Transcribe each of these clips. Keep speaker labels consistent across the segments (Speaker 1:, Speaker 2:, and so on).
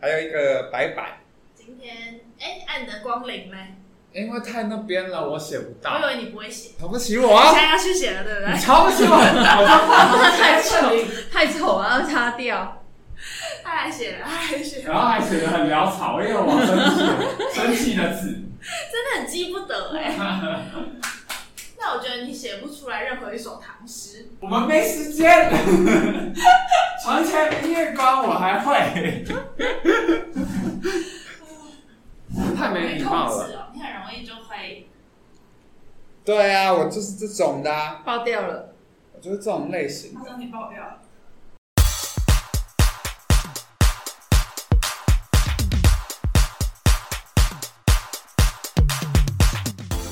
Speaker 1: 还有一个白板，
Speaker 2: 今天哎，按你的光临嘞，
Speaker 3: 哎
Speaker 4: 因为太那边了，我写不
Speaker 2: 我
Speaker 4: 到
Speaker 2: 以。为你不会写，
Speaker 4: 瞧不起我啊
Speaker 2: 现！在要去写了，对不
Speaker 4: 你
Speaker 2: 对？
Speaker 4: 瞧不起我！
Speaker 2: 太丑，
Speaker 5: 太丑了，要擦掉。
Speaker 2: 他来写了，他来写了，
Speaker 4: 然后还写的很潦草，因为我生气，生气的字。
Speaker 2: 真的很记不得 哎。那我觉得你写不出来任何一首唐诗，
Speaker 4: 我们没时间。床前明月光，我还会。太没礼貌
Speaker 2: 控
Speaker 4: 了。
Speaker 2: 制哦，你很容易就会
Speaker 1: 对啊，我就是这种的、啊，
Speaker 5: 爆掉了，
Speaker 1: 我就是这种类型
Speaker 2: 他
Speaker 1: 的。
Speaker 2: 说你爆掉了。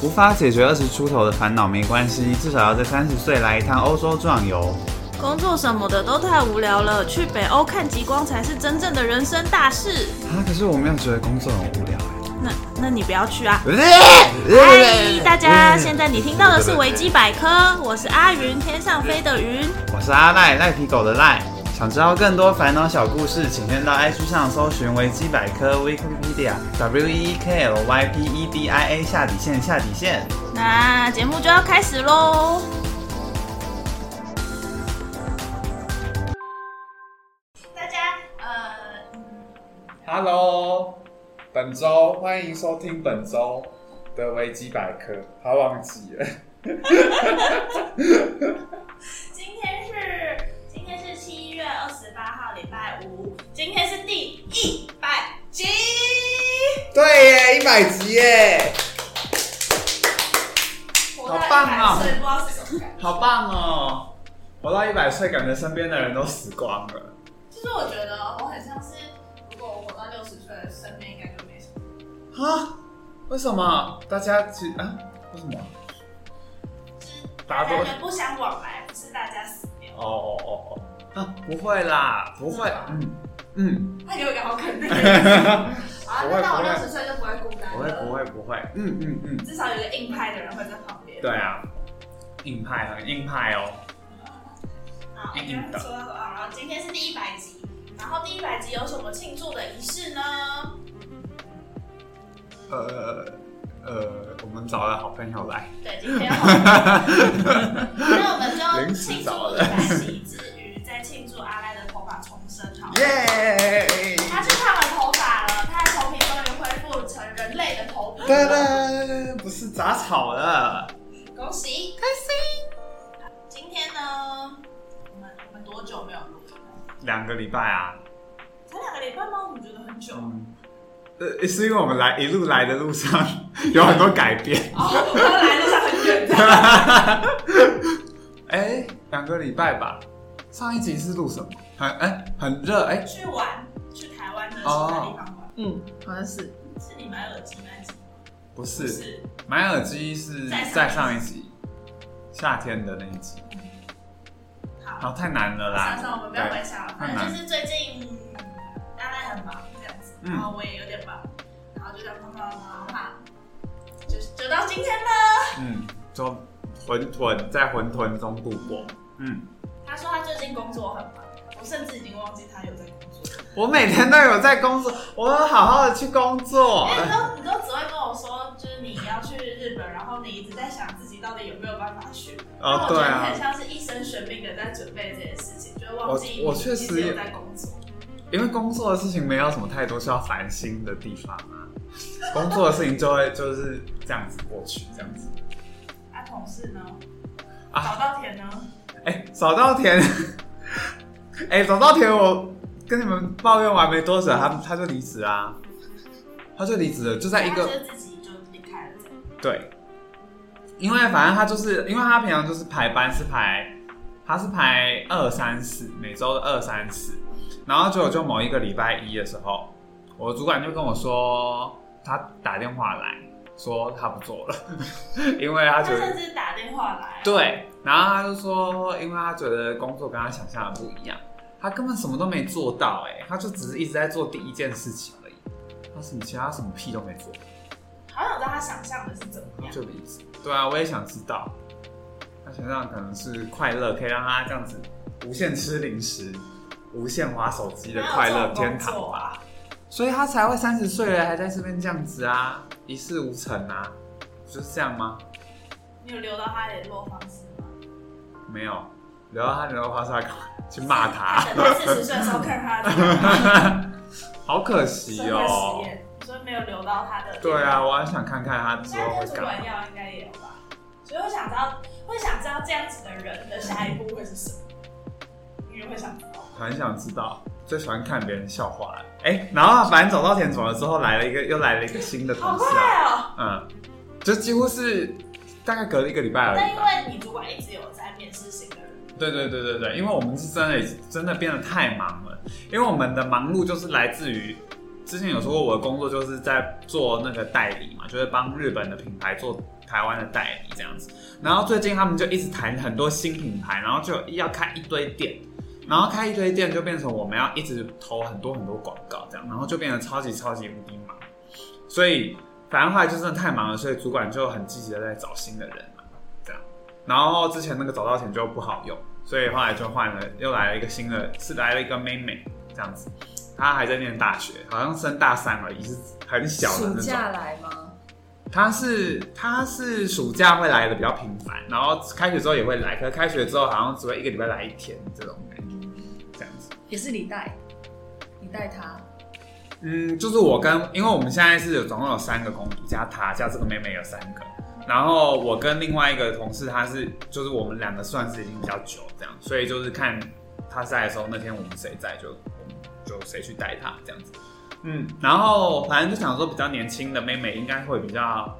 Speaker 3: 无法解决二十出头的烦恼没关系，至少要在三十岁来一趟欧洲壮游。
Speaker 6: 工作什么的都太无聊了，去北欧看极光才是真正的人生大事。
Speaker 3: 啊，可是我没有觉得工作很无聊欸
Speaker 6: 那那你不要去啊！嗨
Speaker 3: 哎。，
Speaker 6: 大家，现在你听到的是维基百科，我是阿云，天上飞的云。
Speaker 3: 我是阿赖赖皮狗的赖。想知道更多烦恼小故事，请先到 IG 上搜寻维基百科 Wikipedia W E E K L Y P E D I A 下底线下底线。
Speaker 6: 那节目就要开始喽。
Speaker 2: 大家呃，
Speaker 1: Hello，本周欢迎收听本周的维基百科，他忘记了，
Speaker 2: 今天是今天是七月二十八号，礼拜五，今天是第一百集。
Speaker 1: 对耶，一百集耶，
Speaker 2: 活到
Speaker 3: 好棒哦
Speaker 2: 100岁不知道是什么感觉。
Speaker 3: 好棒哦！活到一百岁，感觉身边的人都死光了。
Speaker 2: 就是我觉得我很像是，如果我活到六十岁，身边应该就没什么。
Speaker 3: 啊？为什么？大家其啊？为什么？
Speaker 2: 就是
Speaker 3: 大
Speaker 2: 大
Speaker 3: 家都
Speaker 2: 家就不相往来，不是大家死掉。
Speaker 3: 哦哦哦哦！啊，不会啦，不会。嗯嗯，
Speaker 2: 他给我一个好肯定的 眼神。啊，那到我
Speaker 3: 不会
Speaker 2: 六十岁就不会孤单
Speaker 3: 不会
Speaker 2: 了。
Speaker 3: 不会不会。嗯嗯嗯，
Speaker 2: 至少有一个硬派的人会在旁边。
Speaker 3: 对啊，硬派很硬派哦。
Speaker 2: 好，我
Speaker 3: 硬
Speaker 2: 刚
Speaker 3: 硬的
Speaker 2: 刚说到说啊，今天是第一百集，然后第一百集有什么庆祝的仪式呢？
Speaker 3: 呃呃，我们找了好朋友来，
Speaker 2: 对，今天 我们那我们就
Speaker 3: 临
Speaker 2: 庆
Speaker 3: 时
Speaker 2: 祝
Speaker 3: 找
Speaker 2: 一
Speaker 3: 的
Speaker 2: 百集之余，再庆祝阿赖的头发重生，好了。
Speaker 1: 耶！
Speaker 2: 他去烫完头发了，他的头皮终于恢复成人类的头皮
Speaker 3: 噔
Speaker 2: 了，
Speaker 3: 噔，不是杂草了。
Speaker 2: 恭喜！开心！今天呢，我们我们多久没有录了？
Speaker 3: 两个礼拜啊，
Speaker 2: 才两个礼拜吗？我觉得很久。
Speaker 3: 嗯，呃，是因为我们来一路来的路上有很多改变。
Speaker 2: 哦，我们来路上很远的。
Speaker 3: 哎，两个礼拜吧。上一集是录什么？很哎，很热哎。
Speaker 2: 去玩，去台湾的其他地方玩，
Speaker 5: 嗯，好像是。
Speaker 2: 是你买耳机那一集吗？
Speaker 3: 不
Speaker 2: 不
Speaker 3: 是，
Speaker 2: 是，
Speaker 3: 买耳机是在上一集，夏天的那一集。
Speaker 2: 好，
Speaker 3: 好，太难了啦。
Speaker 2: 算算，我们不要回想了，
Speaker 3: 对
Speaker 2: 反正就是最近大家很忙这样子，
Speaker 3: 嗯
Speaker 2: 然后我也有点忙，然后就这样忙忙忙忙，就是就到今天了。
Speaker 3: 嗯，就混沌在混沌中度过。嗯，
Speaker 2: 他说他最近工作很忙，我甚至已经忘记他有在工作。
Speaker 3: 我每天都有在工作，我有好好的去工作。
Speaker 2: 因为你都你都只会跟我说，就是你要去日本，然后你一直在想自己到底有没有办法去。
Speaker 3: 哦
Speaker 2: 那，我
Speaker 3: 对
Speaker 2: 觉得你
Speaker 3: 啊
Speaker 2: 很，像是一生悬命的在准备这件事情，就会忘记
Speaker 3: 我我
Speaker 2: 你
Speaker 3: 确
Speaker 2: 其
Speaker 3: 实也
Speaker 2: 有在工作。
Speaker 3: 因为工作的事情没有什么太多需要烦心的地方 啊，工作的事情就会就是这样子过去，这样子。
Speaker 2: 啊，同事呢？
Speaker 3: 啊
Speaker 2: 找到田呢？
Speaker 3: 哎、早稻田， 哎、早稻田，我跟你们抱怨完没多久，他他就离职啊，他就离职了，就啊在一个
Speaker 2: 他觉得自己就离开了这样。
Speaker 3: 对，因为反正他就是，因为他平常就是排班是排，他是排二三四，每周的二三四，然后结果就某一个礼拜一的时候，我主管就跟我说，他打电话来说他不做了， 因为他
Speaker 2: 他
Speaker 3: 觉得
Speaker 2: 甚至打电话来，
Speaker 3: 对，然后他就说，因为他觉得工作跟他想象的不一样，他根本什么都没做到、哎，他就只是一直在做第一件事情而已，他什么其他什么屁都没做。
Speaker 2: 好想知道他想象的是怎么样。
Speaker 3: 就离职。对啊，我也想知道。他想让可能是快乐，可以让他这样子
Speaker 2: 啊
Speaker 3: 无限吃零食、无限划手机的快乐天堂吧。所以他才会三十岁了还在这边这样子啊，一事无成啊，就是这样吗？
Speaker 2: 你有留到他的联络方式吗？
Speaker 3: 没有，留到他留到花沙去骂 他，
Speaker 2: 等他四十岁的时候看他的
Speaker 3: 好可惜
Speaker 2: 社会
Speaker 3: 哦
Speaker 2: 实。验，所以没有留到他的。
Speaker 3: 对啊，，我还想看看他之
Speaker 2: 现在
Speaker 3: 后
Speaker 2: 天
Speaker 3: 会
Speaker 2: 主
Speaker 3: 干嘛
Speaker 2: 管。药应该也有吧？所以我想知道，会想知道这样子的人的下一步会是什么？你也会想知道。
Speaker 3: 很想知道，最喜欢看别人笑话了。哎、然后反正走到田总了之后，来了一个又来了一个新的同
Speaker 2: 好
Speaker 3: 事
Speaker 2: 快
Speaker 3: 啊，
Speaker 2: 哦！
Speaker 3: 嗯，就几乎是大概隔了一个礼拜而
Speaker 2: 但
Speaker 3: 已
Speaker 2: 因
Speaker 3: 吧。
Speaker 2: 为你主管一直有在面试新的人，
Speaker 3: 对对对对对，因为我们是真的已经真的变得太忙了，因为我们的忙碌就是来自于之前有说过我的工作就是在做那个代理嘛，就是帮日本的品牌做台湾的代理这样子。然后最近他们就一直谈很多新品牌，然后就要开一堆店，然后开一堆店就变成我们要一直投很多很多广告这样，然后就变得超级超级无敌忙。所以反正后来就真的太忙了，所以主管就很积极的在找新的人嘛，这样。然后之前那个找到钱就不好用，所以后来就换了，又来了一个新的，是来了一个妹妹这样子。她还在念大学，好像升大三而已，是很小的
Speaker 5: 暑
Speaker 3: 那种。
Speaker 5: 假来吗？
Speaker 3: 他是他是暑假会来的比较频繁，然后开学之后也会来，可是开学之后好像只会一个礼拜来一天这种感觉，这样子。
Speaker 5: 也是你带，你带他，
Speaker 3: 嗯，就是我跟，因为我们现在是有总共有三个公主，加她加这个妹妹有三个，然后我跟另外一个同事，她是就是我们两个算是已经比较久这样，所以就是看她在的时候，那天我们谁在就我们就谁去带她这样子。嗯，然后反正就想说比较年轻的妹妹应该会比较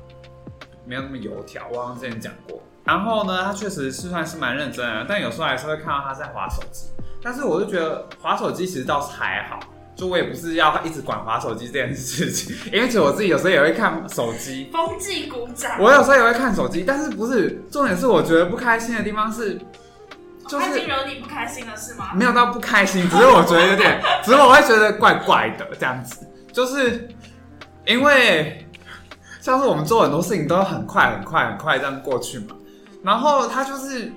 Speaker 3: 没有那么油条，啊我好像之前讲过。嗯然后呢，她确实是算是蛮认真的，但有时候还是会看到她在划手机。但是我就觉得划手机其实倒是还好，就我也不是要一直管划手机这件事情， 因为其实我自己有时候也会看手机，
Speaker 2: 风纪鼓掌。
Speaker 3: 我有时候也会看手机，但是不是重点是我觉得不开心的地方是，就
Speaker 2: 他已经
Speaker 3: 是
Speaker 2: 惹你不开心了是吗？
Speaker 3: 没有到不开心，只是我觉得有点，只是我会觉得怪怪的这样子，就是因为像是我们做很多事情都很快很快很快这样过去嘛，然后他就是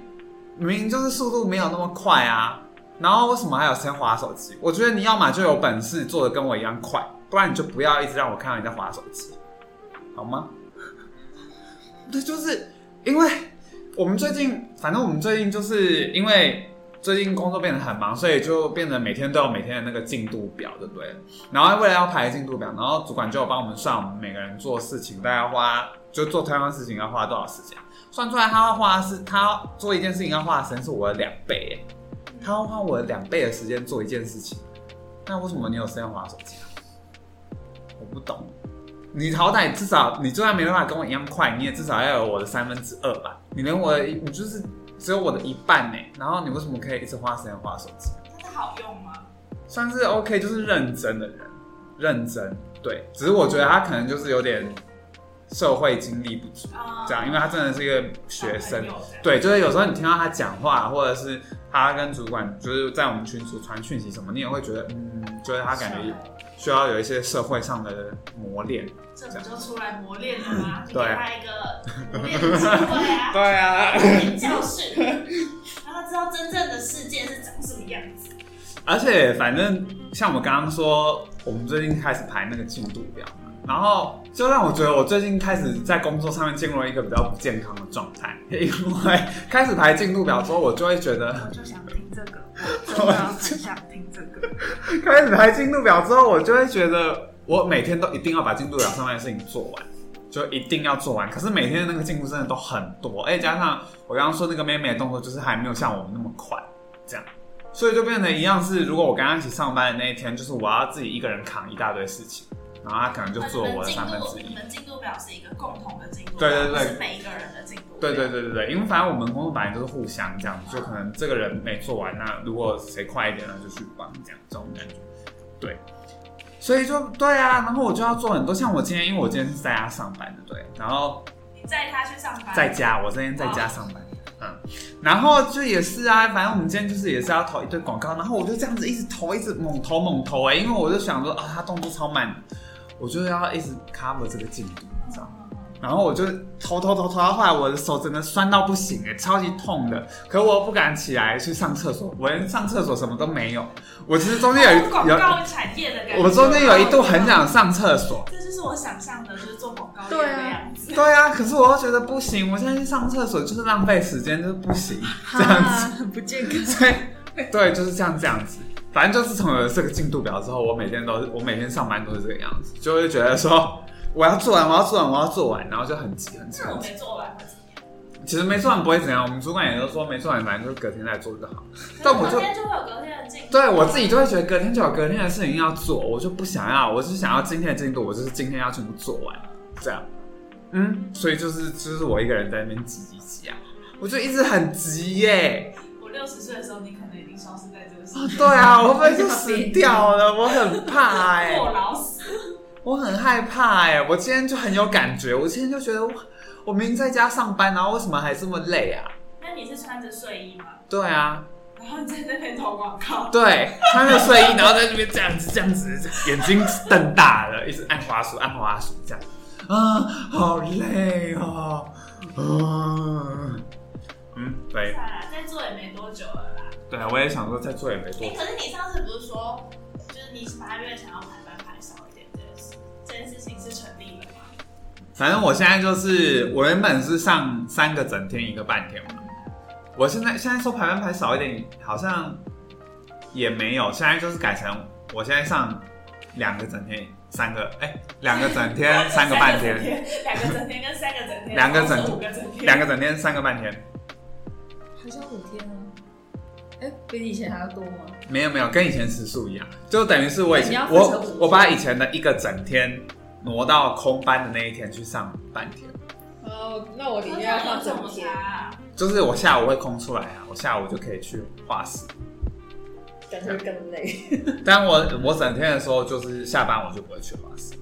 Speaker 3: 明明就是速度没有那么快啊，然后为什么还有先滑手机？我觉得你要么就有本事做的跟我一样快，不然你就不要一直让我看到你在滑手机，好吗？对，就是因为我们最近，反正我们最近就是因为最近工作变得很忙，所以就变得每天都有每天的那个进度表，对不对？然后为了要排进度表，然后主管就有帮我们算我们每个人做事情大概要花，就做同样的事情要花多少时间，算出来他要花的是他做一件事情要花的时间是我的两倍耶，他要花我的两倍的时间做一件事情，那为什么你有时间划手机啊？我不懂。你好歹至少你就算没办法跟我一样快，你也至少要有我的三分之二吧。你连我的一，你就是只有我的一半呢。然后你为什么可以一直花时间花手机？
Speaker 2: 真的好用吗？
Speaker 3: 算是 OK，就是认真的人，认真对。只是我觉得他可能就是有点社会经历不足，
Speaker 2: 啊、
Speaker 3: 这样，因为他真的是一个学生
Speaker 1: 哎
Speaker 2: 小朋友这样，
Speaker 3: 对，就是有时候你听到他讲话，或者是他跟主管就是在我们群组传讯息什么，你也会觉得嗯，就是他感
Speaker 1: 啊
Speaker 3: 觉需要有一些社会上的磨练。
Speaker 2: 这不就出来磨练了吗？就
Speaker 3: 对啊
Speaker 2: 给他一个磨练的机会 啊，
Speaker 1: 对啊，
Speaker 2: 点教室，让他知道真正的世界是长什么样子。
Speaker 3: 而且反正像我刚刚说，我们最近开始排那个进度表嘛，然后就让我觉得我最近开始在工作上面进入了一个比较不健康的状态，因为开始排进度表之后，我就会觉得
Speaker 2: 我就想听这 个，我真的很想听这个。
Speaker 3: 开始排进度表之后，我就会觉得我每天都一定要把进度表上面的事情做完，就一定要做完。可是每天的那个进度真的都很多，而且加上我刚刚说那个妹妹的动作，就是还没有像我们那么快，这样，所以就变成一样是，如果我跟她一起上班的那一天，就是我要自己一个人扛一大堆事情，然后她可能就做我的三分之
Speaker 2: 你
Speaker 3: 一。
Speaker 2: 们进度表是一个共同的进度
Speaker 3: 对
Speaker 2: 表，
Speaker 3: 对对
Speaker 2: 不是每一个人的进度表。
Speaker 3: 对对对对对，因为反正我们工作本来就是互相这样，就可能这个人没做完，那如果谁快一点，那就去帮这样这种感觉。对，所以就对啊，然后我就要做很多，像我今天，因为我今天是在家上班的，对，然后
Speaker 2: 你载他去上班，
Speaker 3: 在家，我今天在家上班。嗯，然后就也是啊，反正我们今天就是也是要投一堆广告，然后我就这样子一直投，一直猛投猛投哎、因为我就想说啊，他动作超慢，我就要一直 cover 这个进度，你知道吗？
Speaker 2: 嗯
Speaker 3: 然后我就偷偷偷偷，后来我的手真的酸到不行哎、超级痛的。可我又不敢起来去上厕所，我连上厕所什么都没有。我其实中间有
Speaker 2: 广
Speaker 3: 一有，
Speaker 2: 告产业的感觉。嗯
Speaker 3: 我中间有一度很想上厕所，
Speaker 2: 这就是我想象的，就是做广告业
Speaker 5: 对
Speaker 2: 的
Speaker 5: 啊
Speaker 2: 样子。
Speaker 3: 对啊，可是我又觉得不行，我现在去上厕所就是浪费时间，就是不行这样子。
Speaker 5: 子不健康。
Speaker 3: 所以对，就是这样这样子。反正就是从有了这个进度表之后，我每天都是我每天上班都是这个样子，就会觉得说我要做完，我要做完，我要做完，然后就很急很急
Speaker 2: 那我
Speaker 3: 很急。
Speaker 2: 没做完会怎么样？
Speaker 3: 其实没做完不会怎样，我们主管也都说没做完，反正就是隔天再做就好。但我就
Speaker 2: 隔天就会有隔天的进度。
Speaker 3: 对我自己就会觉得隔天就有隔天的事情要做，我就不想要，我就是想要今天的进度，我就是今天要全部做完，这样。嗯，所以就是就是我一个人在那边急急急啊，我就一直很急耶、
Speaker 2: 我六十岁的时候，你可能已经消失在这个世
Speaker 3: 啊
Speaker 2: 界，
Speaker 3: 对啊，我会不会就死掉了？我很怕哎、
Speaker 2: 过劳死。
Speaker 3: 我很害怕哎、我今天就很有感觉，我今天就觉得我我明明在家上班，然后为什么还这么累啊？
Speaker 2: 那你是穿着睡衣吗？
Speaker 3: 对啊，
Speaker 2: 然后你在那边投广告，
Speaker 3: 对，穿着睡衣，然后在那边这样子这样子，眼睛瞪大了，一直按滑鼠按滑鼠这样，啊，好累哦，啊，嗯，对
Speaker 2: 算了，啊在做也没多久了啦。
Speaker 3: 对，啊我也想说再做也没多
Speaker 2: 哎、
Speaker 3: 久，
Speaker 2: 可是你上次不是说，就是你八月想要排班排少一点这件事，这件事情是成立了吗？
Speaker 3: 反正我现在就是，我原本是上三个整天，一个半天嘛。我现在现在说排班排少一点，好像也没有，现在就是改成我现在上两个整天，三个哎，两个整天，三个半
Speaker 2: 整
Speaker 3: 天，
Speaker 2: 天，两个整天跟三个整天，
Speaker 3: 两个整
Speaker 2: 总共是五个整天，
Speaker 3: 两个整天，三个半天，
Speaker 5: 好像五天啊，哎，比你以前还要多吗？
Speaker 3: 没有没有，跟以前时数一样，就等于是我以
Speaker 5: 你
Speaker 3: 前
Speaker 5: 要分成
Speaker 3: 我
Speaker 5: 五
Speaker 3: 我把以前的一个整天挪到空班的那一天去上半天，
Speaker 5: 哦，那我
Speaker 2: 可是那有什么差啊？
Speaker 3: 就是我下午会空出来啊，我下午就可以去画室。
Speaker 5: 感觉更累。
Speaker 3: 但我我整天的时候，就是下班我就不会去画室，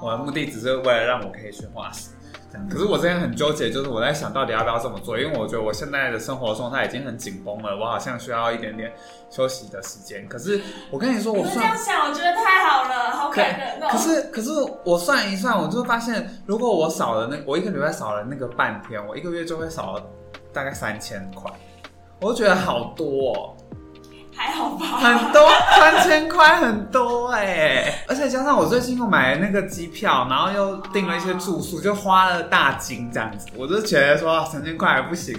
Speaker 3: 我
Speaker 2: 哦
Speaker 3: 的目的只是为了让我可以去画室。这
Speaker 5: 嗯
Speaker 3: 样，可是我之前很纠结，就是我在想到底要不要这么做，因为我觉得我现在的生活状态已经很紧绷了，我好像需要一点点休息的时间。可是我跟你说，
Speaker 2: 你
Speaker 3: 我
Speaker 2: 们这
Speaker 3: 算
Speaker 2: 样想，我觉得太好了，好感人哦。
Speaker 3: 可是可是我算一算，我就发现，如果我少了那我一个礼拜少了那个半天，我一个月就会少了大概三千块，我就觉得好多、哦。
Speaker 2: 还好吧？
Speaker 3: 很多三千块很多哎、而且加上我最近又买了那个机票，然后又订了一些住宿，就花了大金这样子，我就觉得说啊三千块还不行，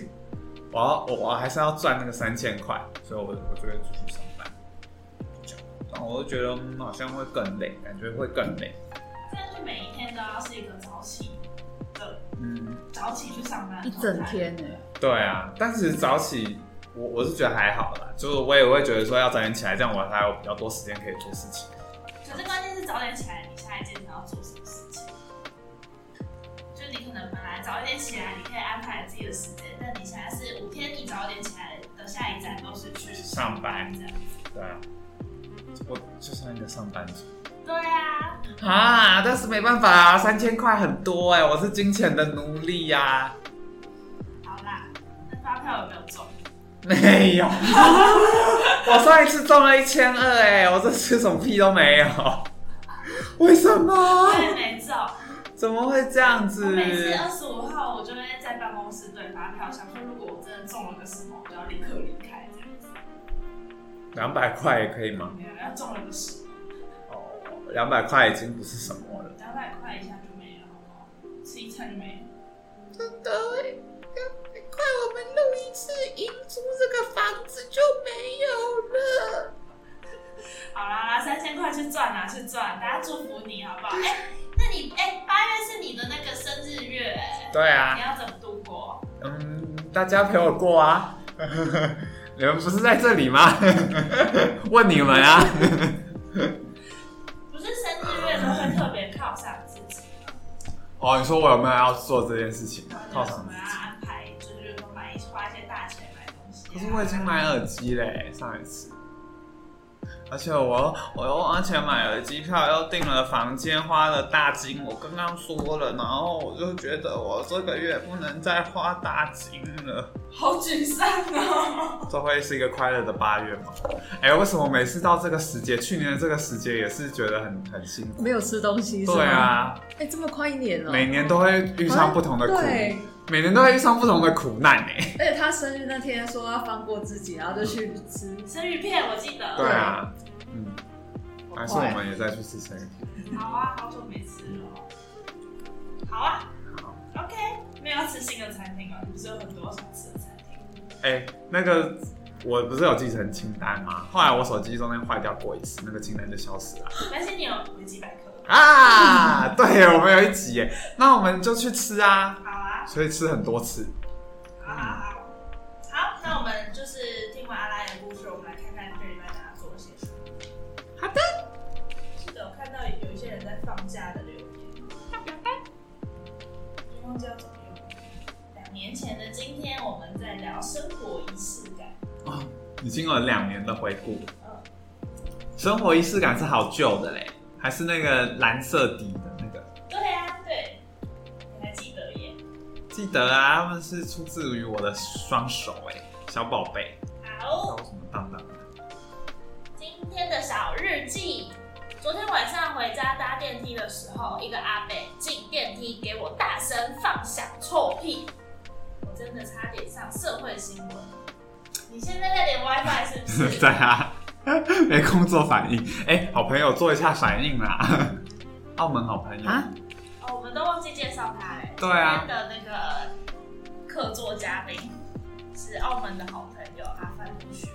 Speaker 3: 我要我我还是要赚那个三千块，所以我我就会继续上班，这样然后我就觉得、嗯好像会更累，感觉会更累，
Speaker 2: 这样就每一天都要是一个早起的
Speaker 3: 嗯，
Speaker 2: 早起去上班，
Speaker 5: 一整。天呢、
Speaker 3: 对啊，但是早起。我我是觉得还好啦，就是我也会觉得说要早点起来，这样我才有比较多时间可以做事情。
Speaker 2: 可是关键是早点起来，你下一件你要做什么事情？就你可能本来早一点起来，你可以安排自己的时间，但你现在是五天，你早一点起来的下一站都是去
Speaker 3: 上班
Speaker 2: 这样。
Speaker 3: 对啊，我就像一个上班族。
Speaker 2: 对啊，
Speaker 3: 啊，但是没办法啊，三千块很多哎、我是金钱的奴隶啊呀、
Speaker 2: 好啦，那发票有没有中？
Speaker 3: 没有， 我上一次中了一千二哎，我这次什么屁都没有，为什么
Speaker 2: 我？也没中。
Speaker 3: 怎么会这样子
Speaker 2: 我？每次二十五号，我就会在办公室对发票，想说如果我真的中了个什么，我就要立刻离开这样子。
Speaker 3: 两百块也可以吗？
Speaker 2: 没有，要中了个十，
Speaker 3: 哦，两百块已经不是什么了。
Speaker 2: 两百块一下就没了，好不好？吃一餐就没了。
Speaker 3: 真的哎，快我们录一次音租这个房子就没有了。
Speaker 2: 好啦啦，三千块去赚啦，去赚！大家祝福你，好不好？哎、那你哎，八、月是你的那个生日月、哎
Speaker 3: 对啊
Speaker 2: 你，要怎么度过？
Speaker 3: 嗯，大家陪我过 啊！你们不是在这里吗？ 问你们啊！
Speaker 2: 不是生日月都会特别犒赏自己，
Speaker 3: 哦，你说我有没有要做这件事情啊
Speaker 2: 然？后
Speaker 3: 犒
Speaker 2: 就什
Speaker 3: 赏
Speaker 2: 么
Speaker 3: 自
Speaker 2: 要
Speaker 3: 己。
Speaker 2: 安排，就是说买花一些大钱买东西、啊。
Speaker 3: 可是我已经买耳机嘞，上一次。而且我我又花钱买了机票，又订了房间，花了大金。我刚刚说了，然后我就觉得我这个月不能再花大金了。
Speaker 2: 好沮丧哦。
Speaker 3: 这会是一个快乐的八月吗？哎、为什么每次到这个时节，去年的这个时节也是觉得很很辛苦？
Speaker 5: 没有吃东西是吗？
Speaker 3: 对，啊，
Speaker 5: 哎、这么快一年了、
Speaker 3: 每年都会遇上不同的苦，
Speaker 5: 对，
Speaker 3: 每年都会遇上不同的苦难哎、
Speaker 5: 而且他生日那天说要放过自己，然后就去吃，
Speaker 2: 生鱼片我记得。
Speaker 3: 对啊，嗯，还是我
Speaker 5: 好
Speaker 3: 们也再去吃生日
Speaker 2: 好啊，好久没吃了。好啊。OK，没有要吃新的餐厅啊，你不是有很多想吃的餐厅？
Speaker 3: 哎、那个我不是有继承清单吗？后来我手机中间坏掉过一次，那个清单就消失了。
Speaker 2: 但是你有维基百科。
Speaker 3: 啊，对，我们有一集耶，那我们就去吃啊，
Speaker 2: 好啊，
Speaker 3: 所以吃很多次。
Speaker 2: 好啊好好。好，那我们就是听完阿拉的故事，我们来看看这礼拜大家做了些什么。
Speaker 6: 好
Speaker 2: 的。记得我看到有一些人在放假的留言。好的。忘记要怎么用了。两年前的今天，我们在聊生活仪式感。
Speaker 3: 已经有两年的回顾
Speaker 2: 嗯，
Speaker 3: 生活仪式感是好旧的嘞，还是那个蓝色底的那个？
Speaker 2: 对啊，对，你还记得耶？
Speaker 3: 记得啊，他们是出自于我的双手哎，小宝贝，
Speaker 2: 好。
Speaker 3: 叫什么当当 的？
Speaker 2: 今天的小日记。昨天晚上回家搭电梯的时候，一个阿伯进电梯给我大声放响臭屁，我真的差点上社会新闻。你现在在连 WiFi 是不是？
Speaker 3: 在啊， 没空做反应。哎、好朋友做一下反应啦， 澳门好朋友
Speaker 5: 啊
Speaker 2: 哦，我们都忘记介绍他嘞。
Speaker 3: 对啊
Speaker 2: 今天的那个客座嘉宾是澳门的好朋友阿范同学。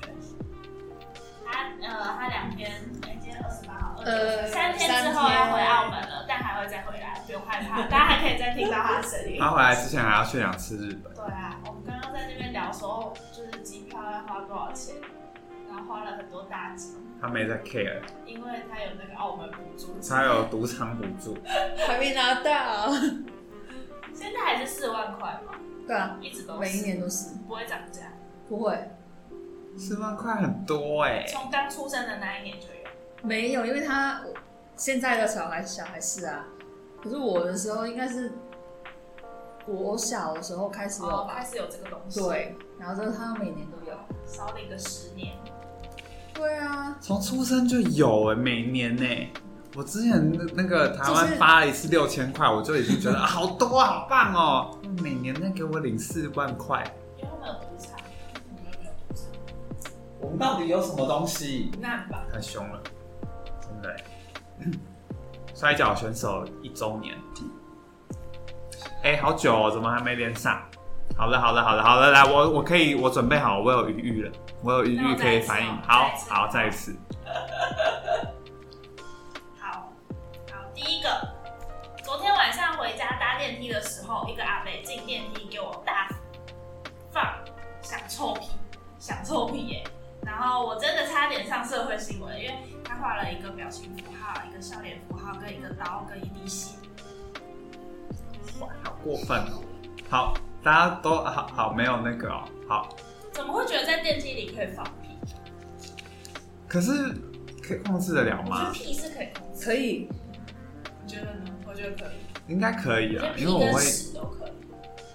Speaker 2: 他呃，他两天，哎、今天二十八号，呃，
Speaker 5: 呃
Speaker 2: 三天之后要回澳门了，但还会再回来，不用害怕，大家还可以再听到他的声音
Speaker 3: 他。回来之前还要去两次日本，
Speaker 2: 对啊，我们刚刚在那边聊说，就是机票要花多少钱，然后花了很多大几，
Speaker 3: 他没在 care，
Speaker 2: 因为他有那个澳门补助，
Speaker 3: 他有赌场补助，
Speaker 5: 还没拿啊到。
Speaker 2: 现在还是四万块嘛，
Speaker 5: 对啊，
Speaker 2: 一直都是
Speaker 5: 每一年都是
Speaker 2: 不会涨价。
Speaker 5: 不会，
Speaker 3: 四万块很多哎、
Speaker 2: 从刚出生的那一年就有。
Speaker 5: 没有，因为他我现在的小孩小孩是啊，可是我的时候应该是我小的时候开始有
Speaker 2: 哦，
Speaker 5: 吧？
Speaker 2: 开始有这个东西，，
Speaker 5: 对，然后就是他每年都有。
Speaker 2: 少了一个十年。
Speaker 5: 对啊，
Speaker 3: 从出生就有哎、每年呢、我之前那那个台湾发了一次六千块，我就已经觉得啊好多啊，好棒哦！每年再给我领四万块，
Speaker 2: 因为他们有赌场，你们有没有赌场？
Speaker 3: 我们到底有什么东西？
Speaker 2: 那吧，
Speaker 3: 太凶了，真的欸。 摔跤选手一周年，哎、好久哦，怎么还没连上？好了，好了，好了，好了，来，我我可以，我准备好，我有余裕了，我有余
Speaker 2: 那
Speaker 3: 裕
Speaker 2: 我
Speaker 3: 可以
Speaker 2: 再一次
Speaker 3: 反应
Speaker 2: 哦。
Speaker 3: 好
Speaker 2: 再一次
Speaker 3: 好，再一次。
Speaker 2: 好，好，第一个，昨天晚上回家搭电梯的时候，一个阿北进电梯给我大放想臭屁，想臭屁耶、然后我真的差点上社会新闻，因为他画了一个表情符号、一个笑脸符号、跟一个刀、跟一滴血。
Speaker 3: 哇，好过分哦！好，大家都好好没有那个哦，好。
Speaker 2: 怎么会觉得在电梯里可以放屁？
Speaker 3: 可是可以控制得了
Speaker 2: 我觉得
Speaker 3: 吗？
Speaker 2: 屁是可以控制的，
Speaker 5: 可以，
Speaker 2: 你觉得呢？我觉得可以，
Speaker 3: 应该可以啊，因为
Speaker 2: 我觉得
Speaker 3: 我
Speaker 2: 屁
Speaker 3: 会
Speaker 2: 跟屎都可以，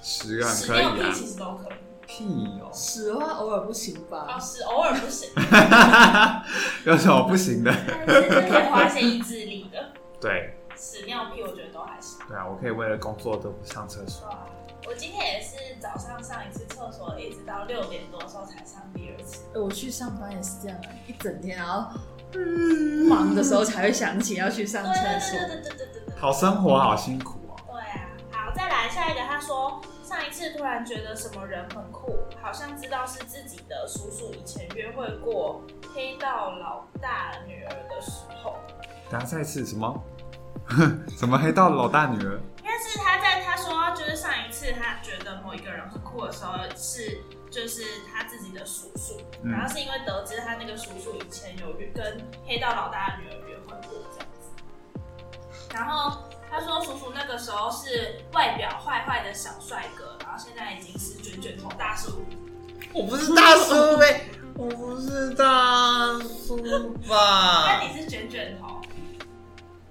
Speaker 3: 十个
Speaker 2: 屎
Speaker 3: 可
Speaker 2: 尿
Speaker 3: 以
Speaker 2: 屁
Speaker 3: 啊，
Speaker 2: 其实都可以。
Speaker 3: 屁哦，
Speaker 5: 屎的话偶尔不行
Speaker 2: 哦，
Speaker 5: 吧？
Speaker 2: 是偶尔不行，
Speaker 3: 有什么不行的？
Speaker 2: 但是是可以花一些意志力的。
Speaker 3: 对
Speaker 2: 屎尿屁我觉得都还行。
Speaker 3: 对啊，我可以为了工作都不上厕所。
Speaker 2: 哇，我今天也是早上上一次厕所，一直到六点多的时候才上第二次。
Speaker 5: 哎我去上班也是这样啊，一整天，然后嗯忙的时候才会想起要去上
Speaker 2: 对啊
Speaker 5: 厕
Speaker 2: 对对
Speaker 5: 所。
Speaker 2: 对对对对对。
Speaker 3: 好生活好辛苦哦。
Speaker 2: 对啊，好，再来下一个。他说上一次突然觉得什么人很酷，好像知道是自己的叔叔以前约会过黑道老大女儿的时候，
Speaker 3: 等下再一次什么？ 什么黑道老大女儿？
Speaker 2: 但是他在他说就是上一次他觉得某一个人很酷的时候是就是他自己的叔叔，
Speaker 3: 嗯
Speaker 2: 然后是因为得知他那个叔叔以前有跟黑道老大的女儿约会过这样子，然后他说叔叔那个时候是外表坏坏的小帅哥，然后现在已经是卷卷头大叔，
Speaker 3: 我不是大叔呗，我不是大叔吧
Speaker 2: 那你是卷卷头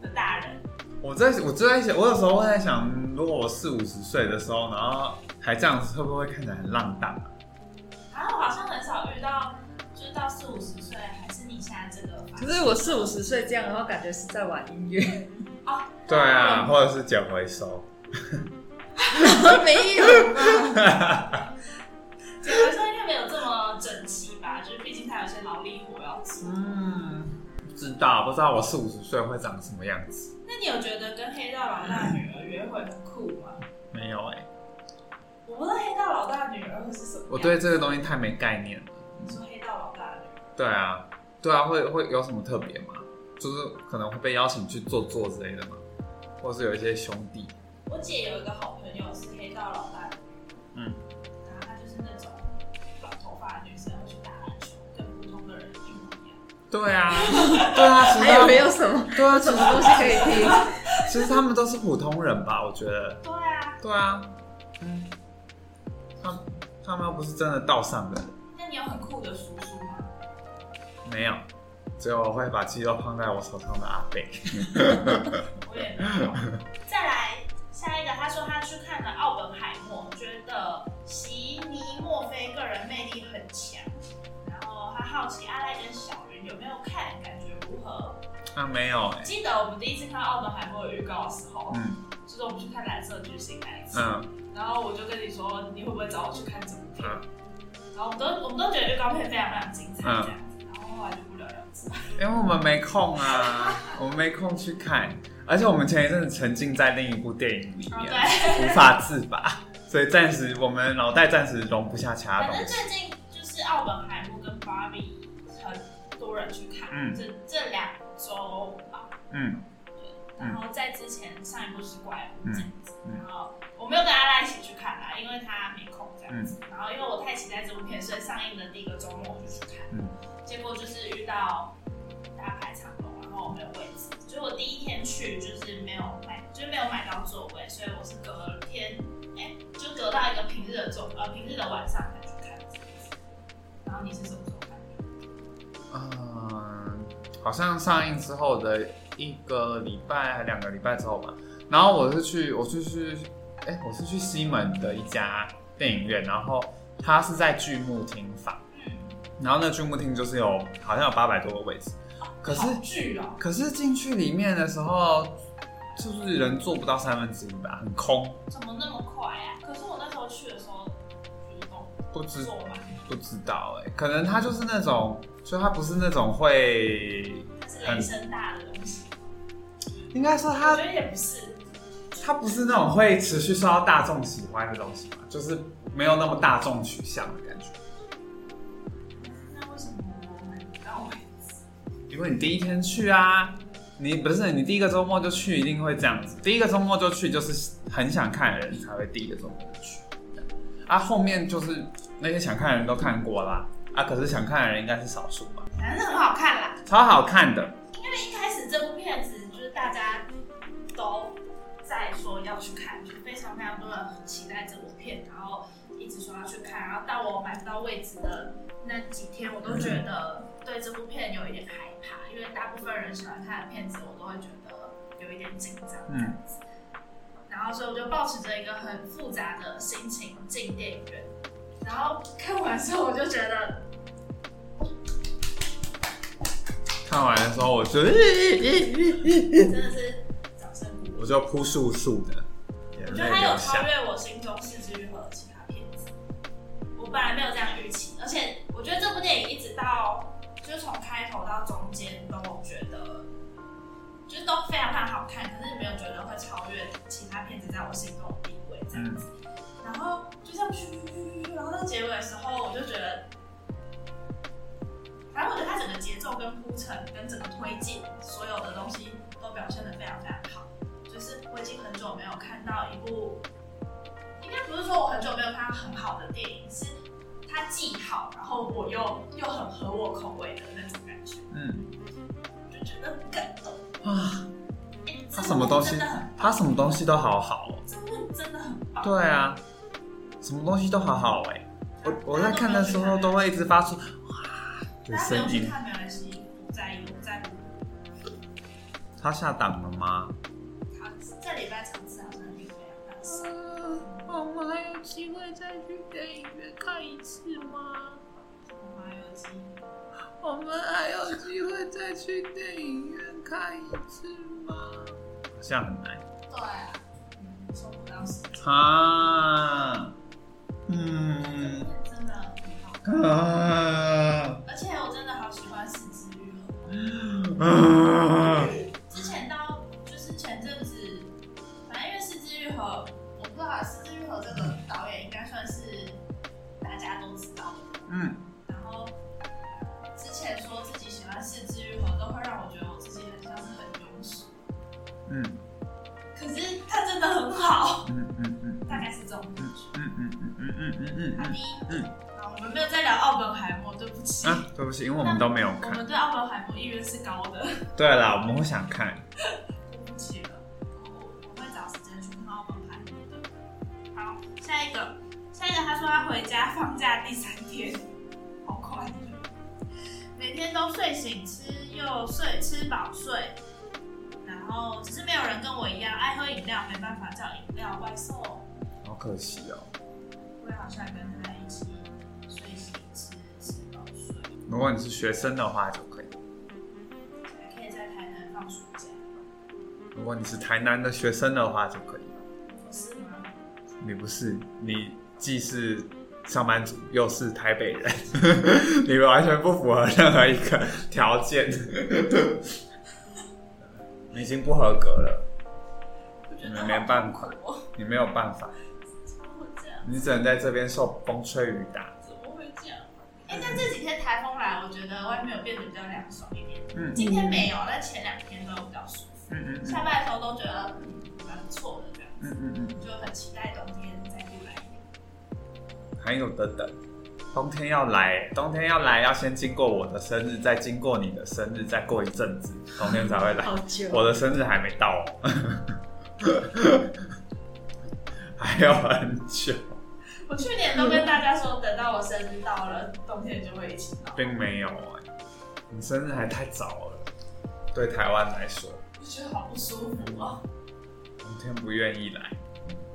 Speaker 2: 的大人，
Speaker 3: 我在我就在想，我有时候会在想，如果我四五十岁的时候，然后还这样子，会不会看起来很浪荡啊？
Speaker 2: 然后我好像很少遇到，就是到四五十岁还是你现在这个发
Speaker 5: 可是我四五十岁这样，然后感觉是在玩音乐，
Speaker 2: 哦，
Speaker 3: 对啊，或者是捡回收，
Speaker 5: 没有
Speaker 2: 结婚之后应该没有这么整齐吧？就是毕竟他有些劳力活要做。
Speaker 3: 嗯，不知道不知道我四五十岁会长什么样子？
Speaker 2: 那你有觉得跟黑道老大女儿约会很酷吗？
Speaker 3: 没有哎、
Speaker 2: 我不知道黑道老大女儿会是什么样。
Speaker 3: 我对这个东西太没概念了。
Speaker 2: 你说黑道老大女儿，
Speaker 3: 对啊，对啊，会会有什么特别吗？就是可能会被邀请去做做之类的吗？或是有一些兄弟，
Speaker 2: 我姐有一个好朋友是黑道老大女儿，
Speaker 3: 嗯，
Speaker 2: 然后她就是那种短头发的女生会去打篮球，跟普通的人一模一样。
Speaker 3: 对啊， 对啊，其实
Speaker 5: 还有
Speaker 3: 他
Speaker 5: 没
Speaker 3: 们
Speaker 5: 有什么
Speaker 3: 对啊，其
Speaker 5: 什
Speaker 3: 实
Speaker 5: 么东西可以听？
Speaker 3: 其实他们都是普通人吧，我觉得。
Speaker 2: 对啊，
Speaker 3: 对啊，嗯，他他们又不是真的道上的，
Speaker 2: 那你有很酷的叔叔吗？
Speaker 3: 没有，只有会把肌肉放在我手上的阿贝。
Speaker 2: 我也没有。再来下一个，他说他去看了《奥本海默》，觉得席尼墨菲个人魅力很强，然后他好奇阿赖跟小云有没有看，感觉如何？
Speaker 3: 啊，没有哎、
Speaker 2: 记得我们第一次看《奥本海默》的预告的时候，
Speaker 3: 嗯
Speaker 2: 就是我们去看《蓝色巨星》那一次，
Speaker 3: 嗯，
Speaker 2: 然后我就跟你说，你会不会找我去看这部片？
Speaker 3: 嗯
Speaker 2: 然后我们都我们都觉得预告片非常非常精彩，这样子，然后后来就不了了之。
Speaker 3: 因为我们没空啊，我们没空去看，而且我们前一阵子沉浸在另一部电影里
Speaker 2: 哦，
Speaker 3: 面，
Speaker 2: 对。
Speaker 3: 无法自拔，所以暂时我们脑袋暂时容不下其他
Speaker 2: 反
Speaker 3: 东
Speaker 2: 正
Speaker 3: 西。
Speaker 2: 最近就是奥本海默跟芭比很多人去看，
Speaker 3: 嗯
Speaker 2: 这这两周吧。
Speaker 3: 嗯，
Speaker 2: 然后在之前上一部是怪物这样子，
Speaker 3: 嗯嗯
Speaker 2: 然后我没有跟阿赖一起去看啦，因为他没空这样子。
Speaker 3: 嗯
Speaker 2: 然后因为我太期待这部片，所以上映的第一个周末我就去看，
Speaker 3: 嗯
Speaker 2: 结果就是遇到大排长龙，然后我没有位置，所以我第一天去就是没有买，就是没有买到座位，所以我是隔天，哎、就隔到一个平日的周呃平日的晚上才去看这样子。然后你是什么时候看？
Speaker 3: 嗯，好像上映之后的一个礼拜、还两个礼拜之后吧。然后我是去，我是去，哎、我是去西门的一家电影院，然后它是在剧目厅放，然后那剧目厅就是有好像有八百多个位置，可是
Speaker 2: 好剧哦，
Speaker 3: 可是进去里面的时候，就是人坐不到三分之一吧，很空，
Speaker 2: 怎么那么快啊？可是我那时候去的时候，就是都
Speaker 3: 不知
Speaker 2: 坐满，
Speaker 3: 不知道哎、可能它就是那种，就它不是那种会，
Speaker 2: 它是雷声大的东西。
Speaker 3: 应该说
Speaker 2: 我
Speaker 3: 它
Speaker 2: 觉得也不是，
Speaker 3: 它不是那种会持续受到大众喜欢的东西嘛，就是没有那么大众取向的感觉。
Speaker 2: 那为什么我买不到位置？
Speaker 3: 因为你第一天去啊，你不是你第一个周末就去，一定会这样子。第一个周末就去，就是很想看的人才会第一个周末就去。啊，后面就是那些想看的人都看过啦，啊，可是想看的人应该是少数吧，
Speaker 2: 反正很好看啦，
Speaker 3: 超好看的。
Speaker 2: 因为一开始这部片子就是大家都在说要去看，就是非常非常多人很期待这部片，然后一直说要去看，然后到我买不到位置的那几天，我都觉得对这部片有一点害怕，因为大部分人喜欢看的片子，我都会觉得有一点紧张。
Speaker 3: 嗯
Speaker 2: 然后所以我就保持着一个很复杂的心情进电影院，然后看完之后我就觉得，
Speaker 3: 看完的时候我哦就
Speaker 2: 真的是掌声鼓
Speaker 3: 我
Speaker 2: 励。
Speaker 3: 就扑簌簌的眼
Speaker 2: 我觉
Speaker 3: 泪
Speaker 2: 得它有
Speaker 3: 流
Speaker 2: 超
Speaker 3: 下。
Speaker 2: 越我心中《四之愈合》的其他片子，我本来没有这样预期，而且我觉得这部电影一直到就是从开头到中间都我觉得就是都非常非常好看，可是没有觉得会超越其他片子在我心中的地位这样子。然后就这样去去去，然后到结尾的时候，我就觉得，反正我觉得它整个节奏跟铺陈跟整个推进，所有的东西都表现的非常非常好。就是我已经很久没有看到一部，应该不是说我很久没有看到很好的电影，是它既好，然后我又又很合我口味的那种感觉，
Speaker 3: 嗯
Speaker 2: 我就觉得很感动。
Speaker 3: 啊，
Speaker 2: 哎
Speaker 3: 他什么东西
Speaker 2: 真的很，
Speaker 3: 他什么东西都好好哦。
Speaker 2: 这部真的很棒。
Speaker 3: 对欸啊，什么东西都好好哎、我我在看的时候都会一直发出哇的
Speaker 2: 大家不用
Speaker 3: 声
Speaker 2: 去
Speaker 3: 音。
Speaker 2: 看没关系，不在意，我不在乎。
Speaker 3: 他下档了吗？
Speaker 2: 好，这礼拜场次好像订非常大少。
Speaker 6: 我们还有机会再去电影院看一次吗？
Speaker 2: 我妈有机，
Speaker 6: 我们还有机会再去电影院看一次吗？
Speaker 3: 好像很难。
Speaker 2: 对啊，嗯，收不到时间，
Speaker 3: 啊，
Speaker 2: 真
Speaker 3: 嗯，
Speaker 2: 的真的很好。
Speaker 3: 啊，
Speaker 2: 而且我真的好喜欢四肢愈合。
Speaker 3: 嗯啊，
Speaker 2: 之前到就是前阵子，反正因为四肢愈合，我不知道四肢愈合这个导演应该算是大家都知道的。
Speaker 3: 嗯，
Speaker 2: 然后之前说自己喜欢四肢愈合，都会让我觉得我自己很像是很庸俗。
Speaker 3: 嗯，
Speaker 2: 可是他真的很好，
Speaker 3: 嗯嗯嗯
Speaker 2: 大概是这种感觉。
Speaker 3: 嗯嗯嗯嗯嗯嗯
Speaker 2: 好
Speaker 3: 嗯
Speaker 2: 的，
Speaker 3: 嗯
Speaker 2: 啊，我们没有在聊奥本海默，对不起。
Speaker 3: 嗯。啊，对不起，因为我们都没有
Speaker 2: 我
Speaker 3: 看。
Speaker 2: 们对奥本海默意愿是高的，
Speaker 3: 对啦，我们会想看。
Speaker 2: 对不起了，我我会找时间去看奥本海默的。好，下一个，下一个，他说他回家放假第三天，好快乐，每天都睡醒吃又睡吃饱睡，然后只是没有人跟我一样爱喝饮料，没办法叫饮料外送。
Speaker 3: 好可惜哦。
Speaker 2: 我也好想跟他一起睡醒吃吃饱睡，
Speaker 3: 如果你是学生的话就可以，
Speaker 2: 才可以在台南放暑假，
Speaker 3: 如果你是台南的学生的话就可以。
Speaker 2: 不是吗？
Speaker 3: 你不是，你既是上班族，又是台北人， 你完全不符合任何一个条件，你已经不合格了，
Speaker 2: 我觉
Speaker 3: 你
Speaker 2: 得
Speaker 3: 没办法，
Speaker 2: 哦 我
Speaker 3: 你没有办法，
Speaker 2: 怎么会这样？
Speaker 3: 你只能在这边受风吹雨打。
Speaker 2: 怎么会这样？哎、但这几天台风来，我觉得外面有变得比较凉爽一点。
Speaker 3: 嗯
Speaker 2: 今天没有，但前两天都比较舒服。
Speaker 3: 嗯嗯
Speaker 2: 下班的时候都觉得嗯蛮不错的这样，
Speaker 3: 嗯嗯嗯
Speaker 2: 就很期待冬天再过来一点。
Speaker 3: 嗯，还有的等，冬天要来，冬天要来，要先经过我的生日，再经过你的生日，再过一阵子，冬天才会来。
Speaker 5: 好久
Speaker 3: 我的生日还没到、哦， 还要很久，
Speaker 2: 我去年都跟大家说，等到我生日到了，冬天就会一起到。
Speaker 3: 并没有哎、你生日还太早了，对台湾来说，
Speaker 2: 我觉得好不舒服哦。
Speaker 3: 冬天不愿意来，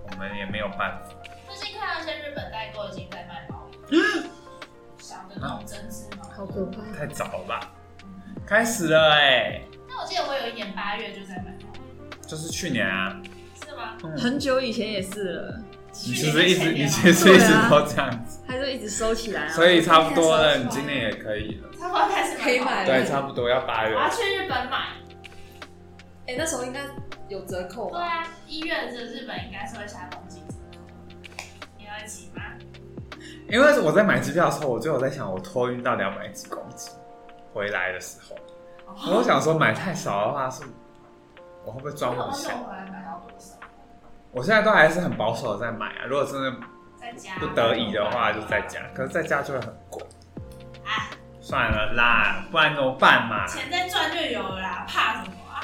Speaker 3: 我们也没有办法。
Speaker 2: 最近看到一些日本代购已经在卖毛衣，小的那种针织毛
Speaker 5: 好
Speaker 2: 衣。
Speaker 5: 可怕。
Speaker 3: 太早了吧？开始了哎、
Speaker 2: 那我记得我有一年八月就在买毛衣，
Speaker 3: 就是去年啊，
Speaker 2: 是吗？
Speaker 3: 嗯，
Speaker 5: 很久以前也是了，
Speaker 2: 嗯
Speaker 3: 你其实一直，你
Speaker 2: 去啊
Speaker 3: 其
Speaker 2: 年
Speaker 3: 实一直都这样子，
Speaker 5: 他就一直收起来啊。
Speaker 3: 所以差不多了，你今年也可以了。
Speaker 2: 差不多开始
Speaker 5: 可以
Speaker 2: 买
Speaker 5: 买
Speaker 2: 毛衣。
Speaker 3: 对，差不多要八
Speaker 2: 我
Speaker 3: 月。
Speaker 2: 要去日本买。
Speaker 5: 哎、那时候应该有折扣
Speaker 2: 对
Speaker 5: 吧？
Speaker 2: 啊，一月的日本应该是会下冬季折扣你要一起吗？
Speaker 3: 因为我在买机票的时候，我就有在想，我托运到底要买几公斤？回来的时候，我想说买太少的话是，我会不会装
Speaker 2: 我
Speaker 3: 不
Speaker 2: 哦那时
Speaker 3: 下
Speaker 2: 候？回来买到多少？
Speaker 3: 我现在都还是很保守的在买啊。如果真的
Speaker 2: 在家。
Speaker 3: 不得已的话，就在。家。可是在家就会很贵。算了啦，不然怎么办嘛？
Speaker 2: 钱在赚就有了啦，怕什么啊？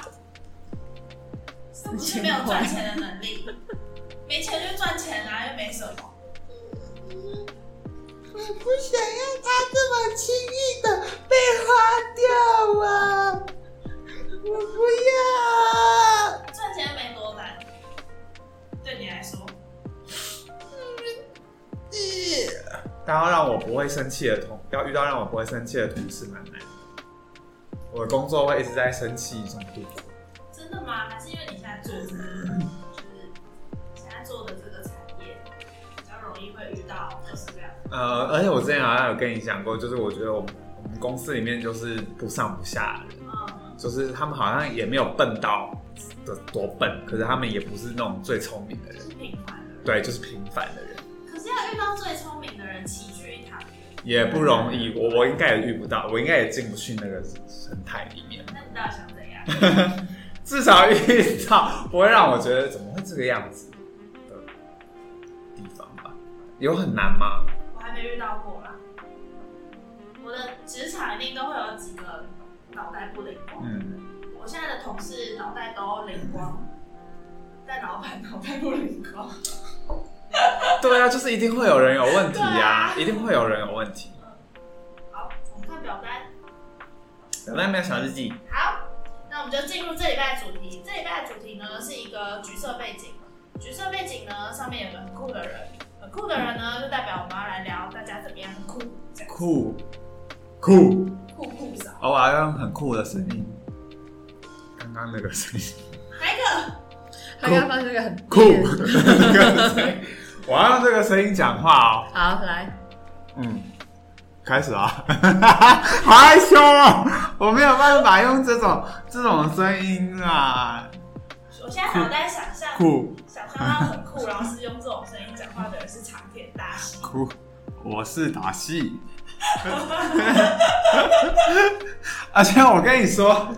Speaker 2: 是不是没有赚钱的能力？没钱就赚钱啦、又没什么。
Speaker 7: 我不想要它这么轻易的被花掉啊！我不要。
Speaker 2: 赚钱没多难，对你来说，
Speaker 3: 但要让我不会生气的同，要遇到让我不会生气的同事蛮难的。我的工作会一直在生气中度过。
Speaker 2: 真的吗？还是因为你现在做这个，
Speaker 7: 嗯
Speaker 2: 就是现在做的这个产业，比较容易会遇到各式各样的。
Speaker 3: 呃，而且我之前好像有跟你讲过，就是我觉得我们我们公司里面就是不上不下的人，
Speaker 2: 嗯，
Speaker 3: 就是他们好像也没有笨到的多笨，可是他们也不是那种最聪明的
Speaker 2: 就
Speaker 3: 人，
Speaker 2: 是平凡的人。
Speaker 3: 对，就是平凡的人，
Speaker 2: 可是要遇到最聪明的人齐聚一堂，
Speaker 3: 也不容易。我我应该也遇不到，我应该也进不去那个生态里面，
Speaker 2: 那你到底想怎样？
Speaker 3: 至少遇到不会让我觉得怎么会这个样子的地方吧？有很难吗？
Speaker 2: 我还没遇到过啦。我的职场一定都会有几个脑袋不灵光。
Speaker 3: 嗯，
Speaker 2: 我现在的同事脑袋都灵光，但老板脑袋不灵光。
Speaker 3: 对啊，就是一定会有人有问题
Speaker 2: 对啊
Speaker 3: 啊一定会有人有问题。
Speaker 2: 好，我们看表单。
Speaker 8: 有没有小日记？
Speaker 2: 好，那我们就进入这礼拜的主题。这礼拜的主题呢是一个橘色背景，橘色背景呢上面有个很酷的人，很酷的人呢就代表我们要来聊大家怎么样酷，这样
Speaker 3: 酷酷，
Speaker 2: 酷酷少
Speaker 3: 哦，我要用很酷的声音，刚刚那个声音，
Speaker 2: 哪一个？
Speaker 5: 他刚刚发现一个很
Speaker 3: 酷，
Speaker 2: 嗯
Speaker 3: 那个声音我要用这个声音讲话哦。
Speaker 5: 好，来，
Speaker 3: 嗯，开始啊， 好害羞哦，我没有办法用这种这种声音啊，
Speaker 2: 我现在脑袋想象，
Speaker 3: 酷
Speaker 2: 想象到很酷，然后是用这种声音讲话的人是长田大西。
Speaker 3: 酷，我是打戏，而且我跟你说。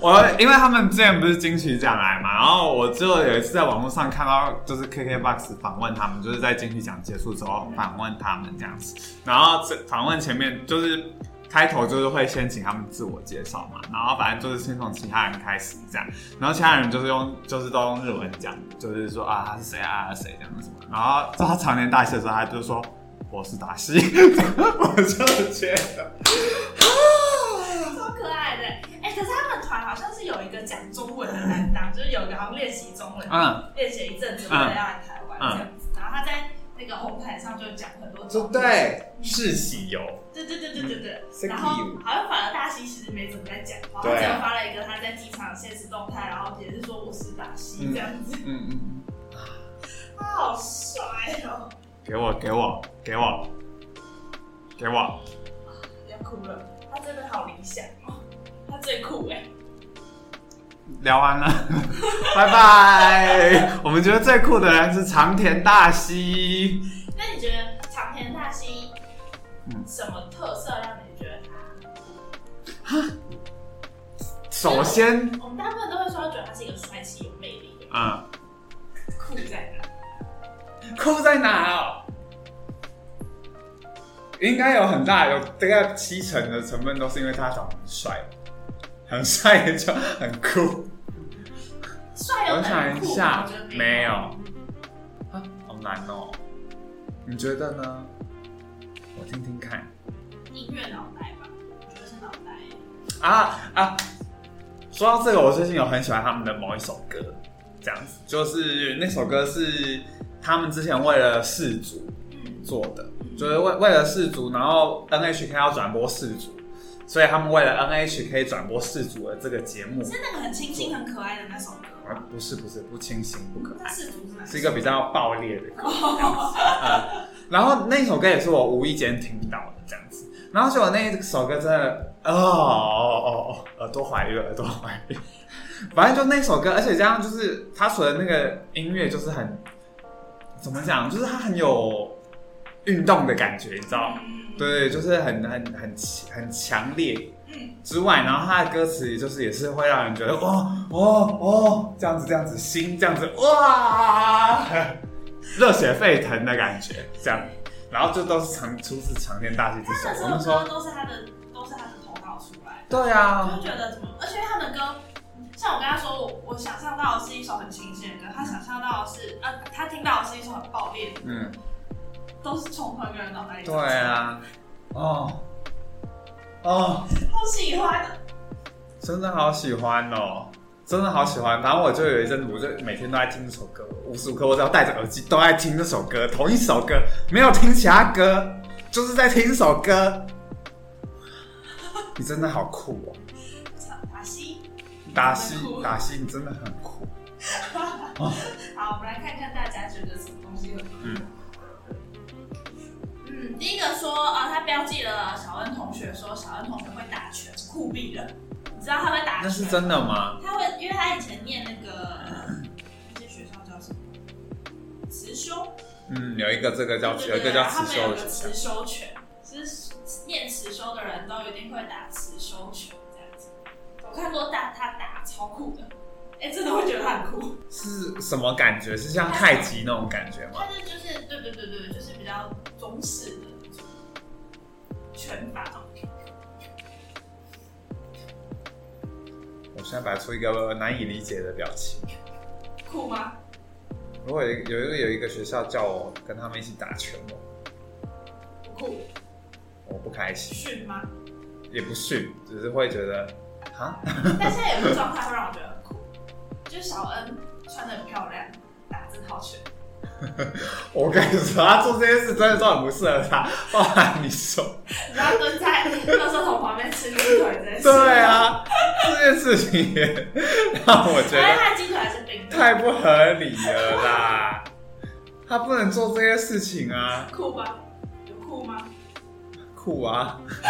Speaker 3: 我因为他们之前不是金曲奖来嘛，然后我就有一次在网络上看到，就是 KKBOX 访问他们，就是在金曲奖结束之后访问他们这样子。然后这访问前面就是开头就是会先请他们自我介绍嘛，然后反正就是先从其他人开始这样，然后其他人就是用就是都用日文讲，就是说啊他是谁啊他是谁这样子什么。然后到他常年大戏的时候，他就说我是达西， 我就觉得
Speaker 2: 超可爱的。哎、可是他们团好像是有一个讲中文的担当，就是有一个好像练习中文，
Speaker 3: 嗯。
Speaker 2: 练习一阵子，为了要来台
Speaker 3: 啊
Speaker 2: 湾这样子。然后他在那个红毯上就讲很多
Speaker 1: 就
Speaker 2: 中文，
Speaker 1: 对，是喜油，
Speaker 2: 对对对对对对。
Speaker 3: 嗯
Speaker 1: Thank
Speaker 2: 然后
Speaker 1: you
Speaker 2: 好像反而大西其实没怎么在讲话，他
Speaker 1: 对
Speaker 3: 啊
Speaker 2: 只有发了一个他在机场的现实动态，然后也是说我是大西这样子，
Speaker 3: 嗯嗯嗯，
Speaker 2: 他好帅哦，
Speaker 3: 给我给我给我给我，
Speaker 2: 要哭了，他真的好理想哦，他最酷哎、
Speaker 3: 聊完了，拜拜。我们觉得最酷的人是长田大西。
Speaker 2: 那你觉得长田大西
Speaker 3: 嗯
Speaker 2: 什么特色让你觉得啊他？
Speaker 3: 首先，
Speaker 2: 我们大部分都会说觉得他是一个帅气有魅力的人，
Speaker 3: 嗯，
Speaker 2: 酷在哪？
Speaker 1: 酷在哪哦？
Speaker 3: 应该有很大有大概七成的成分都是因为他长得很帅，很帅就很酷。
Speaker 2: 帅有
Speaker 3: 我
Speaker 2: 等
Speaker 3: 想
Speaker 2: 于
Speaker 3: 一
Speaker 2: 酷
Speaker 3: 下
Speaker 2: 吗？我觉得，
Speaker 3: 没有
Speaker 2: 有。，
Speaker 3: 啊，好难哦。你觉得呢？我听听看。
Speaker 2: 音乐脑袋吧，我觉得是脑袋。
Speaker 3: 啊啊！说到这个，我最近有很喜欢他们的某一首歌，这样子，就是那首歌是他们之前为了氏族做的，就是为为了氏族，然后 NHK 要转播氏族，所以他们为了 NHK 转播氏族的这个节目，
Speaker 2: 是那个很清新、很可爱的那首歌
Speaker 3: 啊
Speaker 2: 吗？，
Speaker 3: 不是不是不清新不可
Speaker 2: 那
Speaker 3: 爱，
Speaker 2: 是竹子
Speaker 3: 是一个比较爆裂的歌。这样子嗯，然后那首歌也是我无意间听到的这样子，然后结果那首歌真的，哦哦哦，耳朵怀孕，耳朵怀孕。反正就那首歌，而且加上就是它除了那个音乐，就是很怎么讲，就是它很有运动的感觉，你知道吗？
Speaker 2: 嗯，
Speaker 3: 对，就是很很很很强烈之外，然后他的歌词就是也是会让人觉得哦哦哦这样子这样子心这样子哇，哦热血沸腾的感觉这样，然后这都是常出自长天大戏之
Speaker 2: 他
Speaker 3: 手。我
Speaker 2: 那
Speaker 3: 们
Speaker 2: 首歌
Speaker 3: 说
Speaker 2: 都是他的，都是他的头脑出来，
Speaker 3: 对
Speaker 2: 我
Speaker 3: 啊
Speaker 2: 就，觉得怎么，而且他的歌。像我跟他说，我我想象到的是一首很清新的歌，他想象到的是，呃，他听到的是一首很爆裂的，
Speaker 3: 嗯，
Speaker 2: 都是从同一个人脑袋里。
Speaker 3: 对，啊，哦哦。
Speaker 2: 好喜欢，
Speaker 3: 真的好喜欢哦，真的好喜欢。反正我就有一阵子，我就每天都在听这首歌，无时无刻我只要戴着耳机都在听这首歌，同一首歌，没有听其他歌，就是在听这首歌。你真的好酷哦，
Speaker 2: 达西。
Speaker 3: 达西，达西，你真的很酷。
Speaker 2: 好，我们来看看大家觉得什么东西很酷。
Speaker 3: 嗯
Speaker 2: 嗯，第一个说啊、呃他标记了小恩同学，说小恩同学会打拳，酷毙了。你知道他会打拳？
Speaker 3: 那是真的吗？
Speaker 2: 他会，因为他以前念那个呃那些学校叫什么？慈修，
Speaker 3: 嗯，有一个这个叫
Speaker 2: 对
Speaker 3: 有
Speaker 2: 对
Speaker 3: 一个
Speaker 2: 对，
Speaker 3: 叫
Speaker 2: 然后他
Speaker 3: 刺
Speaker 2: 们有
Speaker 3: 绣
Speaker 2: 呃个
Speaker 3: 的学校
Speaker 2: 慈，修拳，就是念慈修的人都一定会打慈修拳这样子。我看过打他打超酷的，哎、真的会觉得他很酷。
Speaker 3: 是什么感觉？是像太极那种感觉吗？
Speaker 2: 但是就是对对对对，就是比较中式的那种拳法那种。
Speaker 3: 我现在摆出一个呃难以理解的表情。
Speaker 2: 酷吗？
Speaker 3: 如果有一有一个有一个学校叫我跟他们一起打拳，我
Speaker 2: 不酷，
Speaker 3: 我不开心。
Speaker 2: 训吗？
Speaker 3: 也不逊，只是会觉得啊，
Speaker 2: 但现在有个状态会让我觉得很酷，就是小恩穿的很漂亮，打字好学，
Speaker 3: 我跟你说，他做这件事真的都很不适合他。包含你说，
Speaker 2: 你知道蹲在垃圾桶旁边吃鸡腿真是。
Speaker 3: 对，啊，这件事情也让我觉
Speaker 2: 因为
Speaker 3: 得
Speaker 2: 他的鸡腿还是冰的，
Speaker 3: 太不合理了啦。他不能做这些事情啊，
Speaker 2: 酷吧？有酷吗？
Speaker 3: 酷啊，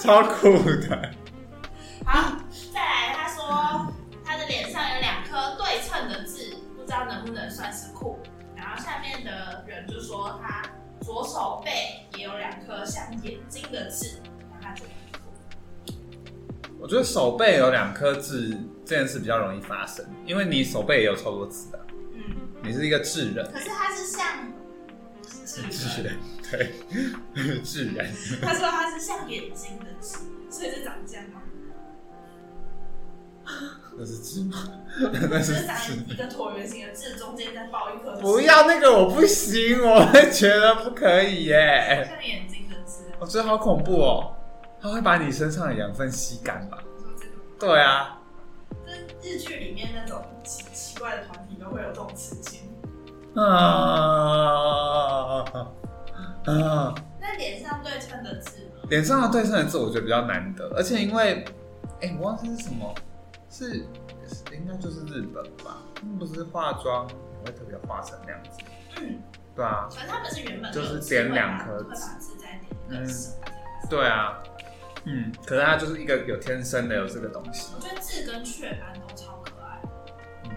Speaker 3: 超酷的。
Speaker 2: 好，再来，他说他的脸上有两颗对称的痣，不知道能不能算是酷。然后下面的人就说他左手背也有两颗像眼睛的痣，让他觉得很酷。
Speaker 3: 我觉得手背有两颗痣这件事比较容易发生，因为你手背也有超多痣的、啊
Speaker 2: 嗯，
Speaker 3: 你是一个智人，
Speaker 2: 可是他是像是
Speaker 3: 智人，对， 智人。
Speaker 2: 他说他是像眼睛的痣，所以是长这样吗？
Speaker 3: 那是痣吗？那
Speaker 2: 就是是长
Speaker 3: 痣。
Speaker 2: 一个椭圆形的痣，中间再包一颗痣
Speaker 3: 不要那个，我不行，我会觉得不可以耶。
Speaker 2: 像眼睛的痣。
Speaker 3: 我觉得好恐怖哦，它会把你身上的养分吸干吧？
Speaker 2: 你说这个，
Speaker 3: 对啊，
Speaker 2: 就是日剧里面那种奇奇怪的团体都会有这种事情。
Speaker 3: 啊啊，
Speaker 2: 那脸上对称的痣吗？
Speaker 3: 脸上的对称的字我觉得比较难得，而且因为，哎、我忘记是什么，是应该就是日本吧？他们不是化妆也会特别化成那样子？
Speaker 2: 嗯，
Speaker 3: 对啊，
Speaker 2: 可是他们是原本
Speaker 3: 就是点两颗嗯
Speaker 2: 会把痣再点一个手这样子。
Speaker 3: 对啊，嗯，可是它就是一个有天生的有这个东西。
Speaker 2: 我觉得痣跟雀斑都超可爱，
Speaker 3: 嗯，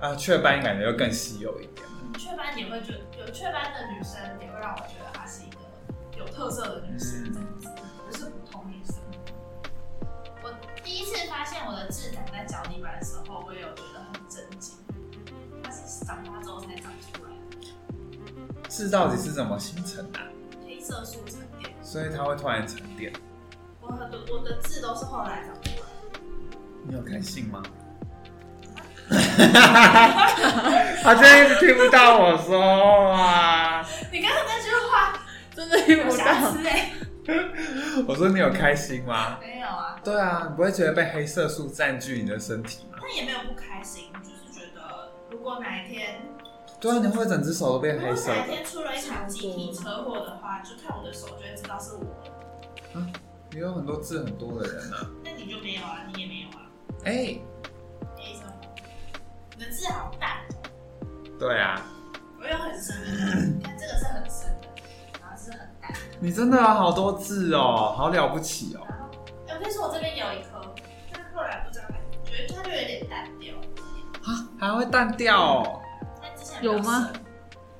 Speaker 3: 啊，雀斑感觉又更稀有一点。
Speaker 2: 雀斑也会觉得有雀斑的女生也会让我觉得她是一个有特色的女生，这
Speaker 3: 嗯
Speaker 2: 样子不是普通女生。我第一次发现我的痣长在脚底板的时候，我也有觉得很震惊，它是长大之后才长出来的，
Speaker 3: 痣到底是怎么形成的啊、
Speaker 2: 黑色素沉淀。
Speaker 3: 所以它会突然沉淀。
Speaker 2: 我很多我的痣都是后来长出来的。
Speaker 3: 你有看信 吗？他真的一直听不到我说话。
Speaker 2: 你刚刚那句话
Speaker 5: 真的遇
Speaker 2: 有
Speaker 5: 不
Speaker 2: 瑕
Speaker 5: 到。
Speaker 2: 疵哎、
Speaker 3: 我说你有开心吗？
Speaker 2: 没有啊，
Speaker 3: 对啊，你不会觉得被黑色素占据你的身体吗？
Speaker 2: 但也没有不开心，就是觉得如果哪一天，
Speaker 3: 对啊，你会不会整只手都变
Speaker 2: 如
Speaker 3: 黑
Speaker 2: 果
Speaker 3: 色
Speaker 2: 哪一
Speaker 3: 的？
Speaker 2: 天出了一场集体车祸的话，就看我的手就会知道是我了。
Speaker 3: 你有很多痣很多的人啊。
Speaker 2: 那你就没有啊，你也没有啊，
Speaker 3: 哎、
Speaker 2: 没什么。你的痣好淡，
Speaker 3: 对啊，
Speaker 2: 我有很深的，你看这个是很深的，然后是很淡。
Speaker 3: 你真的有好多痣哦，好了不起哦。
Speaker 2: 然后，哎、我跟你说，我这边有一颗，但是后来不知道还觉得它就有点淡掉，
Speaker 3: 啊，还会淡掉哦。
Speaker 2: 但之前比较
Speaker 5: 有吗
Speaker 2: 深？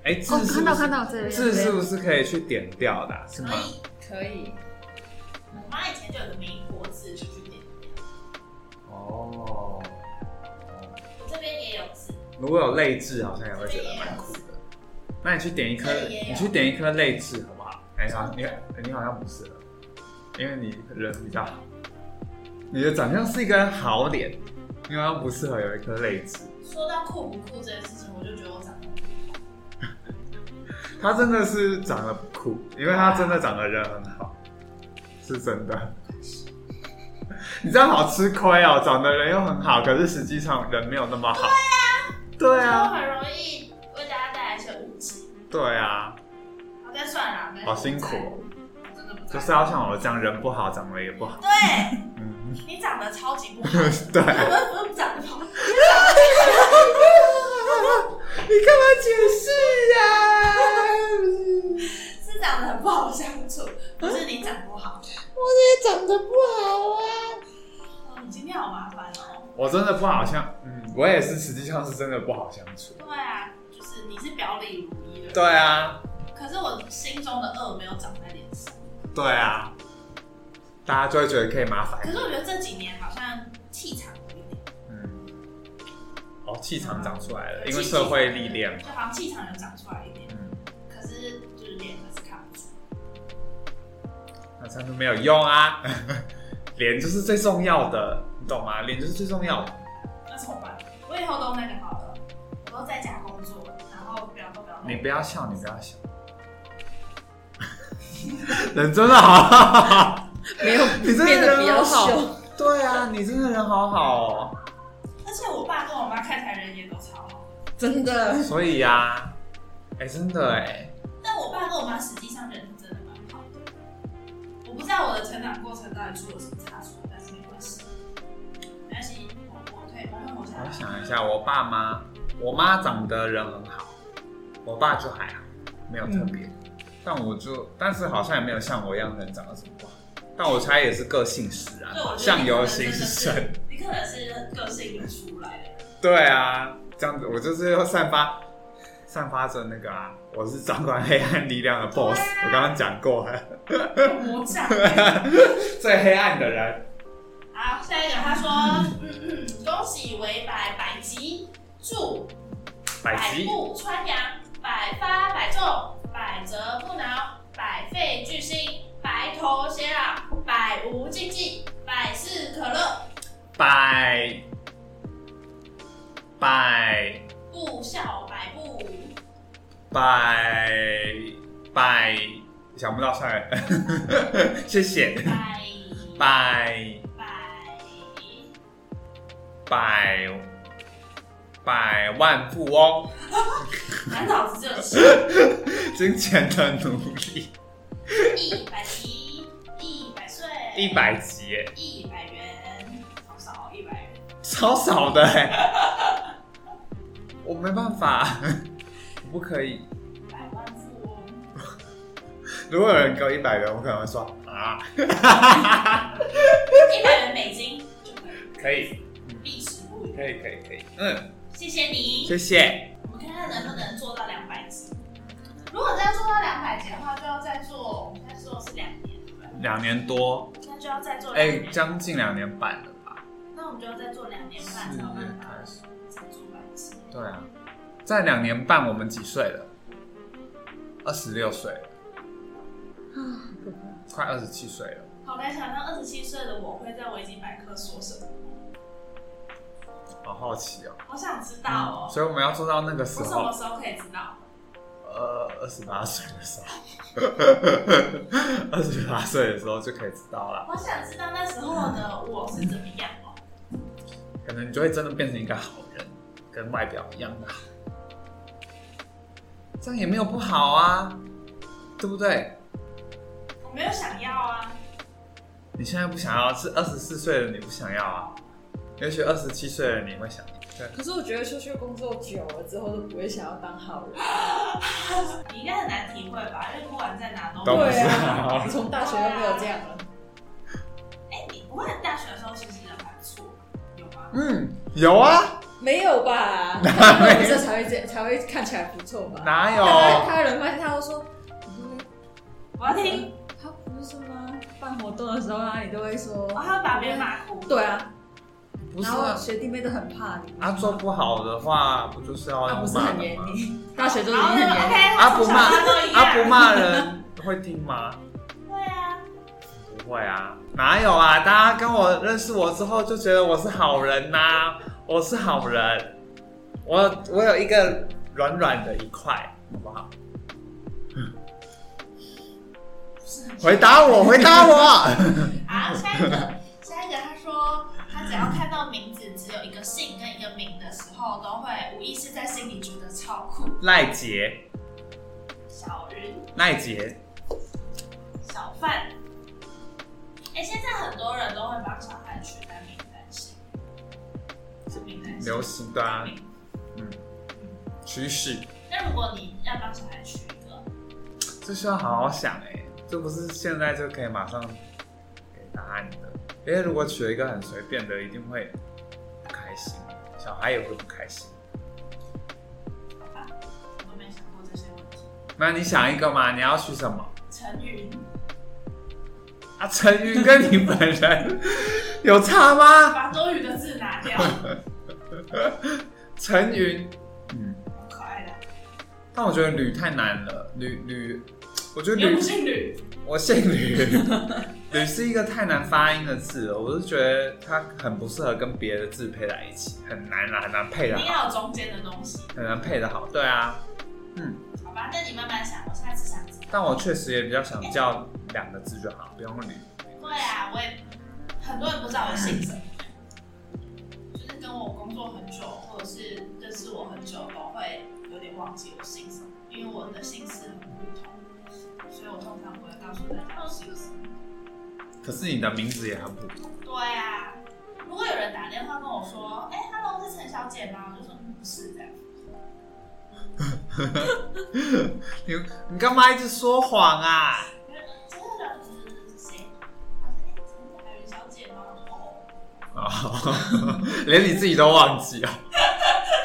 Speaker 3: 哎、痣
Speaker 5: 哦
Speaker 3: 是不，是
Speaker 5: 看到看到，这边
Speaker 3: 痣
Speaker 5: 这
Speaker 3: 是
Speaker 5: 边
Speaker 3: 不是可以去点掉的啊、是吗
Speaker 2: 可？以，
Speaker 5: 可以。
Speaker 2: 我妈以前就有个民国痣，就是点点。
Speaker 3: 哦，
Speaker 2: 我这边也有痣，
Speaker 3: 如果有泪痣，好像也会觉得蛮酷的。那你去点一颗
Speaker 2: 这里也，有
Speaker 3: 你去点一颗泪痣好不好？哎、
Speaker 5: 嗯
Speaker 3: 好，你你好像不是了，因为你人比较好，你的长相是一个好脸，你好像不适合有一颗泪痣。
Speaker 2: 说到酷不酷这件事情，我就觉得我长得很
Speaker 3: 他真的是长得不酷，因为他真的长得人很好，是真的。你这样好吃亏哦，长得人又很好，可是实际上人没有那么好。对
Speaker 2: 然后
Speaker 3: 啊，
Speaker 2: 很容易为大家带来一些误解。
Speaker 3: 对啊，
Speaker 2: 好，但算了，没有
Speaker 3: 好辛苦哦，
Speaker 2: 我真的不在乎
Speaker 3: 就是要像我这样，人不好，长得也不好。
Speaker 2: 对
Speaker 3: 嗯，
Speaker 2: 你长得超级不好，
Speaker 3: 对。
Speaker 2: 我们不用长得不好，
Speaker 3: 你干嘛解释呀、
Speaker 2: 是长得很不好相处，不是你长不好。
Speaker 7: 也长得不好啊。
Speaker 2: 哦，你今天好麻烦哦。
Speaker 3: 我真的不好相，嗯，我也是，实际上是真的不好相处。
Speaker 2: 对啊，就是你是表里如一的，
Speaker 3: 对啊，
Speaker 2: 可是我心中的恶没有长在脸上。
Speaker 3: 对啊，大家就会觉得可以麻烦
Speaker 2: 可是我觉得这几年好像气场有一点。
Speaker 3: 嗯，哦，气场长出来了，呃因为社会历练嘛
Speaker 2: 就。好像气场有长出来一点，
Speaker 3: 嗯，
Speaker 2: 可是就是脸还是看不出。
Speaker 3: 那这样就没有用啊。 脸就是最重要的，你懂吗？脸就是最重要的。
Speaker 2: 那怎么办？我以后都那个好了，我都在家工作，然后不要都不要弄。
Speaker 3: 你不要笑，你不要笑。 人真的 好，
Speaker 5: 没有
Speaker 3: 你真的
Speaker 5: 变得比较
Speaker 3: 人好
Speaker 5: 秀。
Speaker 3: 对啊，你真的人好好、哦，
Speaker 2: 而且我爸跟我妈看起来人也都超好，
Speaker 5: 真的，
Speaker 3: 所以呀、哎、真的哎、
Speaker 2: 但我爸跟我妈实际上人是真的蛮好的。我不知道我的成长过程到底出了什么差错，但是没关系，没关系，我我可以我会活下
Speaker 3: 我
Speaker 2: 来。
Speaker 3: 想一下，我爸妈，我妈长得人很好，我爸就还好，没有特别。但我就，但是好像也没有像我一样人长得什么不好。但我猜也是个性使然
Speaker 2: 对，
Speaker 3: 吧，
Speaker 2: 我觉得你
Speaker 3: 啊相由
Speaker 2: 可能
Speaker 3: 心
Speaker 2: 真的是
Speaker 3: 生。
Speaker 2: 你可能是个性就出来的。
Speaker 3: 对啊，这样子我就是要散发散发着那个啊，我是掌管黑暗力量的 BOSS，、我
Speaker 2: 啊
Speaker 3: 刚刚讲过 了，
Speaker 2: 魔 杖。
Speaker 3: 最黑暗的人。
Speaker 2: 好，下一个他说，嗯嗯，恭喜为百百吉，祝
Speaker 3: 百吉
Speaker 2: 步穿杨，百发百中，百折不挠，百废俱兴，白头偕老，百无禁忌，百事可乐，
Speaker 3: 百百
Speaker 2: 不笑百步。
Speaker 3: 百百想不到，算了， 谢谢。
Speaker 2: 百
Speaker 3: 百
Speaker 2: 百
Speaker 3: 百百万富翁，
Speaker 2: 满脑子只有钱，
Speaker 3: 金钱的奴隶，
Speaker 2: 一百吉，一百岁，
Speaker 3: 一百集耶，
Speaker 2: 一百元，好少一百元。
Speaker 3: 超少的 哎，我没办法， 我不可以。
Speaker 2: 百万富翁，
Speaker 3: 如果有人给我一百元，我可能会说啊，
Speaker 2: 一百元美金就可以
Speaker 3: 可以，
Speaker 2: 历史物语。
Speaker 3: 可以，可以，可以，嗯，
Speaker 2: 谢谢你，
Speaker 3: 谢谢。
Speaker 2: 我们看看能不能做到两百集。如果再做到两百集的话，就要再做，我们现在做的是两年，对不对？
Speaker 3: 两年多，
Speaker 2: 那就要再做
Speaker 3: 哎，
Speaker 2: 两年，
Speaker 3: 将近两年半了吧？
Speaker 2: 那我们就要再做两年半
Speaker 3: 四
Speaker 2: 才有
Speaker 3: 月
Speaker 2: 办法
Speaker 3: 开始，
Speaker 2: 才做百集。
Speaker 3: 对啊，在两年半我们几岁了？二十六岁了，
Speaker 2: 啊
Speaker 3: 快二十七岁了。
Speaker 2: 好难想象二十七岁的我会在维基百科说什么，
Speaker 3: 好好奇哦、
Speaker 2: 好想知道哦。
Speaker 3: 所以我们要做到那个时
Speaker 2: 我什么
Speaker 3: 候，
Speaker 2: 时候可以知道？
Speaker 3: 呃，二十八岁的时候， 二十八岁的时候就可以知道了。
Speaker 2: 我想知道那时候的我是怎么样哦。
Speaker 3: 可能你就会真的变成一个好人，跟外表一样的好。这样也没有不好啊，对不对？
Speaker 2: 我没有想要啊，
Speaker 3: 你现在不想要，是二十四岁的你不想要啊，也许二十七岁的你会想要。对，
Speaker 5: 可是我觉得秀秀工作久了之后都不会想要当好人，
Speaker 2: 你应该很难体会吧？因为不管在哪都
Speaker 3: 都不
Speaker 5: 对
Speaker 3: 是
Speaker 5: 啊，
Speaker 3: 啊
Speaker 5: 你从大学就没有这样啊了，
Speaker 2: 哎，你不会大学的时候其实人还不错，有吗？
Speaker 3: 嗯，有啊，
Speaker 5: 没有吧？他们这才会这才会看起来不错吧？
Speaker 3: 哪
Speaker 5: 他
Speaker 3: 有？
Speaker 5: 他有人发现他都说，你都会
Speaker 2: 我要听，
Speaker 5: 他不是吗？办活动的时候啊，你都会说，
Speaker 2: 我还要把别人骂哭。
Speaker 5: 对啊，
Speaker 3: 不是
Speaker 5: 然
Speaker 3: 啊
Speaker 5: 后，学弟妹都很怕你，
Speaker 3: 啊做不好的话，不就是要
Speaker 5: 啊他不是
Speaker 3: 骂
Speaker 5: 很
Speaker 3: 的
Speaker 5: 严
Speaker 3: 吗
Speaker 5: 厉，大学就
Speaker 2: 然
Speaker 5: 是已
Speaker 2: 后
Speaker 5: 经
Speaker 2: 那
Speaker 5: 很
Speaker 2: 个
Speaker 5: 严厉
Speaker 2: OK，。
Speaker 3: 啊不骂
Speaker 2: 从小到大都一样
Speaker 3: 啊，不骂人会听吗？
Speaker 2: 对啊，
Speaker 3: 不会啊，哪有啊？大家跟我认识我之后就觉得我是好人呐、我是好人，我我有一个软软的一块，好不好？
Speaker 2: 啊
Speaker 3: 回答我，回答我。
Speaker 2: 好，下一个，下一个，他说他只要看到名字只有一个姓跟一个名的时候，都会无意识在心里觉得超酷。
Speaker 3: 赖杰，
Speaker 2: 小云，
Speaker 3: 赖杰，
Speaker 2: 小范。哎，现在很多人都会帮小孩取代名单姓，是名单姓
Speaker 3: 流。行的啊
Speaker 2: 名，
Speaker 3: 趋势，
Speaker 2: 那如果你要帮小孩取一个，
Speaker 3: 这需要好好想哎、这不是现在就可以马上给答案的，因为如果取了一个很随便的，一定会不开心，小孩也会不开心。
Speaker 2: 好吧，我都没想过这些问题。
Speaker 3: 那你想一个嘛？你要取什么？
Speaker 2: 陈云，
Speaker 3: 啊，陈云跟你本人有差吗？
Speaker 2: 把多余的字拿掉，
Speaker 3: 陈云，嗯，
Speaker 2: 好可爱的。
Speaker 3: 但我觉得吕太难了，吕吕，我觉得
Speaker 2: 你又
Speaker 3: 吕
Speaker 2: 不，姓吕，
Speaker 3: 我姓吕，吕是一个太难发音的字了，我就觉得它很不适合跟别的字配在一起，很难啦，很难配
Speaker 2: 一
Speaker 3: 的
Speaker 2: 定
Speaker 3: 好，
Speaker 2: 要有中间的东西，
Speaker 3: 很难配的好，对啊，
Speaker 2: 好吧？那你慢慢想，我下次想知道
Speaker 3: 但我确实也比较想叫两个字就好，不用旅。
Speaker 2: 对啊，我也很多人不知道我姓什么，就是跟我工作很久，或者是认识我很久，都会有点忘记我姓什么，因为我的姓氏很不同，所以我通常不会告诉大家我姓什么。
Speaker 3: 可是你的名字也很普通，
Speaker 2: 对啊，如果有人打电话跟我说，哎、h e l l o 是陈小姐吗？我就说嗯不是这样。
Speaker 3: 你你干嘛一直说谎啊？
Speaker 2: 真的是谁？他说哎，陈海云小姐吗？哦，
Speaker 3: 哦， 连你自己都忘记哦。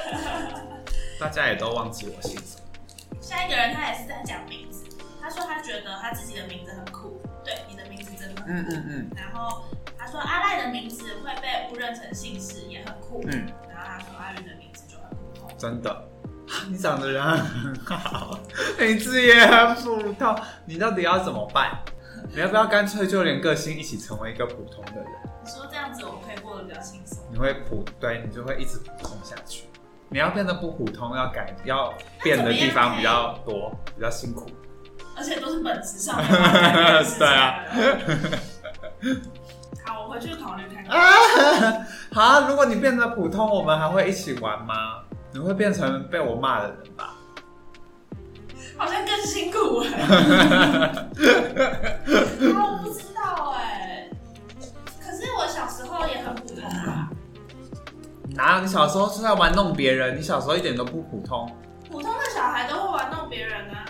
Speaker 3: 大家也都忘记我姓什么。
Speaker 2: 下一个人他也是在讲名字，他说他觉得他自己的名字很酷，对，你的名字真的很
Speaker 3: 嗯
Speaker 2: 酷。
Speaker 3: 嗯嗯
Speaker 2: 然后他说阿赖的名字会被误认成姓氏，也很酷。
Speaker 3: 嗯，
Speaker 2: 然后他说阿云的名字就很普通。
Speaker 3: 真的。啊你长得人很好，名字也很普通，你到底要怎么办？ 你要不要干脆就连个性一起成为一个普通的人？
Speaker 2: 你说这样子我可以过得比较轻松。
Speaker 3: 你会普对，你就会一直普通下去。你要变得不普通，要改要变的地方比较多，比较辛苦。
Speaker 2: 而且都是本质上的 对
Speaker 3: 啊。
Speaker 2: 好，我回去考虑看看。
Speaker 3: 啊， 好，如果你变得普通，我们还会一起玩吗？你会变成被我骂的人吧？
Speaker 2: 好像更辛苦哎、啊，我不知道哎、可是我小时候也很普通啊吧，
Speaker 3: 哪有？你小时候是在玩弄别人，你小时候一点都不普通，
Speaker 2: 普通的小孩都会玩弄别人啊。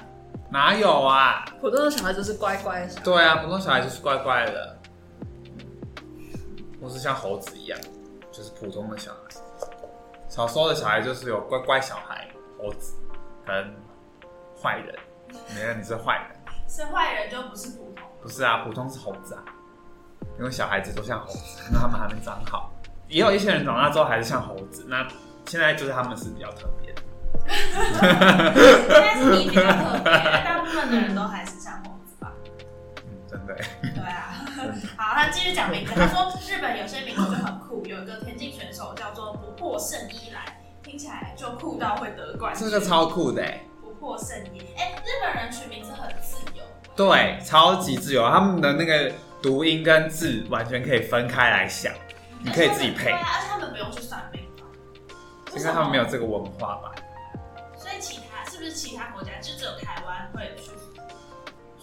Speaker 3: 哪有啊？
Speaker 5: 普通的小孩就是乖乖的小孩，
Speaker 3: 对啊，普通小孩就是怪怪的，或是像猴子一样，就是普通的小孩。小时候的小孩就是有乖乖小孩、猴子跟坏人。没有，你是坏人，
Speaker 2: 是坏人就不是普通，
Speaker 3: 不是啊，普通是猴子啊，因为小孩子都像猴子，那他们还没长好。也有一些人长大之后还是像猴子，那现在就是他们是比较特别的。
Speaker 2: 但是你比较特别，大部分的人都还是像猴子吧？
Speaker 3: 嗯，真的欸，
Speaker 2: 对啊。 好，他继续讲名字，他说日本有些名字就很酷，有一个田径选手叫做不破圣衣来，听起来就酷到会得冠军。
Speaker 3: 这个超酷的欸、
Speaker 2: 不破圣衣，哎、日本人取名字很自由。
Speaker 3: 对，超级自由，他们的那个读音跟字完全可以分开来想，你可以自己配
Speaker 2: 对啊，，而且他们不用去算命吧？
Speaker 3: 因为他们没有这个文化吧？
Speaker 2: 所以其他是不是其他国家就只有台湾会去，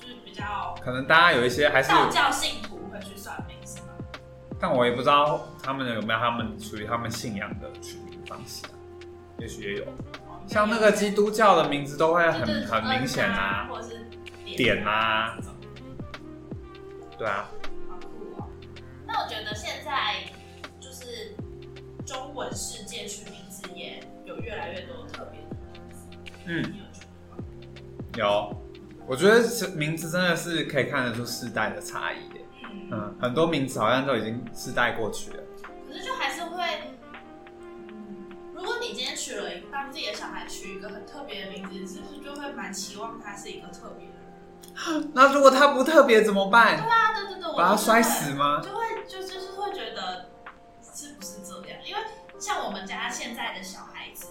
Speaker 2: 就是比较
Speaker 3: 可能大家有一些还是，
Speaker 2: 道教信徒会去算命是吗？
Speaker 3: 但我也不知道他们有没有他们属于他们信仰的取名方式啊，也许也有，像那个基督教的名字都会
Speaker 2: 就
Speaker 3: 很
Speaker 2: 是
Speaker 3: 很明显
Speaker 2: 恩
Speaker 3: 啊，
Speaker 2: 或者是
Speaker 3: 点啊
Speaker 2: 这种，
Speaker 3: 对啊，
Speaker 2: 好酷哦。那我觉得现在就是中文世界取名字也有越来越多特别的名字，
Speaker 3: 嗯，
Speaker 2: 你有觉得吗？
Speaker 3: 有，我觉得是名字真的是可以看得出世代的差异耶，
Speaker 2: 嗯
Speaker 3: 嗯，很多名字好像都已经世代过去了，
Speaker 2: 可是就还是会，嗯，如果你今天取了一个帮自己的小孩取一个很特别的名字，是不是就会蛮期望他是一个特别的人？
Speaker 3: 那如果他不特别怎么办？
Speaker 2: 啊，对对对，我
Speaker 3: 把他
Speaker 2: 就是
Speaker 3: 摔
Speaker 2: 会
Speaker 3: 死吗？
Speaker 2: 就会就就是会觉得是不是这样？因为像我们家现在的小孩子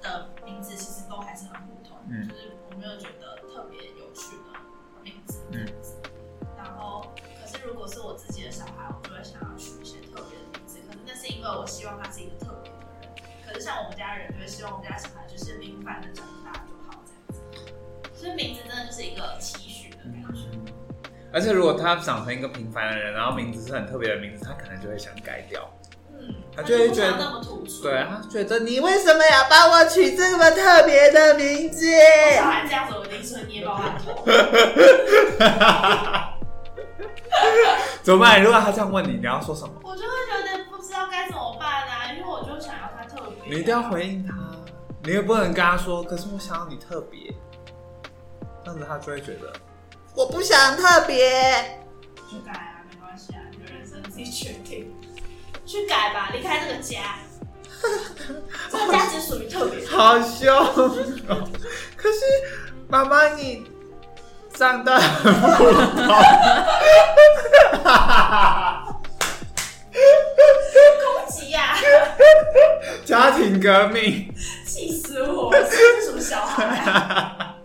Speaker 2: 的名字其实都还是很普通，
Speaker 3: 嗯
Speaker 2: 就是我没有觉得特别有趣的名字。
Speaker 3: 嗯
Speaker 2: 然后，可是如果是我自己的小孩，我就会想要取一些特别的名字。可是那是因为我希望他是一个特别的人。可是像我们家人就会希望我们家小孩就是平凡的长大就好这样子。所以名字真的就是一个期许的感觉。
Speaker 3: 而且如果他长成一个平凡的人，然后名字是很特别的名字，他可能就会想改掉。
Speaker 2: 嗯，
Speaker 3: 他就会
Speaker 2: 不
Speaker 3: 觉得
Speaker 2: 想要那么突出。
Speaker 3: 对，啊他觉得你
Speaker 7: 你为什么要帮我取这么特别的名字？
Speaker 2: 小孩这样子，我一定说捏爆他头。
Speaker 3: 怎么办？如果他这样问你，你要说什么？
Speaker 2: 我就会有点不知道该怎么办啊，因为我就想要他特别。
Speaker 3: 你一定要回应他，你也不能跟他说，可是我想要你特别，这样子他就会觉得
Speaker 7: 我不想特别。
Speaker 2: 去改啊，没关系啊，你的人生自己决定，去改吧，离开这个家。这个家只属于特别的，
Speaker 3: 好凶。可是妈妈你长得很普通，
Speaker 2: 攻击呀、
Speaker 3: 家庭革命。
Speaker 2: 气死我！这是什么小孩啊？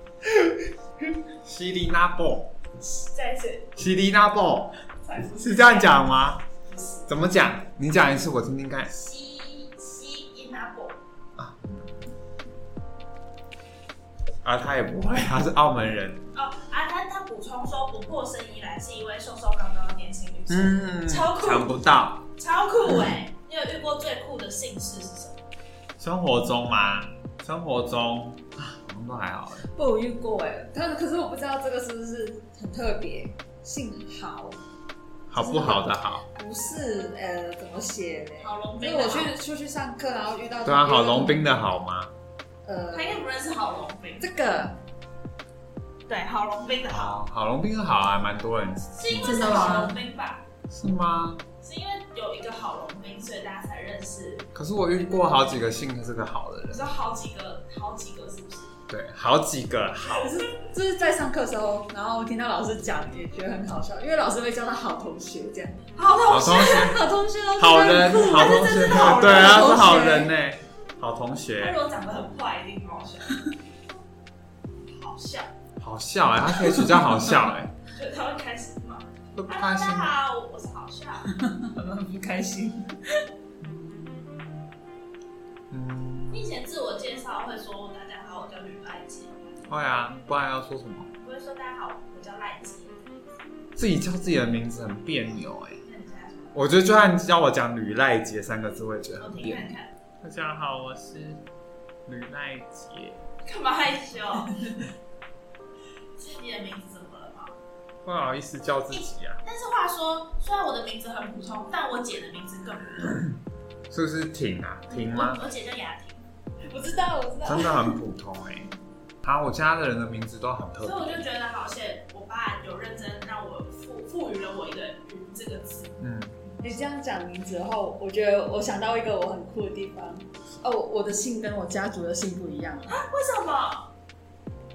Speaker 3: 西里那波，
Speaker 2: 再一次，
Speaker 3: 西里那波
Speaker 2: 再一次
Speaker 3: 是这样讲吗？怎么讲？你讲一次我听听看。
Speaker 2: 西西因拿布，
Speaker 3: 啊，他也不会，他是澳门人。
Speaker 2: 哦啊，他他补充说，不过生依然是一位瘦瘦高高的年轻女生，
Speaker 3: 嗯，
Speaker 2: 超酷
Speaker 3: 想不到
Speaker 2: 超酷哎、你有遇过最酷的姓氏是什么？
Speaker 3: 生活中嘛，生活中啊，好像都还好。
Speaker 5: 被我遇过哎、但可是我不知道这个是不是很特别。姓豪
Speaker 3: 好不好的好，
Speaker 5: 不是呃怎么写嘞？
Speaker 2: 郝龙
Speaker 5: 就
Speaker 2: 斌
Speaker 5: 是
Speaker 2: 的
Speaker 5: 我
Speaker 2: 好，
Speaker 5: 去出去上课，然后遇到
Speaker 3: 对啊，好龙斌的好吗？
Speaker 5: 呃
Speaker 2: 他应该不认识郝龙斌，
Speaker 5: 这个
Speaker 2: 对，郝龙斌的好，
Speaker 3: 好，好龙斌的好啊，蛮多人
Speaker 2: 是因为
Speaker 5: 真
Speaker 2: 是
Speaker 5: 的吗
Speaker 2: 郝龙斌吧？
Speaker 3: 是吗？
Speaker 2: 是因为有一个郝龙斌，所以大家才认识。
Speaker 3: 可是我遇过好几个姓是个好的
Speaker 2: 你
Speaker 3: 人，
Speaker 2: 说好几个，好几个是不是？
Speaker 3: 对，好几个好。
Speaker 5: 就是在上课的时候，然后听到老师讲，也觉得很好笑，因为老师会叫他好同学这样，
Speaker 2: 好
Speaker 3: 好
Speaker 2: 同
Speaker 3: 同
Speaker 2: 学，
Speaker 3: 学，
Speaker 5: 好同学哦，
Speaker 3: 好人，好同
Speaker 5: 真的
Speaker 3: 学
Speaker 5: 是好，人
Speaker 3: 对啊，是好
Speaker 5: 好
Speaker 3: 人
Speaker 5: 人
Speaker 3: 呢，好同
Speaker 2: 他
Speaker 3: 学，
Speaker 2: 如果长得很坏，一定很好笑。好笑，
Speaker 3: 好笑哎，他可以取叫好笑 哎，
Speaker 2: 就他会开始骂。
Speaker 3: 都不
Speaker 2: h e
Speaker 3: 开
Speaker 2: 大
Speaker 3: 心
Speaker 2: 家。好，我是好笑。
Speaker 5: 很不开心。
Speaker 3: 嗯，
Speaker 2: 你以前自我介绍会说大家好，我叫吕赖杰，
Speaker 3: 会啊，不然要说什么？
Speaker 2: 不会说大家好，我叫赖杰。
Speaker 3: 自己叫自己的名字很别扭哎。
Speaker 2: 那你现在说，
Speaker 3: 我觉得就算叫我讲吕赖杰三个字，我也觉得
Speaker 2: 我
Speaker 3: 很
Speaker 2: 听
Speaker 3: 别
Speaker 2: 看
Speaker 3: 扭。
Speaker 2: 看，
Speaker 3: 大家好，我是吕赖杰。
Speaker 2: 干嘛害羞？自己的名字怎么了吗？
Speaker 3: 不好意思叫自己啊，
Speaker 2: 但是话说，虽然我的名字很普通，但我姐的名字更普通。
Speaker 3: 是不是挺啊？挺 吗？
Speaker 2: 我我姐叫雅婷，
Speaker 5: 我知道，我知道。
Speaker 3: 真的很普通哎、好，我家的人的名字都很特
Speaker 2: 所以我
Speaker 3: 别。
Speaker 2: 就觉得好险，我爸有认真让我赋赋予了我一个“云”这个字。
Speaker 3: 嗯，
Speaker 5: 你这样讲名字后，我觉得我想到一个我很酷的地方。哦，我的姓跟我家族的姓不一样。啊
Speaker 2: 为什么？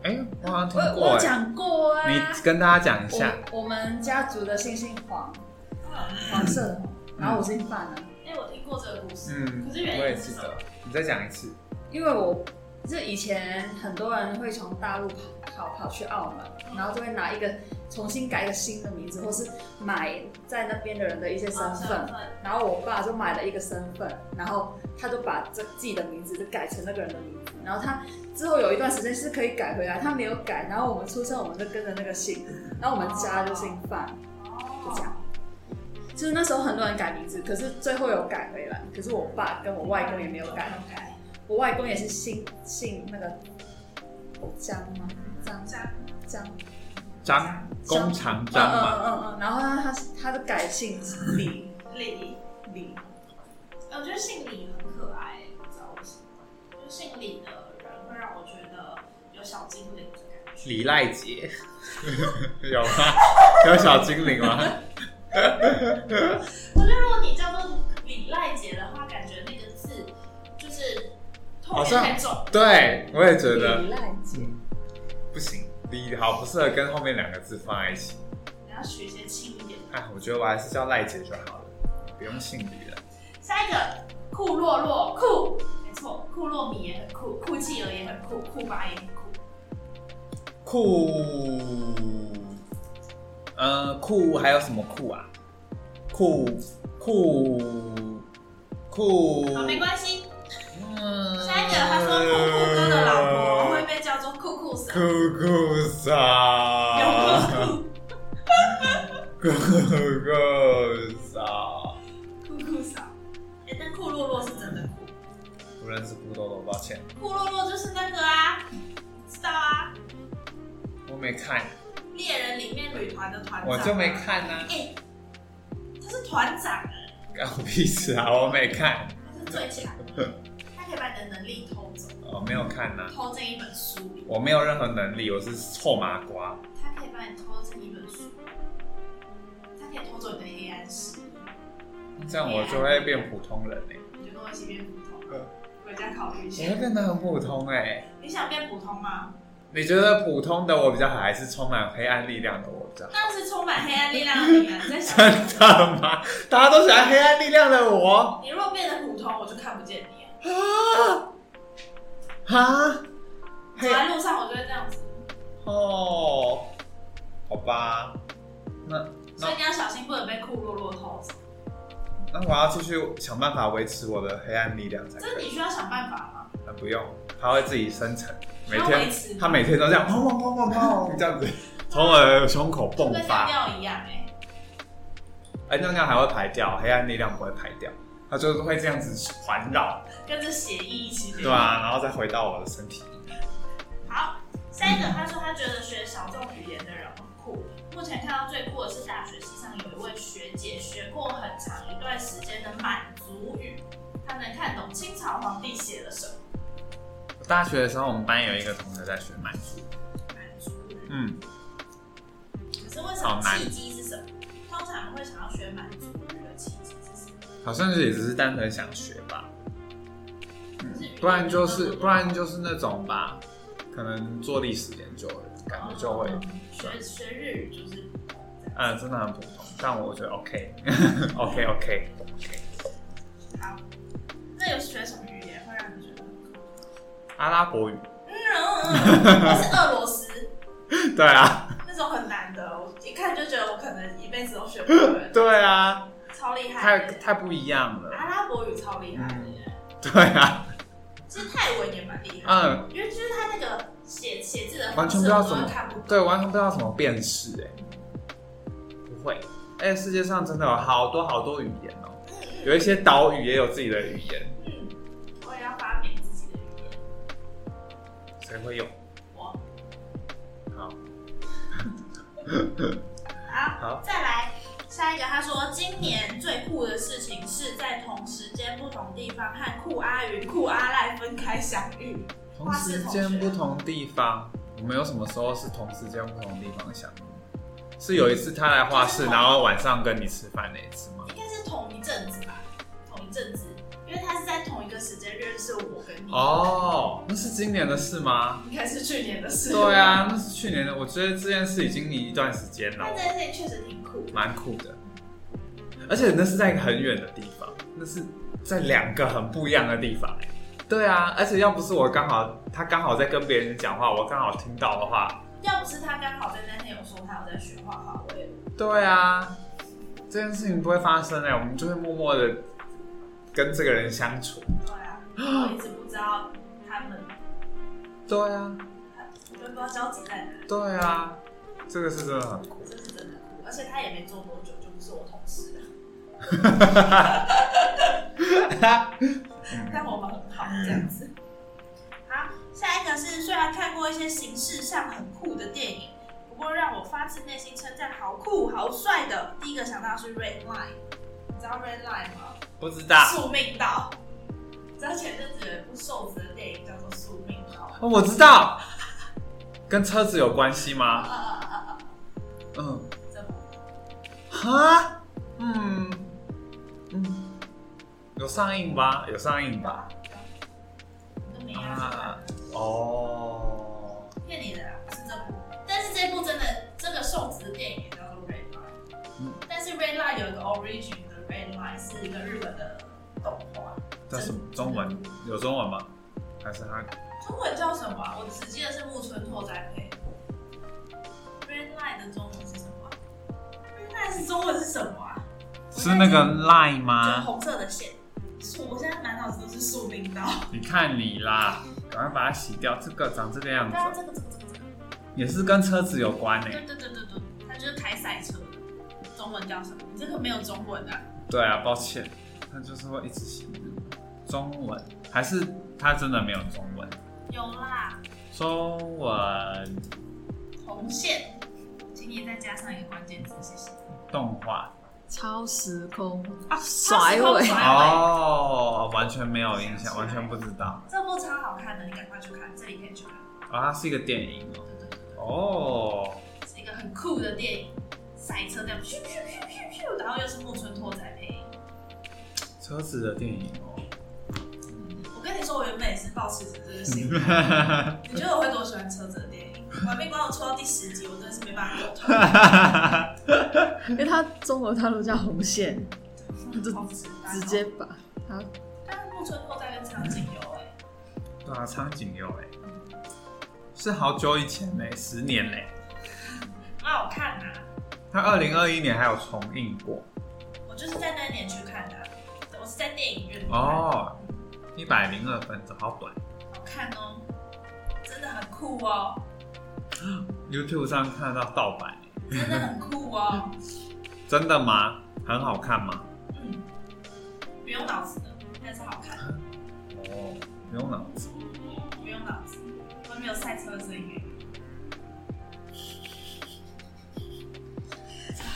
Speaker 3: 哎、我好像听
Speaker 5: 我我
Speaker 3: 过
Speaker 5: 有
Speaker 3: 哎、
Speaker 5: 讲过啊。
Speaker 3: 你跟大家讲一下。
Speaker 5: 我我们家族的姓姓黄，
Speaker 2: 嗯，
Speaker 5: 黄色的黄，然后我姓范啊，
Speaker 2: 哎、我听过这个故事，
Speaker 3: 嗯，
Speaker 2: 可
Speaker 3: 我
Speaker 2: 是原
Speaker 3: 也
Speaker 2: 因是
Speaker 3: 记
Speaker 2: 什么
Speaker 3: 得？。你再讲一次。
Speaker 5: 因为我就是以前很多人会从大陆跑跑跑去澳门，然后就会拿一个重新改一个新的名字，或是买在那边的人的一些身
Speaker 2: 哦
Speaker 5: 份。然后我爸就买了一个身份，然后他就把这自己的名字就改成那个人的名字。然后他之后有一段时间是可以改回来，他没有改。然后我们出生，我们就跟着那个姓，然后我们家就姓范，就
Speaker 2: 哦
Speaker 5: 这样。就是那时候很多人改名字，可是最后有改回来。可是我爸跟我外公也没有改，
Speaker 2: 改，
Speaker 5: 我外公也是姓姓那个张吗？张
Speaker 2: 张
Speaker 5: 张
Speaker 3: 张工厂张嘛，
Speaker 5: 嗯嗯嗯嗯。然后他他他就改姓李
Speaker 2: 李，
Speaker 5: 李，
Speaker 2: 我觉得姓李很可爱，不知道为什么，就是姓李的人会让我觉得有小精灵的感觉。
Speaker 3: 李赖杰 有吗？ 有小精灵吗？
Speaker 2: 我觉得如果你叫做李赖杰的话，感觉那个字就是后
Speaker 3: 好
Speaker 2: 面
Speaker 3: 像
Speaker 2: 太重。
Speaker 3: 对，我也觉得
Speaker 5: 李赖杰。
Speaker 3: 不行，李好不适合跟后面两个字放在一起。
Speaker 2: 你要取一些轻一点。
Speaker 3: 哎，我觉得我还是叫赖姐就好了，不用姓李了。
Speaker 2: 下一个酷洛洛酷，没错，酷洛米也很酷，酷企鹅也很酷，酷巴也很酷。
Speaker 3: 酷，呃，酷还有什么酷啊？酷酷酷，
Speaker 2: 好，啊没关系。
Speaker 3: 嗯
Speaker 2: 下一个他说酷酷哥的老婆会被叫做酷酷神，
Speaker 3: 酷酷
Speaker 2: 有
Speaker 3: 傻，
Speaker 2: 酷
Speaker 3: 酷酷傻。
Speaker 2: 酷酷酷嫂。哎，但酷洛洛是真的酷，
Speaker 3: 不认识酷豆豆，抱歉，
Speaker 2: 酷洛洛就是那个啊，知道啊，
Speaker 3: 我没看，
Speaker 2: 猎人里面女团的团长，
Speaker 3: 我就没。看啊呐、
Speaker 2: 哎，他是团长，
Speaker 3: 干我屁事啊，我没看，
Speaker 2: 他是最强的，他可以把你的能力偷走，
Speaker 3: 我哦没有看呐、
Speaker 2: 偷进一本书里，
Speaker 3: 我没有任何能力，我是臭麻瓜。
Speaker 2: 他可以把你偷进一本书，他可以偷走你的黑暗史。
Speaker 3: 这样我就会变普通人哎、
Speaker 2: 你就跟我一起变普通了，回家考虑一下
Speaker 3: 我。会变得很普通哎、
Speaker 2: 你 想变普通吗？
Speaker 3: 你觉得普通的我比较好，还是充满黑暗力量的我比较好？
Speaker 2: 当然是充满黑暗力量的你啊！你在想
Speaker 3: 真
Speaker 2: 什么？
Speaker 3: 的吗？大家都喜欢黑暗力量的我
Speaker 2: 你如果变得普通，我就看不见你了。
Speaker 3: 啊啊！
Speaker 2: 走
Speaker 3: 黑
Speaker 2: 在路上，我就会这样子。
Speaker 3: 哦，
Speaker 1: 好吧，那
Speaker 2: 所以你要小心，不能被库洛洛偷走。
Speaker 1: 那我要继续想办法维持我的黑暗力量才
Speaker 2: 这
Speaker 1: 可
Speaker 2: 你
Speaker 1: 以。
Speaker 2: 需要想办法吗？
Speaker 1: 那不用，它会自己生成，每
Speaker 2: 需要维
Speaker 1: 天
Speaker 2: 持
Speaker 1: 它每天都这样砰砰砰砰 砰这样子从我的胸口迸
Speaker 2: 跟尿
Speaker 1: 发。
Speaker 2: 尿一样哎、
Speaker 3: 哎，尿尿还会排掉，黑暗力量不会排掉，它就是会这样子环绕，
Speaker 2: 跟着血液一起流。
Speaker 3: 对啊，然后再回到我的身体。
Speaker 2: 好，下一个他说他觉得学小众语言的人很酷。目前看到最酷的是大学系上有一位学姐学过很长一段时间的满族语，她能看懂清朝皇帝写了什么
Speaker 3: 我大学的时候，我们班有一个同学在学满族，
Speaker 2: 满族语。
Speaker 3: 嗯，
Speaker 2: 可是为什
Speaker 3: 好
Speaker 2: 么
Speaker 3: 难
Speaker 2: 契机是什么？通常会想要学满族语的契机是什么？
Speaker 3: 好像也只是单纯想学吧，嗯
Speaker 2: 可是语言
Speaker 3: 不然就是
Speaker 2: 都
Speaker 3: 不然就是那种吧，可能做历史研究的感觉就会，
Speaker 2: 学学日语就是
Speaker 3: 嗯，真的很普通，但我觉得 OK，OK OK OK，
Speaker 2: 好。那有学什么语言会让你觉得很酷？
Speaker 3: 阿拉伯语，
Speaker 2: 嗯， 我是俄罗斯。
Speaker 3: 对啊，，
Speaker 2: 那种很难的，我一看就觉得我可能一辈子都学不会
Speaker 3: 对啊，
Speaker 2: 超厉害
Speaker 3: 太
Speaker 2: 的。
Speaker 3: 太不一样
Speaker 2: 阿
Speaker 3: 了，
Speaker 2: 拉伯语超厉害的耶，
Speaker 3: 对啊，
Speaker 2: 其实泰文也蛮厉害的，
Speaker 3: 嗯，
Speaker 2: 因为就是他那个写写字的
Speaker 3: 完
Speaker 2: 方式
Speaker 3: 全
Speaker 2: 我
Speaker 3: 不
Speaker 2: 们
Speaker 3: 知道怎
Speaker 2: 都
Speaker 3: 么
Speaker 2: 看不懂。
Speaker 3: 对，完全不知道怎么辨识哎、不会，哎、世界上真的有好多好多语言哦、有一些岛屿也有自己的语言，
Speaker 2: 嗯，我也要发明自己的语言。
Speaker 3: 谁会用？
Speaker 2: 我
Speaker 3: 好，
Speaker 2: 好，
Speaker 3: 好
Speaker 2: 再来下一个，他说今年最酷的事情是在同时间不同地方和酷阿云、酷阿赖分开相遇。
Speaker 3: 同时间不同地方，我们有什么时候是同时间不同地方想？是有一次他来画室，然后晚上跟你吃饭那一次吗？
Speaker 2: 应该是同一阵子吧，同一阵子，因为他是在同一个时间认识我跟你，
Speaker 3: 哦，那是今年的事吗？
Speaker 2: 应该是去年的事。
Speaker 3: 对，啊，那是去年的。我觉得这件事已经一段时间了
Speaker 2: 但，这件事情确实挺酷的，
Speaker 3: 蛮酷的。而且那是在一个很远的地方，那是在两个很不一样的地方、欸。对啊，而且要不是我刚好他刚好在跟别人讲话，我刚好听到的话，
Speaker 2: 要不是他刚好在那天有说他有在学画画，我也
Speaker 3: 对啊，这件事情不会发生哎、我们就会默默的跟这个人相处。
Speaker 2: 对啊，我一直不知道他们，
Speaker 3: 对啊，
Speaker 2: 我都不知道交集在哪，
Speaker 3: 对啊，这个是真的很酷。
Speaker 2: 这是真的酷，而且他也没做多久就不是我同事了，但我们很好这样子。好，下一个是虽然看过一些形式上很酷的电影，不过让我发自内心称赞好酷好帅的，第一个想到是 Red Line，你知道 Red Line 吗？
Speaker 3: 不知道，
Speaker 2: 宿命岛。你知道前阵子有一部瘦子的电影叫做《宿命岛》吗
Speaker 3: 哦我知道，跟车子有关系
Speaker 2: 啊
Speaker 3: 吗？
Speaker 2: 啊啊啊啊！
Speaker 3: 嗯，
Speaker 2: 这部
Speaker 3: 哈，嗯嗯，有上映吧？有上映吧？
Speaker 2: 都没
Speaker 3: 啊
Speaker 2: 啊，
Speaker 3: 哦，
Speaker 2: 骗你的啦，不是这部。但是这部真的，这个瘦子的电影也叫做 Red Line，、
Speaker 3: 嗯
Speaker 2: 但是 Red Line 有一个 origin 的 Red Line 是一个日本的动画，
Speaker 3: 这是中文有中文吗？还是他
Speaker 2: 中文叫什么啊、我只记得是木村拓哉配的。Red Line 的中文是什么啊、Red Line 是中文是什么啊？我现
Speaker 3: 是
Speaker 2: 在
Speaker 3: 那个 Line
Speaker 2: 就是
Speaker 3: 吗？
Speaker 2: 红色的线。宿，我现在满脑子都是宿 命刀。
Speaker 3: 你看你啦，赶快把它洗掉。这个长这个样
Speaker 2: 对啊，
Speaker 3: 子，
Speaker 2: 这个这个这个这个，
Speaker 3: 也是跟车子有关欸诶、
Speaker 2: 对对对对对，他就是开赛车的，中文叫什么？你这个没有中文啊？
Speaker 3: 对啊，抱歉，他就是会一直洗中文，还是他真的没有中文？
Speaker 2: 有啦，
Speaker 3: 中文
Speaker 2: 红线，请你再加上一个关键字，谢谢。
Speaker 6: 啊
Speaker 3: 动画
Speaker 6: 超时空
Speaker 2: 啊，
Speaker 6: 甩
Speaker 2: 他
Speaker 6: 尾
Speaker 2: 是甩尾，
Speaker 3: 哦，完全没有印象，完全不知道。
Speaker 2: 这部超好看的，你赶快去看，这里可以去看。
Speaker 3: 啊、它是一个电影
Speaker 2: 对对对对，
Speaker 3: 哦。哦，
Speaker 2: 是一个很酷的电影，赛车这样咻咻咻咻咻，然后又是木村拓哉配音。
Speaker 3: 车子的电影哦。
Speaker 2: 我跟你说，我原本也是抱持着这个心态。你觉得我会多喜欢车子的电影？《玩命关头》出到第十集，我真的是没办法苟同。
Speaker 6: 因为它中国大陆叫红线，
Speaker 2: 好直白哦
Speaker 6: 直接把它
Speaker 2: 但是木村拓哉跟长颈游哎，
Speaker 3: 对啊，苍井优哎，是好久以前嘞、十年嘞、
Speaker 2: 啊蛮好看
Speaker 3: 他二零二一年还有重映过
Speaker 2: 我就是在那一年去看的，我是在电影院看的，
Speaker 3: 哦，一百零二分钟，好短。
Speaker 2: 好看哦，真的很酷哦，
Speaker 3: YouTube 上看到盗版，欸
Speaker 2: 真的很酷哦，
Speaker 3: 真的吗？很好看吗？
Speaker 2: 嗯，不用脑子的，但是好看，
Speaker 3: 哦，不用脑子。
Speaker 2: 不用脑子，我没有赛车的声音。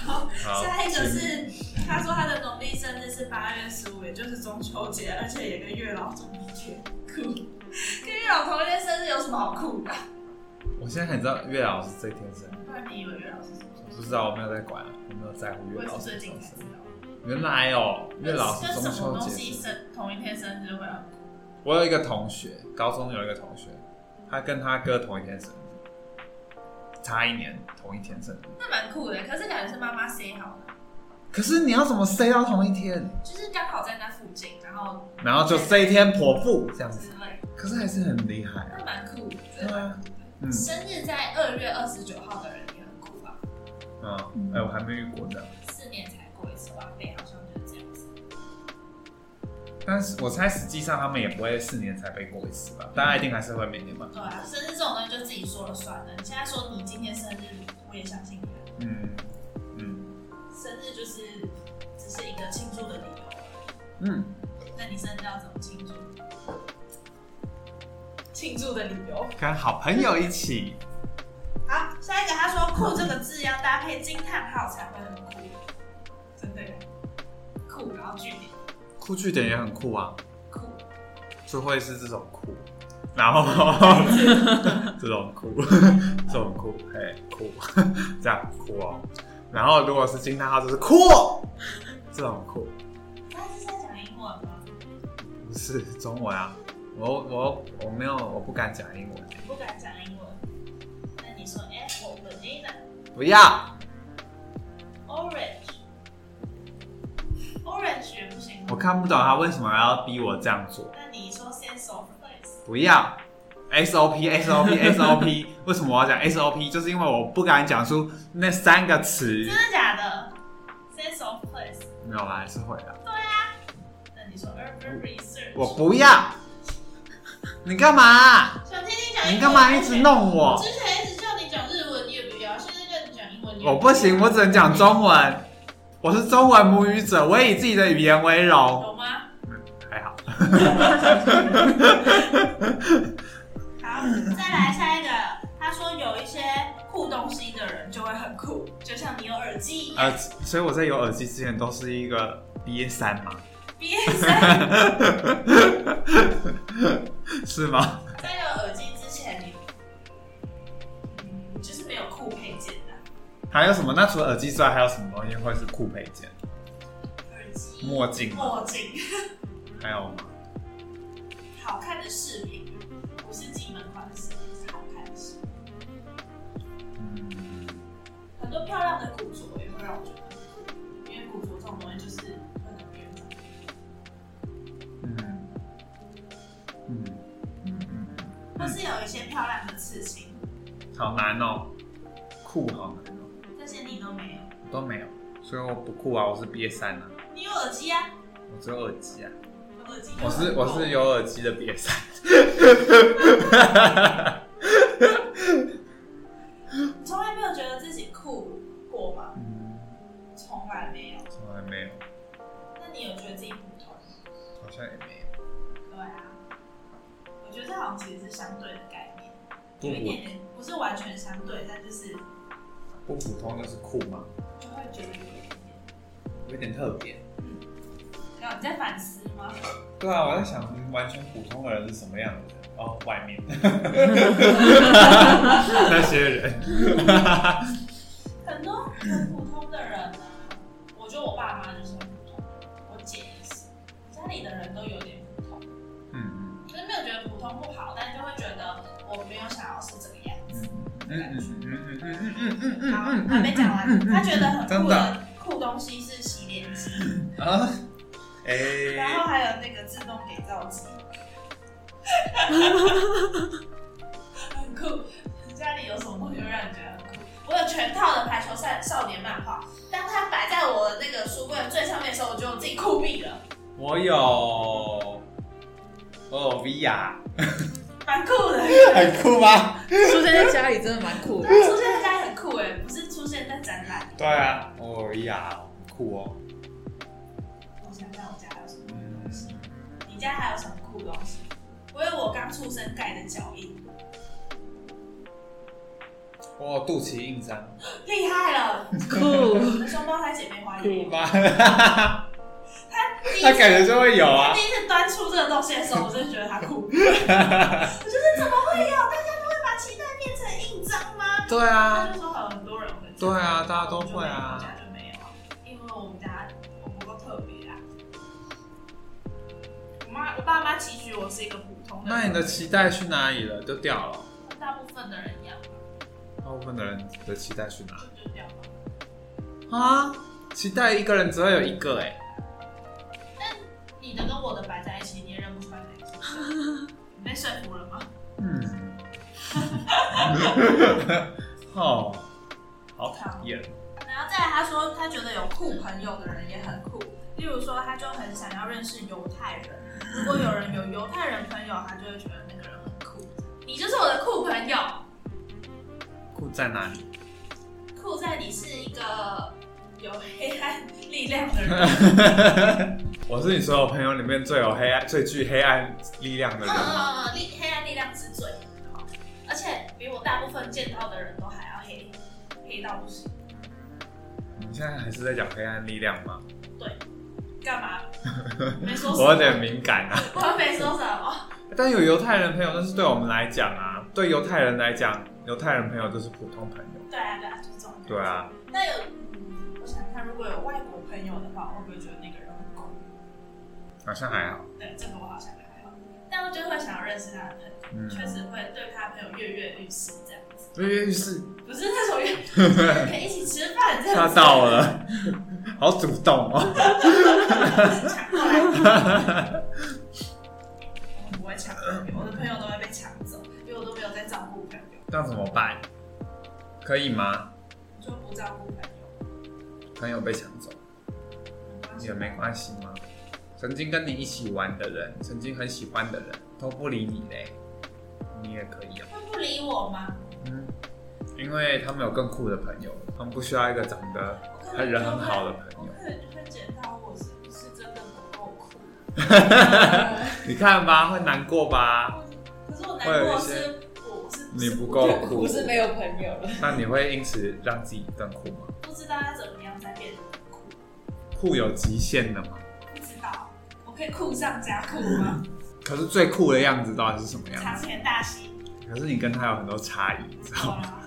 Speaker 3: 好，
Speaker 2: 下一个
Speaker 3: 请
Speaker 2: 是，他说他的农历生日是八月十五，也就是中秋节，而且也跟月老同一天，酷。跟月老同一天生日有什么好酷的？
Speaker 3: 我现在才知道月老是这天生日，
Speaker 2: 不然你以为月老是什么？
Speaker 3: 我不知道，我没有在管，我没有在乎月
Speaker 2: 我也
Speaker 3: 老
Speaker 2: 是
Speaker 3: 是什
Speaker 2: 最近
Speaker 3: 么
Speaker 2: 才
Speaker 3: 生
Speaker 2: 知
Speaker 3: 日。
Speaker 2: 道。
Speaker 3: 原来哦，月老
Speaker 2: 跟
Speaker 3: 是中
Speaker 2: 什么
Speaker 3: 秋
Speaker 2: 东
Speaker 3: 节
Speaker 2: 西
Speaker 3: 生日。
Speaker 2: 生同一天生日会很酷？
Speaker 3: 我有一个同学，高中有一个同学，他跟他哥同一天生日，差一年同一天生日。
Speaker 2: 那蛮酷的，可是感觉是妈妈 say 好的，
Speaker 3: 可是你要怎么塞到同一天？
Speaker 2: 就是刚好在那附近，然后
Speaker 3: 然后就这一天婆布这样子，
Speaker 2: 之类，
Speaker 3: 可是还是很厉害啊。
Speaker 2: 那蛮酷的。
Speaker 3: 对啊，嗯
Speaker 2: 生日在二月二十九号的人也很酷吧？
Speaker 3: 嗯，哎、我还没遇过这样，
Speaker 2: 四年才过一次，晚辈好像就是这样子。
Speaker 3: 但是我猜实际上他们也不会四年才被过一次吧，大家一定还是会每年吧。
Speaker 2: 对啊，生日这种东西就自己说了算了。你现在说你今天生日，我也相信你。
Speaker 3: 嗯嗯
Speaker 2: 生日就是只是一个庆祝的理由。
Speaker 3: 嗯，
Speaker 2: 那你生日要怎么庆祝？庆祝的理由。
Speaker 3: 跟好朋友一起，
Speaker 2: 好，下一个他说“酷”这个字要搭配惊叹号才会很酷，真的耶酷，然后句点
Speaker 3: 酷据点也很酷啊，
Speaker 2: 酷，
Speaker 3: 就会是这种酷，然 后这种酷， 这种酷，嘿酷， 这样酷哦。然后如果是惊叹号就是酷，这种酷。
Speaker 2: 他是在讲英文吗？
Speaker 3: 不是中文啊，我我我没有，我不敢讲英文，
Speaker 2: 你不敢讲英文，那你说哎 apple banana
Speaker 3: 不要
Speaker 2: orange orange 也不行吗
Speaker 3: 我看不懂他为什么要逼我这样做，
Speaker 2: 那你说 sense of place
Speaker 3: 不要 SOP SOP SOP，为什么我要讲 SOP？就是因为我不敢讲出那三个词
Speaker 2: 真，的假的？sense of place，
Speaker 3: 没有啦，还是会的，
Speaker 2: 那你说 urban research，
Speaker 3: 我不要，你干嘛？
Speaker 2: 想听你讲英文，
Speaker 3: 你干嘛一直？弄我？
Speaker 2: 之前一直叫你讲日文，你也不要；现在叫你讲英文，你也
Speaker 3: 我不行，我只能讲中文，我是中文母语者，我也以自己的语言为荣。
Speaker 2: 有吗？
Speaker 3: 还好，
Speaker 2: 好，再来下一个。他说有一些酷东西的人就会很酷，就像你有耳机一样
Speaker 3: 呃，。所以我在有耳机之前都是一个憋三嘛。
Speaker 2: 别在
Speaker 3: 是吗？
Speaker 2: 在有耳机之前，你嗯就是没有酷配件的
Speaker 3: 还有什么？那除了耳机之外，还有什么东西会是酷配件？
Speaker 2: 耳机、
Speaker 3: 墨镜吗？
Speaker 2: 墨镜、
Speaker 3: 还有吗？
Speaker 2: 好看的饰品，不是基本款式，是好看的饰品。
Speaker 3: 嗯，
Speaker 2: 很多漂亮的古着也会让我觉得很酷，因为古着这种东西就是会跟别人长得
Speaker 3: 嗯，嗯，嗯，
Speaker 2: 一样，或是有一些漂亮的刺青，
Speaker 3: 好难哦，酷好难哦，
Speaker 2: 这些你都没有。
Speaker 3: 我都没有，所以我不酷啊，我是憋三啊，
Speaker 2: 你有耳机啊？
Speaker 3: 我只有耳机啊，
Speaker 2: 有耳机。
Speaker 3: 我是我是有耳机的憋三，
Speaker 2: 你从来没有觉得自己酷过吗？
Speaker 3: 嗯，
Speaker 2: 从来没有。
Speaker 3: 从来没有，
Speaker 2: 那你有觉得自己普通吗？
Speaker 3: 好像也没有，
Speaker 2: 对啊，我觉得这好像其实是相对的概念，
Speaker 3: 不
Speaker 2: 有一点
Speaker 3: 普
Speaker 2: 点不是完全相对，但就是
Speaker 3: 不普通就是酷嘛，
Speaker 2: 就会觉得有一点点。
Speaker 3: 有点特别。
Speaker 2: 然后你在反思吗？
Speaker 3: 对啊，我在想，完全普通的人是什么样子的？哦，外面那些人，
Speaker 2: 很多很普通的人啊，我觉得我爸妈就是很普通的人，我姐也是，家里的人都有点普通，
Speaker 3: 嗯
Speaker 2: 可是没有觉得普通不好，但就会觉得我没有想要是这个样子。
Speaker 3: 嗯嗯嗯嗯嗯嗯嗯嗯
Speaker 2: 好，还没讲完，他觉得很酷
Speaker 3: 真的
Speaker 2: 的酷东西是洗脸机，
Speaker 3: 啊，
Speaker 2: 然
Speaker 3: 哎，
Speaker 2: 后还有那个自动给皂机，很酷。家里有什么东西会让你觉得很酷？我有全套的排球赛少年漫画，
Speaker 3: 我有，我有 VR，
Speaker 2: 蛮酷 的。
Speaker 1: 很酷吗？
Speaker 5: 出现在家里真的蛮酷的。
Speaker 2: 出现在家里很酷哎，不是出现在展览。
Speaker 3: 对啊，我有 VR，很酷哦。
Speaker 2: 我想想我家还有什么
Speaker 3: 嗯
Speaker 2: 东西？你家还有什么酷东西？我有我刚出生盖的脚印，
Speaker 3: 我有肚脐印章，
Speaker 2: 厉害了！
Speaker 6: 酷，
Speaker 2: 我们双胞胎姐妹花
Speaker 3: 酷
Speaker 2: 也有。
Speaker 3: 吗？
Speaker 2: 她第一
Speaker 3: 他感觉
Speaker 2: 次
Speaker 3: 就会有啊
Speaker 2: 第。一次端出这个东西的时候，我真的觉得 她酷。我就是怎么会有？大家不会把期待变成印章吗？
Speaker 3: 对
Speaker 2: 他
Speaker 3: 啊，
Speaker 2: 就说很多人会。
Speaker 3: 对啊，大家都会啊
Speaker 2: 我。家就没有啊，因为我们家我不够特别啊。我妈我爸妈期许我是一个普通的人，
Speaker 3: 那你的期待去哪里了？就掉了。
Speaker 2: 跟大部分的人一样吧，
Speaker 3: 大部分的人的期待去哪
Speaker 2: 就就这样吧。
Speaker 3: 里？啊，期待一个人只会有一个哎、
Speaker 2: 你的跟我的摆在一起，你也认不出来哪个是谁。你被说服了吗？
Speaker 3: 嗯， 哦，好讨厌。
Speaker 2: 然后再来，他说他觉得有酷朋友的人也很酷，例如说他就很想要认识犹太人，如果有人有犹太人朋友，他就会觉得那个人很酷。你就是我的酷朋友，
Speaker 3: 酷在哪里？
Speaker 2: 酷在你是一个有黑暗力量的人。
Speaker 3: 我是你所有朋友里面最有黑暗、最具黑暗力量的
Speaker 2: 嗯
Speaker 3: 人
Speaker 2: 嗯
Speaker 3: 吗？
Speaker 2: 嗯，力黑暗力量之最，而且比我大部分见到的人都还要黑，黑到不行。
Speaker 3: 你现在还是在讲黑暗力量吗？
Speaker 2: 干嘛？没说什么。
Speaker 3: 我有点敏感啊。
Speaker 2: 我又没说什么。
Speaker 3: 但有犹太人朋友，但是对我们来讲啊，对犹太人来讲，犹太人朋友就是普通朋友。
Speaker 2: 对啊，对啊，就是这种。
Speaker 3: 对。啊，
Speaker 2: 那有，嗯我想想看，如果有外国朋友的话，我会不会觉得那个人很酷？
Speaker 3: 好像还好。
Speaker 2: 对，这个我好像还好，但我就会想要认识他的朋友，
Speaker 3: 嗯，哎
Speaker 2: 确实会对他的朋友跃跃欲试这样子，
Speaker 3: 跃跃欲试，
Speaker 2: 不是那种跃，就是可以一起吃饭这样
Speaker 3: 吓
Speaker 2: 子。
Speaker 3: 到 了，好主动哦。
Speaker 2: 抢过来。我不会抢朋友，我的朋友都会被抢走，因为我都没有在照顾朋友，
Speaker 3: 那怎么办？可以吗？
Speaker 2: 就不照顾朋友。
Speaker 3: 朋友被抢走也没关系吗？曾经跟你一起玩的人，曾经很喜欢的人，都不理你嘞，你也可以啊。
Speaker 2: 他不理我吗？
Speaker 3: 嗯，因为他们有更酷的朋友，他们不需要一个长得
Speaker 2: 我可能
Speaker 3: 人很好的朋
Speaker 2: 我
Speaker 3: 友。
Speaker 2: 可能就会检讨我是不是真的不够酷。
Speaker 3: 你看吧，会难过吧？
Speaker 2: 可是我难过是，我是
Speaker 3: 你不够酷，
Speaker 5: 不是没有朋友了，
Speaker 3: 那你会因此让自己更酷吗？
Speaker 2: 不知道要怎么样才变得酷，
Speaker 3: 酷有极限的吗？
Speaker 2: 不知道我可以酷上加酷吗？
Speaker 3: 可是最酷的样子到底是什么样
Speaker 2: 长
Speaker 3: 子？
Speaker 2: 田大西，
Speaker 3: 可是你跟他有很多差异， 你知道
Speaker 2: 好
Speaker 3: 吗？
Speaker 2: 啦，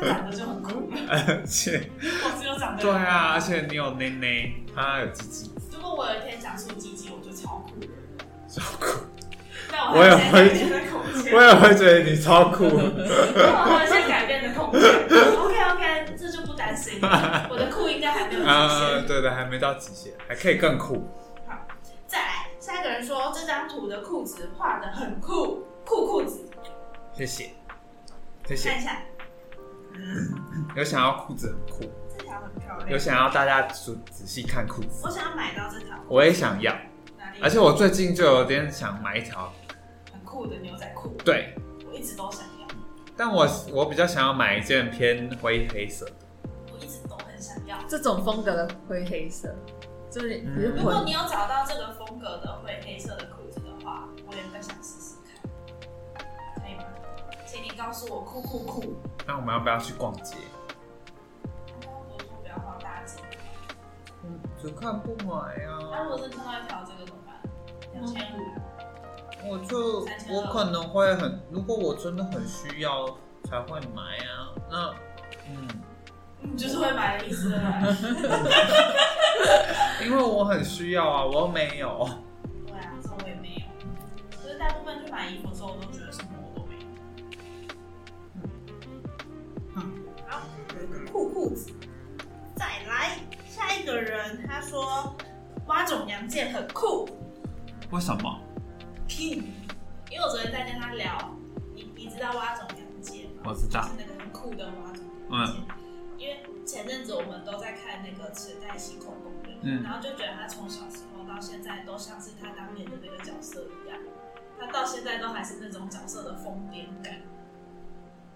Speaker 2: 他长得就很酷了，
Speaker 3: 而且，
Speaker 2: 我只有长得
Speaker 3: 对啊，而且你有内内，他有鸡鸡，
Speaker 2: 如果我有一天长出鸡鸡，我就超酷了。
Speaker 3: 超酷。
Speaker 2: 但
Speaker 3: 我也
Speaker 2: 我还
Speaker 3: 会
Speaker 2: 有一些改变的空间，
Speaker 3: 我也会觉得你超酷。
Speaker 2: 我还有一些改变的空间。OK OK，这就不担心了，我的酷应该还 没有极
Speaker 3: 啊，
Speaker 2: 限。
Speaker 3: 对的，还没到极限，还可以更酷。
Speaker 2: 再来，下一个人说这张图的裤子画的很酷，酷裤子，
Speaker 3: 谢谢，谢谢
Speaker 2: 看。一下，
Speaker 3: 有想要裤子很酷，
Speaker 2: 这条很漂
Speaker 3: 有
Speaker 2: 亮，
Speaker 3: 想要大家仔仔细看裤子，
Speaker 2: 我想要买到这条，
Speaker 3: 我也想要。
Speaker 2: 哪里？
Speaker 3: 而且我最近就有点想买一条，
Speaker 2: 很酷的牛仔裤，
Speaker 3: 对，
Speaker 2: 我一直都想要，
Speaker 3: 但我我比较想要买一件偏灰黑色的。
Speaker 2: 我一直都很想要。
Speaker 5: 这种风格的灰黑色，就是
Speaker 3: 嗯
Speaker 5: 不是
Speaker 2: 如果
Speaker 5: 混
Speaker 2: 你有找到这个风格的灰黑色的裤子的话，我也很想试试看，可以吗？请你告诉我酷酷酷。
Speaker 3: 那我们要不要去逛街？
Speaker 2: 我说不要放大镜。
Speaker 3: 嗯，只看不买
Speaker 2: 那
Speaker 3: 啊
Speaker 2: 如果真看到一条这个怎么办？两千五，
Speaker 3: 我就
Speaker 2: 三千二
Speaker 3: 我可能会很，如果我真的很需要才会买啊。那嗯，
Speaker 2: 你就是会买的意思对吧？
Speaker 3: 因为我很需要啊，我又没有。
Speaker 2: 对啊，这我也没有。可是大部分去买衣服的时候，我都觉得什么我都没有。嗯，好，酷裤子。再来下一个人，他说蛙种洋介很酷，
Speaker 3: 为什么？
Speaker 2: 屁！因为我昨天在跟他聊，你你知道蛙种洋介吗？
Speaker 3: 我知道嗯
Speaker 2: 就是那个很酷的蛙种洋介。因为前阵子我们都在看那个《池袋西口公园》，
Speaker 3: 嗯
Speaker 2: 然后就觉得他从小时候到到现在都像是他当年的那个角色一样，他到现在都还是那种角色的疯癫感。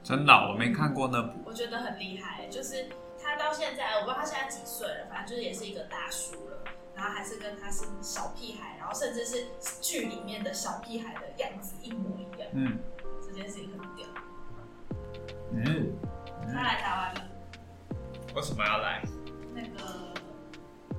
Speaker 3: 真的哦，我没看过那部。
Speaker 2: 我觉得很厉害，就是他到现在，我不知道他现在几岁了，反正就是也是一个大叔了，然后还是跟他是小屁孩，然后甚至是剧里面的小屁孩的样子一模一样，
Speaker 3: 嗯
Speaker 2: 这件事情很屌。
Speaker 3: 嗯，
Speaker 2: 他来台湾了，
Speaker 3: 为什么要来？
Speaker 2: 那个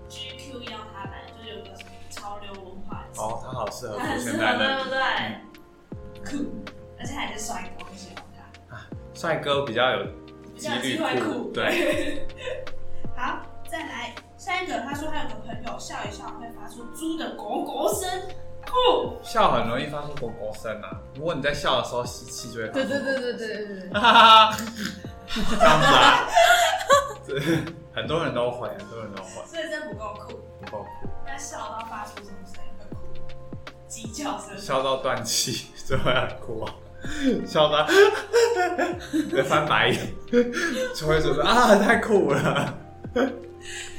Speaker 2: GQ 邀他来，就是有个什么潮流文化节，
Speaker 3: 哦，他好适合
Speaker 2: 他很
Speaker 3: 出现
Speaker 2: 适合，
Speaker 3: 在嗯
Speaker 2: 对
Speaker 3: 那
Speaker 2: 不
Speaker 3: 里。
Speaker 2: 对？酷，而且还是帅哥，我喜欢他。
Speaker 3: 帅哥比较有
Speaker 2: 比
Speaker 3: 几
Speaker 2: 较有
Speaker 3: 率
Speaker 2: 机会
Speaker 3: 酷
Speaker 2: 哭。，
Speaker 3: 对，
Speaker 2: 好，再来下一个，他说他有个朋友笑一笑会发出猪的狗狗声，酷。
Speaker 3: 笑很容易发出狗狗声啊。如果你在笑的时候吸气，就会发出
Speaker 5: 对对对对对对对。
Speaker 3: 哈哈哈，这样子啊，这很多人都会，很多人都会。
Speaker 2: 所以这不够酷，
Speaker 3: 不够
Speaker 2: 那笑到发出什么声音会哭？鸡叫声。
Speaker 3: 笑到断气， 就会很哭啊，笑到 会翻白眼，就会觉得啊太酷了。
Speaker 2: 就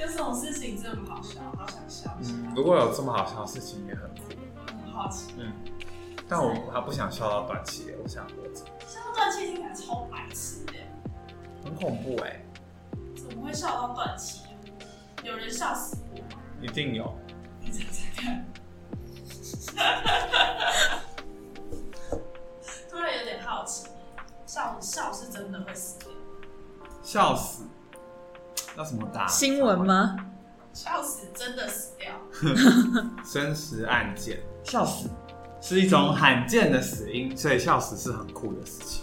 Speaker 2: 这种事情真的不好笑，好想笑一下。
Speaker 3: 嗯，如果有这么好笑的事情也很酷，
Speaker 2: 我很好奇，
Speaker 3: 但我还不想笑到断气，我想活着，
Speaker 2: 笑到断气听起来超白痴的，
Speaker 3: 很恐怖哎、
Speaker 2: 怎么会笑到断气？啊有人笑死过吗？
Speaker 3: 一定有。
Speaker 2: 你猜猜看。 突然有点好奇，笑笑是真的会死掉，
Speaker 3: 笑死！要怎么打？
Speaker 6: 新闻？吗？
Speaker 2: 笑死真的死掉，
Speaker 3: 真实案件，笑死是一种罕见的死因，所以笑死是很酷的事 情。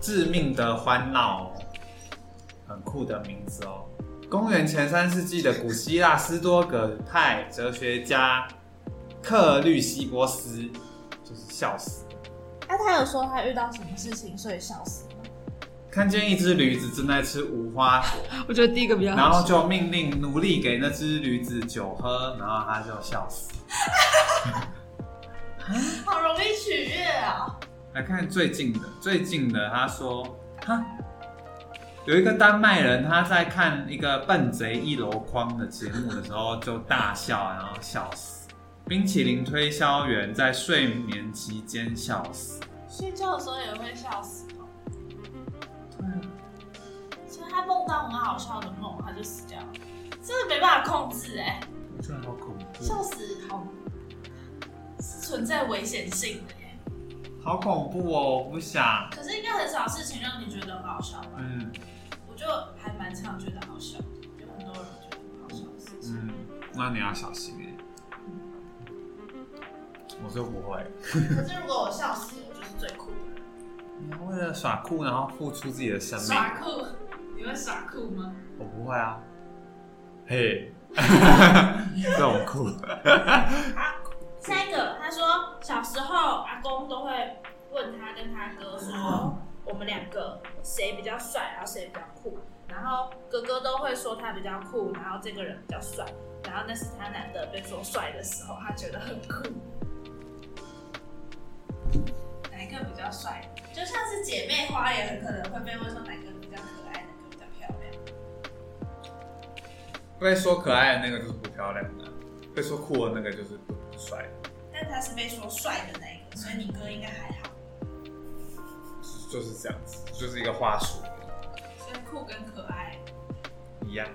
Speaker 3: 致命的欢闹、哦，很酷的名字哦。公元前三世纪的古希腊斯多葛派哲学家克律西波斯就是笑死。
Speaker 6: 那、他有说他遇到什么事情所以笑死吗？
Speaker 3: 看见一只驴子正在吃无花果，
Speaker 6: 我觉得第一个比较
Speaker 3: 然后就命令奴隶给那只驴子酒喝，然后他就笑死。
Speaker 2: 好容易取悦啊！
Speaker 3: 来看最近的，最近的他说，哈，有一个丹麦人他在看一个《笨贼一箩筐》的节目的时候就大笑，然后笑死。冰淇淋推销员在睡眠期间笑死。
Speaker 6: 嗯
Speaker 2: 睡觉的时候也会笑死吗？
Speaker 6: 啊
Speaker 2: 所以他梦到很好笑的梦，他就死掉了，真的没办法控制哎、
Speaker 3: 我觉得好恐怖，
Speaker 2: 笑死好是存在危险性的耶、
Speaker 3: 好恐怖哦！我不想。
Speaker 2: 可是应该很少事情让你觉得很好笑吧？
Speaker 3: 嗯
Speaker 2: 我就还蛮常觉得好笑的，有很多人觉得很好笑的事情。
Speaker 3: 嗯，那你要小心哎、我就不会。
Speaker 2: 可是如果我笑死，我就是最酷的人。
Speaker 3: 你要为了耍酷，然后付出自己的生命？
Speaker 2: 耍酷，你会耍酷吗？
Speaker 3: 我不会啊。嘿， 这种酷。
Speaker 2: 下一个，他说小时候阿公都会问他跟他哥说，我们两个谁比较帅，然后谁比较酷，然后哥哥都会说他比较酷，然后这个人比较帅，然后那是他难得被说帅的时候，他觉得很酷。哪一个比较帅？就像是姐妹花也很可能会被问说哪个比较可爱，哪个比较漂亮。
Speaker 3: 被说可爱的那个就是不漂亮的，被说酷的那个就是不帅，
Speaker 2: 但他是被说帅的那一个，所以你哥应该还好。
Speaker 3: 就是这样子，就是一个话术
Speaker 2: 所以酷跟可爱
Speaker 3: 一样。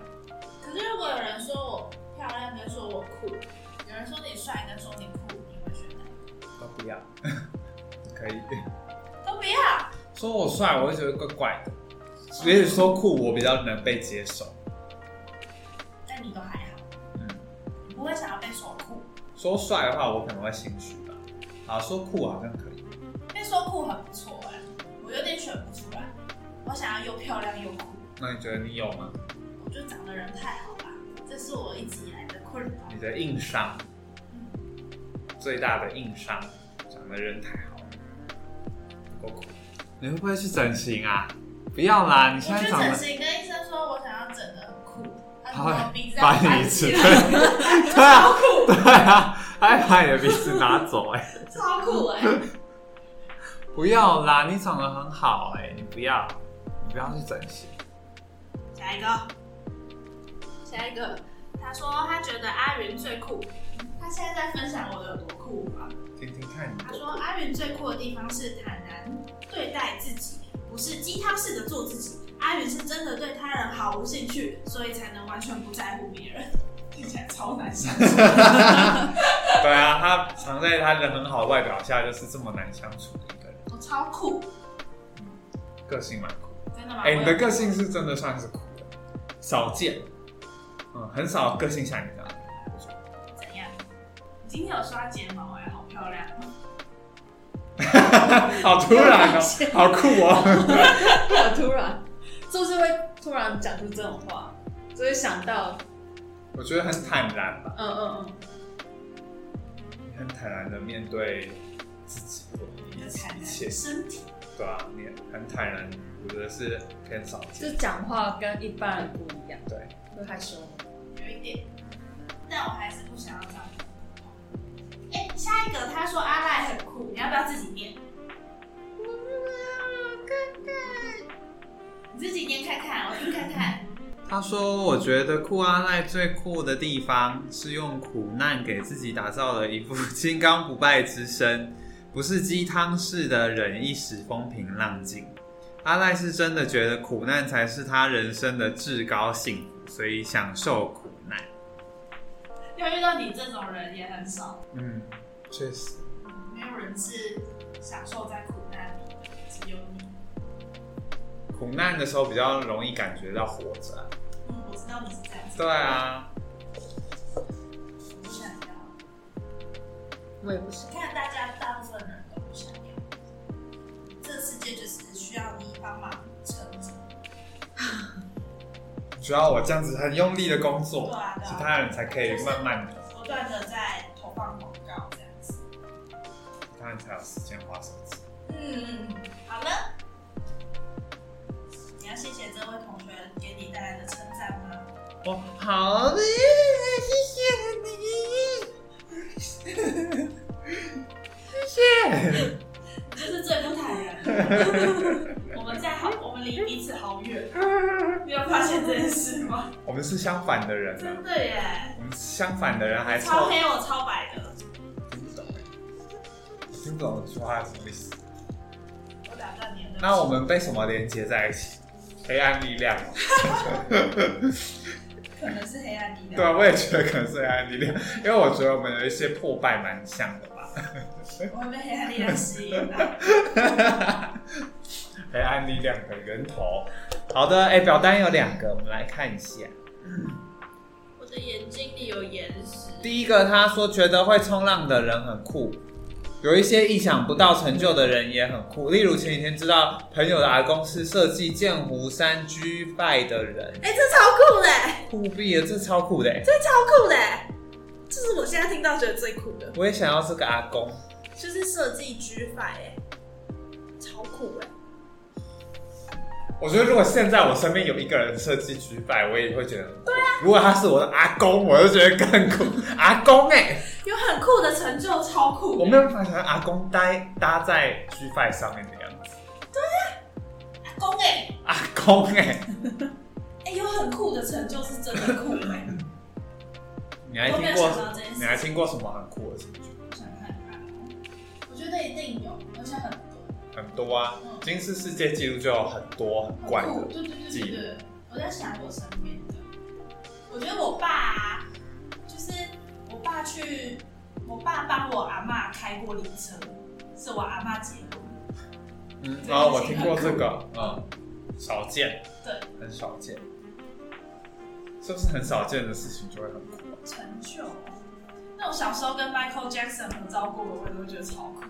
Speaker 2: 可是如果有人说我漂亮跟说我酷，有人说你帅跟说你酷，你会选哪一
Speaker 3: 都不要，可以
Speaker 2: 个？都不要。
Speaker 3: 说我帅，我会觉得怪怪的。也许说酷，我比较能被接受。
Speaker 2: 但你都还好，
Speaker 3: 嗯，
Speaker 2: 你不会想要被说酷，
Speaker 3: 说帅的话，我可能会心虚吧。啊，说酷好像可以。
Speaker 2: 被说酷很不错哎、我有点选不出来。我想要又漂亮又酷，
Speaker 3: 那你觉得你有吗？
Speaker 2: 我就长得人太好吧，这是我一直以来的困扰。
Speaker 3: 你的硬伤，
Speaker 2: 嗯，
Speaker 3: 最大的硬伤，长得人太好，不够酷。你会不会去整形啊？不要啦，你
Speaker 2: 我
Speaker 3: 现在
Speaker 2: 去
Speaker 3: 长
Speaker 2: 整
Speaker 3: 得
Speaker 2: 形跟医生说我想要整的很酷，他
Speaker 3: 他
Speaker 2: 说我
Speaker 3: 会
Speaker 2: 鼻子要
Speaker 3: 把
Speaker 2: 翻
Speaker 3: 你吃
Speaker 2: 起
Speaker 3: 对
Speaker 2: 来，
Speaker 3: 对啊，对啊，还把你的鼻子拿走哎、
Speaker 2: 超酷哎、
Speaker 3: 不要啦，你长得很好哎、你不要，你不要去整形。
Speaker 2: 下一个，下一个，他说他觉得阿云最酷，他现在在分享我的有多酷吗？
Speaker 1: 听听看你
Speaker 2: 他
Speaker 1: 的。
Speaker 2: 说阿云最酷的地方是坦然对待自己，不是鸡汤式的做自己。阿云是真的对他人毫无兴趣，所以才能完全不在乎别人。听起来超难相处。
Speaker 3: 对啊，他藏在他人很好的外表下，就是这么难相处的一个人，
Speaker 2: 我超酷，
Speaker 3: 个性蛮酷。
Speaker 2: 真的吗？
Speaker 3: 哎、你的个性是真的算是酷的，少见，嗯，很少个性像你这样。
Speaker 2: 怎样？你今天有刷睫毛哎、好漂亮哦！
Speaker 3: 好突然哦、好酷哦、
Speaker 5: 好突然，就是会突然讲出这种话，就会想到，
Speaker 3: 我觉得很坦然吧，
Speaker 5: 嗯嗯嗯，
Speaker 3: 很坦然的面对自己的
Speaker 2: 你的产
Speaker 3: 一
Speaker 2: 能
Speaker 3: 切，
Speaker 2: 身体
Speaker 3: 对啊，你很坦然，我觉得是偏少
Speaker 5: 就
Speaker 3: 见。
Speaker 5: 讲话跟一般人不一样，
Speaker 3: 对，
Speaker 5: 会害羞。
Speaker 2: 有一点，但我还是不想要这样。哎、下一个他说阿赖很酷，你要不要自己念？你自己念看看，我听看看。
Speaker 3: 他说：“我觉得酷阿赖最酷的地方是用苦难给自己打造了一副金刚不败之身，不是鸡汤式的忍一时风平浪静。阿赖是真的觉得苦难才是他人生的至高幸福，所以享受苦难。
Speaker 2: 要遇到你这种人也很少，”
Speaker 3: 嗯，确实，
Speaker 2: 没有人是享受在苦难里，只有你。
Speaker 3: 苦难的时候比较容易感觉到活着啊、
Speaker 2: 嗯，我知道你是这样子，
Speaker 3: 对啊，
Speaker 2: 我不想要。
Speaker 5: 我也不行，
Speaker 2: 看大家大部分人都不想要，这个世界就是需要你帮忙撑着。
Speaker 3: 主要我这样子很用力的工
Speaker 2: 对
Speaker 3: 作，
Speaker 2: 啊，对
Speaker 3: 其
Speaker 2: 啊。
Speaker 3: 他人才可以慢慢的，
Speaker 2: 不断的在投放广告这样子。
Speaker 3: 其他人才有时间花手机。
Speaker 2: 嗯，好了，你要谢谢这位同学给你带来的称赞 吗？
Speaker 3: 我好厉害，谢谢你，谢谢。
Speaker 2: 你就是最不坦然。 我们在好，我们离彼此好 远。你有发现这件事吗？
Speaker 3: 我们是相反的人
Speaker 2: 真
Speaker 3: 呢、
Speaker 2: 的耶，
Speaker 3: 我们是相反的人还
Speaker 2: 超
Speaker 3: 错，
Speaker 2: 黑我超白的，
Speaker 3: 听不懂欸，我听不懂这句话是什么意思。
Speaker 2: 我打断你了。对不起
Speaker 3: 那我们被什么连接在一起？黑暗力量哦。
Speaker 2: 可能是黑暗力量。
Speaker 3: 对啊，我也觉得可能是黑暗力量，因为我觉得我们有一些破败蛮像的吧。
Speaker 2: 我会被黑暗力量吸引 到。
Speaker 3: 黑暗力量的源头。好的，哎、表单有两个，我们来看一下。
Speaker 6: 我的眼睛里有眼屎。
Speaker 3: 第一个，他说觉得会冲浪的人很酷，有一些意想不到成就的人也很酷。例如前几天知道朋友的阿公是设计剑湖山 G f i 的人，
Speaker 6: 哎、这超酷的、欸，
Speaker 3: 酷毙了，这超酷的欸！
Speaker 6: 这超酷的、欸，这是我现在听到觉得最酷的，
Speaker 3: 我也想要这个阿公，
Speaker 6: 就是设计 G 法
Speaker 2: 欸
Speaker 6: 哎、超酷哎、
Speaker 3: 我觉得如果现在我身边有一个人设计举摆，我也会觉得很酷。对啊，如果他是我的阿公，我就觉得更酷。阿公哎、
Speaker 2: 有很酷的成就，超酷的。
Speaker 3: 我没有办法想象阿公呆搭在举摆上面的样子。
Speaker 2: 公哎、欸，
Speaker 3: 阿公哎、
Speaker 2: 哎、有很酷的成就，是真的酷哎、
Speaker 3: 你还
Speaker 2: 我没
Speaker 3: 听
Speaker 2: 有
Speaker 3: 过
Speaker 2: 想到这件事
Speaker 3: 你还听过什么很酷的事情？
Speaker 2: 想看看，我觉得一定有，而且很多。
Speaker 3: 很多啊，金氏世界纪录就有很多很怪
Speaker 2: 很酷
Speaker 3: 的。
Speaker 2: 对对对对对，我在想我身边的，我觉得我爸、啊、就是我爸去，我爸帮我阿嬷开过灵车，是我阿嬷结婚。
Speaker 3: 嗯，
Speaker 2: 这
Speaker 3: 然后
Speaker 2: 个
Speaker 3: 我
Speaker 2: 事情
Speaker 3: 听过
Speaker 2: 很
Speaker 3: 这
Speaker 2: 酷
Speaker 3: 个，嗯，少见，
Speaker 2: 对，
Speaker 3: 很少见，是不是很少见的事情就会很酷？
Speaker 2: 成就。那我小时候跟 Michael Jackson 合照过，我都觉得超酷。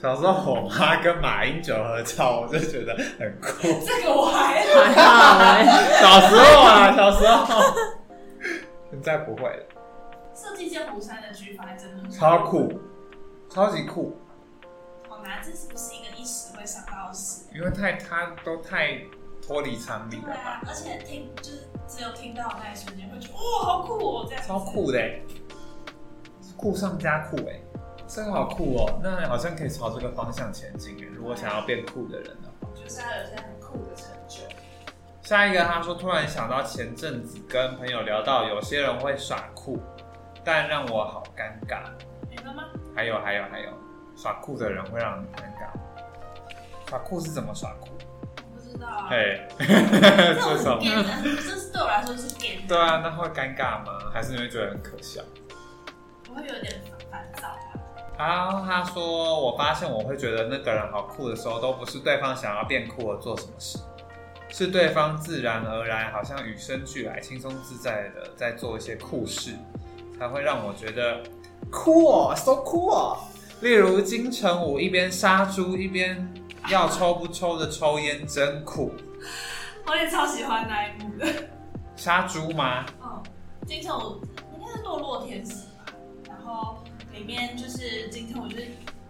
Speaker 3: 小时候我妈跟马英九合照，我就觉得很酷。
Speaker 2: 这个我还好，
Speaker 5: 还好哎，
Speaker 3: 小时候啊，小时候，现在不会了，
Speaker 2: 设计剑湖山的举法真的很
Speaker 3: 超，酷，超级酷，
Speaker 2: 好难，这是不是一个一时会想到的事？
Speaker 3: 因为太它都太脱离常理
Speaker 2: 对
Speaker 3: 了吧
Speaker 2: 啊，，而且听就是只有听到的那一瞬间会觉得哇、好酷哦，这样子
Speaker 3: 超。酷的欸、酷上加酷哎、这个好酷哦、那好像可以朝这个方向前进欸如果想要变酷的人的话，
Speaker 2: 我觉得现在有些很酷的成就，
Speaker 3: 下一个他说突然想到前阵子跟朋友聊到，有些人会耍酷，但让我好尴尬。
Speaker 2: 你们吗？
Speaker 3: 还有还有还有，耍酷的人会让你尴尬。耍酷是怎么耍酷？
Speaker 2: 我不知道啊。
Speaker 3: 嘿，
Speaker 2: 这种
Speaker 3: 这
Speaker 2: 是
Speaker 3: 首
Speaker 2: game 的，这是对我来说是 game
Speaker 3: 对
Speaker 2: 的，
Speaker 3: 啊，那会尴尬吗？还是你会觉得很可笑？
Speaker 2: 我会有点烦躁吧。
Speaker 3: 然后他说，我发现我会觉得那个人好酷的时候，都不是对方想要变酷而做什么事，是对方自然而然，好像与生俱来、轻松自在的在做一些酷事，才会让我觉得酷哦，so 酷哦。例如金城武一边杀猪一边要抽不抽的抽烟，真酷。
Speaker 2: 我也超喜欢那一幕的。
Speaker 3: 杀猪吗？
Speaker 2: 嗯，金城武应该是堕落天使吧，然后里面就是金城武就是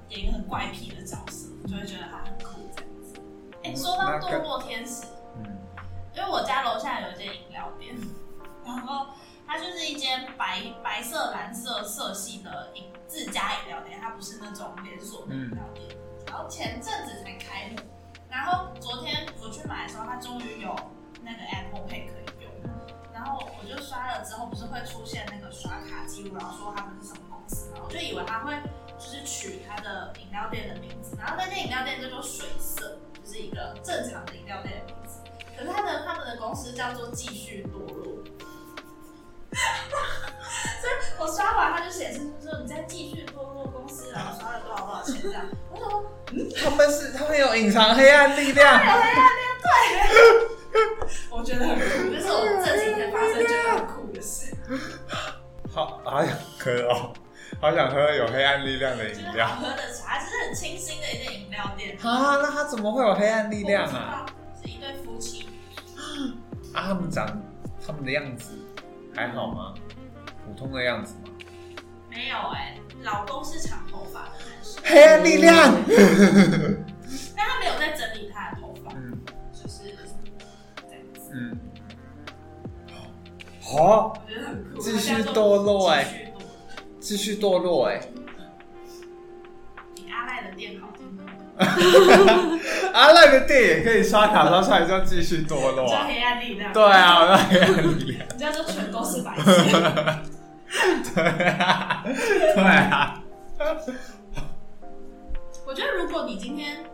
Speaker 2: 演一个很怪癖的角色，就会觉得他很酷这样子。哎、说到堕落天使，
Speaker 3: 嗯，
Speaker 2: 因为我家楼下有一间饮料店， 然后它就是一间白白色蓝色色系的饮自家饮料店，它不是那种连锁的饮料店。然后前阵子才开幕，然后昨天我去买的时候，它终于有那个 Apple Pay 可以用，然后我就刷了之后，不是会出现那个刷卡记录，然后说他们是什么公司，然后我就以为他会就是取他的饮料店的名字，然后那间饮料店叫做水色，就是一个正常的饮料店的名字。可是他的他们的公司叫做继续堕落，所以我刷完他就显示说你在继续堕落公司，然后刷了多少多少钱这样。我想说，
Speaker 3: 他们是他们有隐藏黑暗力量。
Speaker 2: 我觉得很酷，这是我这几天发生觉得很酷的事，
Speaker 3: 好，好想喝哦，好想喝有黑暗力量的
Speaker 2: 就
Speaker 3: 饮
Speaker 2: 是
Speaker 3: 料
Speaker 2: 好。喝的茶，只是很清新的一间饮料店。
Speaker 3: 啊，那他怎么会有黑暗力量啊？
Speaker 2: 我不知道？是一对夫妻，
Speaker 3: 啊，他们长他们的样子还好吗？普通的样子吗？
Speaker 2: 没有哎、老公是长头发的男生，
Speaker 3: 黑暗力量。
Speaker 2: 但他没有在整理他的头发，
Speaker 3: 嗯
Speaker 2: 就是这样子，
Speaker 3: 嗯。哦好、
Speaker 2: 我觉得很酷。
Speaker 3: 继续堕落哎
Speaker 2: 继续
Speaker 3: 继续
Speaker 2: 堕落
Speaker 3: 堕落哎、
Speaker 2: 比阿赖的店好听多了，
Speaker 3: 阿赖的啊电影可以刷卡刷出来叫继续堕落
Speaker 2: 叫
Speaker 3: 啊。
Speaker 2: 黑暗力量，
Speaker 3: 对，啊，那黑暗力量。
Speaker 2: 你这样就全都是白痴。
Speaker 3: 对啊，对啊。
Speaker 2: 我觉得如果你今天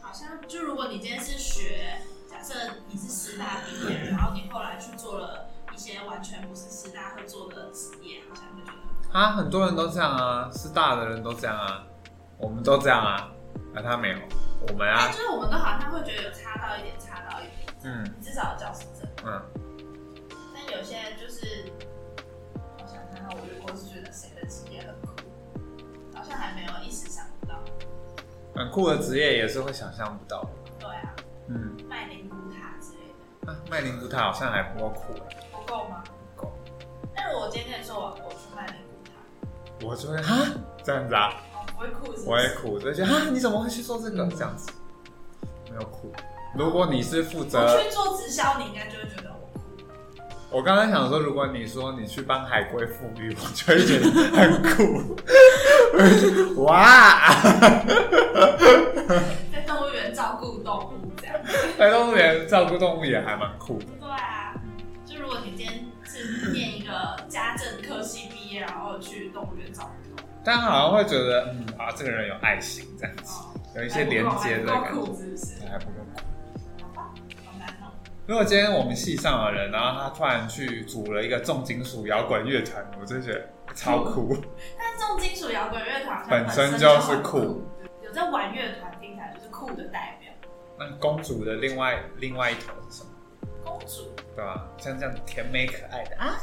Speaker 2: 好像就如果你今天是学，假设你是师大毕业， 然后你后来去做了一些完全不是师大会做的职业，好像会觉得很
Speaker 3: 啊，很多人都这样啊，师大的人都这样啊，我们都这样啊，啊他没有，我们
Speaker 2: 哎、
Speaker 3: 啊，
Speaker 2: 就是我们都好像会觉得有差到一点，差到一点，
Speaker 3: 嗯
Speaker 2: 你至少有教师证。
Speaker 3: 嗯，
Speaker 2: 但有些人就是，我想看看我如果是觉得谁的职业很酷，好像还没有一时想不到。
Speaker 3: 很酷的职业也是会想象不到的，
Speaker 2: 对啊，
Speaker 3: 嗯，
Speaker 2: 卖灵骨塔之类的，
Speaker 3: 啊，卖灵骨塔好像还不够酷哎、
Speaker 2: 不够吗？
Speaker 3: 不够，
Speaker 2: 但如果我今天跟你说我我去卖灵骨塔，
Speaker 3: 我就会啊这样子啊，
Speaker 2: 哦，不会酷是不是？
Speaker 3: 我也苦，就觉得啊你怎么会去做这个、这样子，没有酷。如果你是负
Speaker 2: 我
Speaker 3: 责，
Speaker 2: 去做直销，你应该就会觉得我酷。
Speaker 3: 我刚刚想说，如果你说你去帮海龟富裕， 我就会觉得很酷，我会觉得哇。
Speaker 2: 在动物园照顾动物这样。
Speaker 3: 在哎动物园照顾动物也还蛮酷的。
Speaker 2: 对啊，就如果你今天是念一个家政科系毕业，然后去动物园照顾动物，
Speaker 3: 但好像会觉得，嗯啊，这个人有爱心这样子，
Speaker 2: 哦，
Speaker 3: 有一些连接的
Speaker 2: 还
Speaker 3: 感
Speaker 2: 不够
Speaker 3: 觉
Speaker 2: 酷，是不是？
Speaker 3: 哎还不够酷。
Speaker 2: 好吧，好难弄。
Speaker 3: 如果今天我们系上的人，然后他突然去组了一个重金属摇滚乐团，我就觉得超酷。
Speaker 2: 但重金属摇滚乐团它
Speaker 3: 本身
Speaker 2: 身
Speaker 3: 就
Speaker 2: 就是很
Speaker 3: 酷，
Speaker 2: 有在玩乐团听起来就是酷的代表。
Speaker 3: 那公主的另外另外一头是什么？
Speaker 2: 公主
Speaker 3: 对吧？像这样甜美可爱的啊，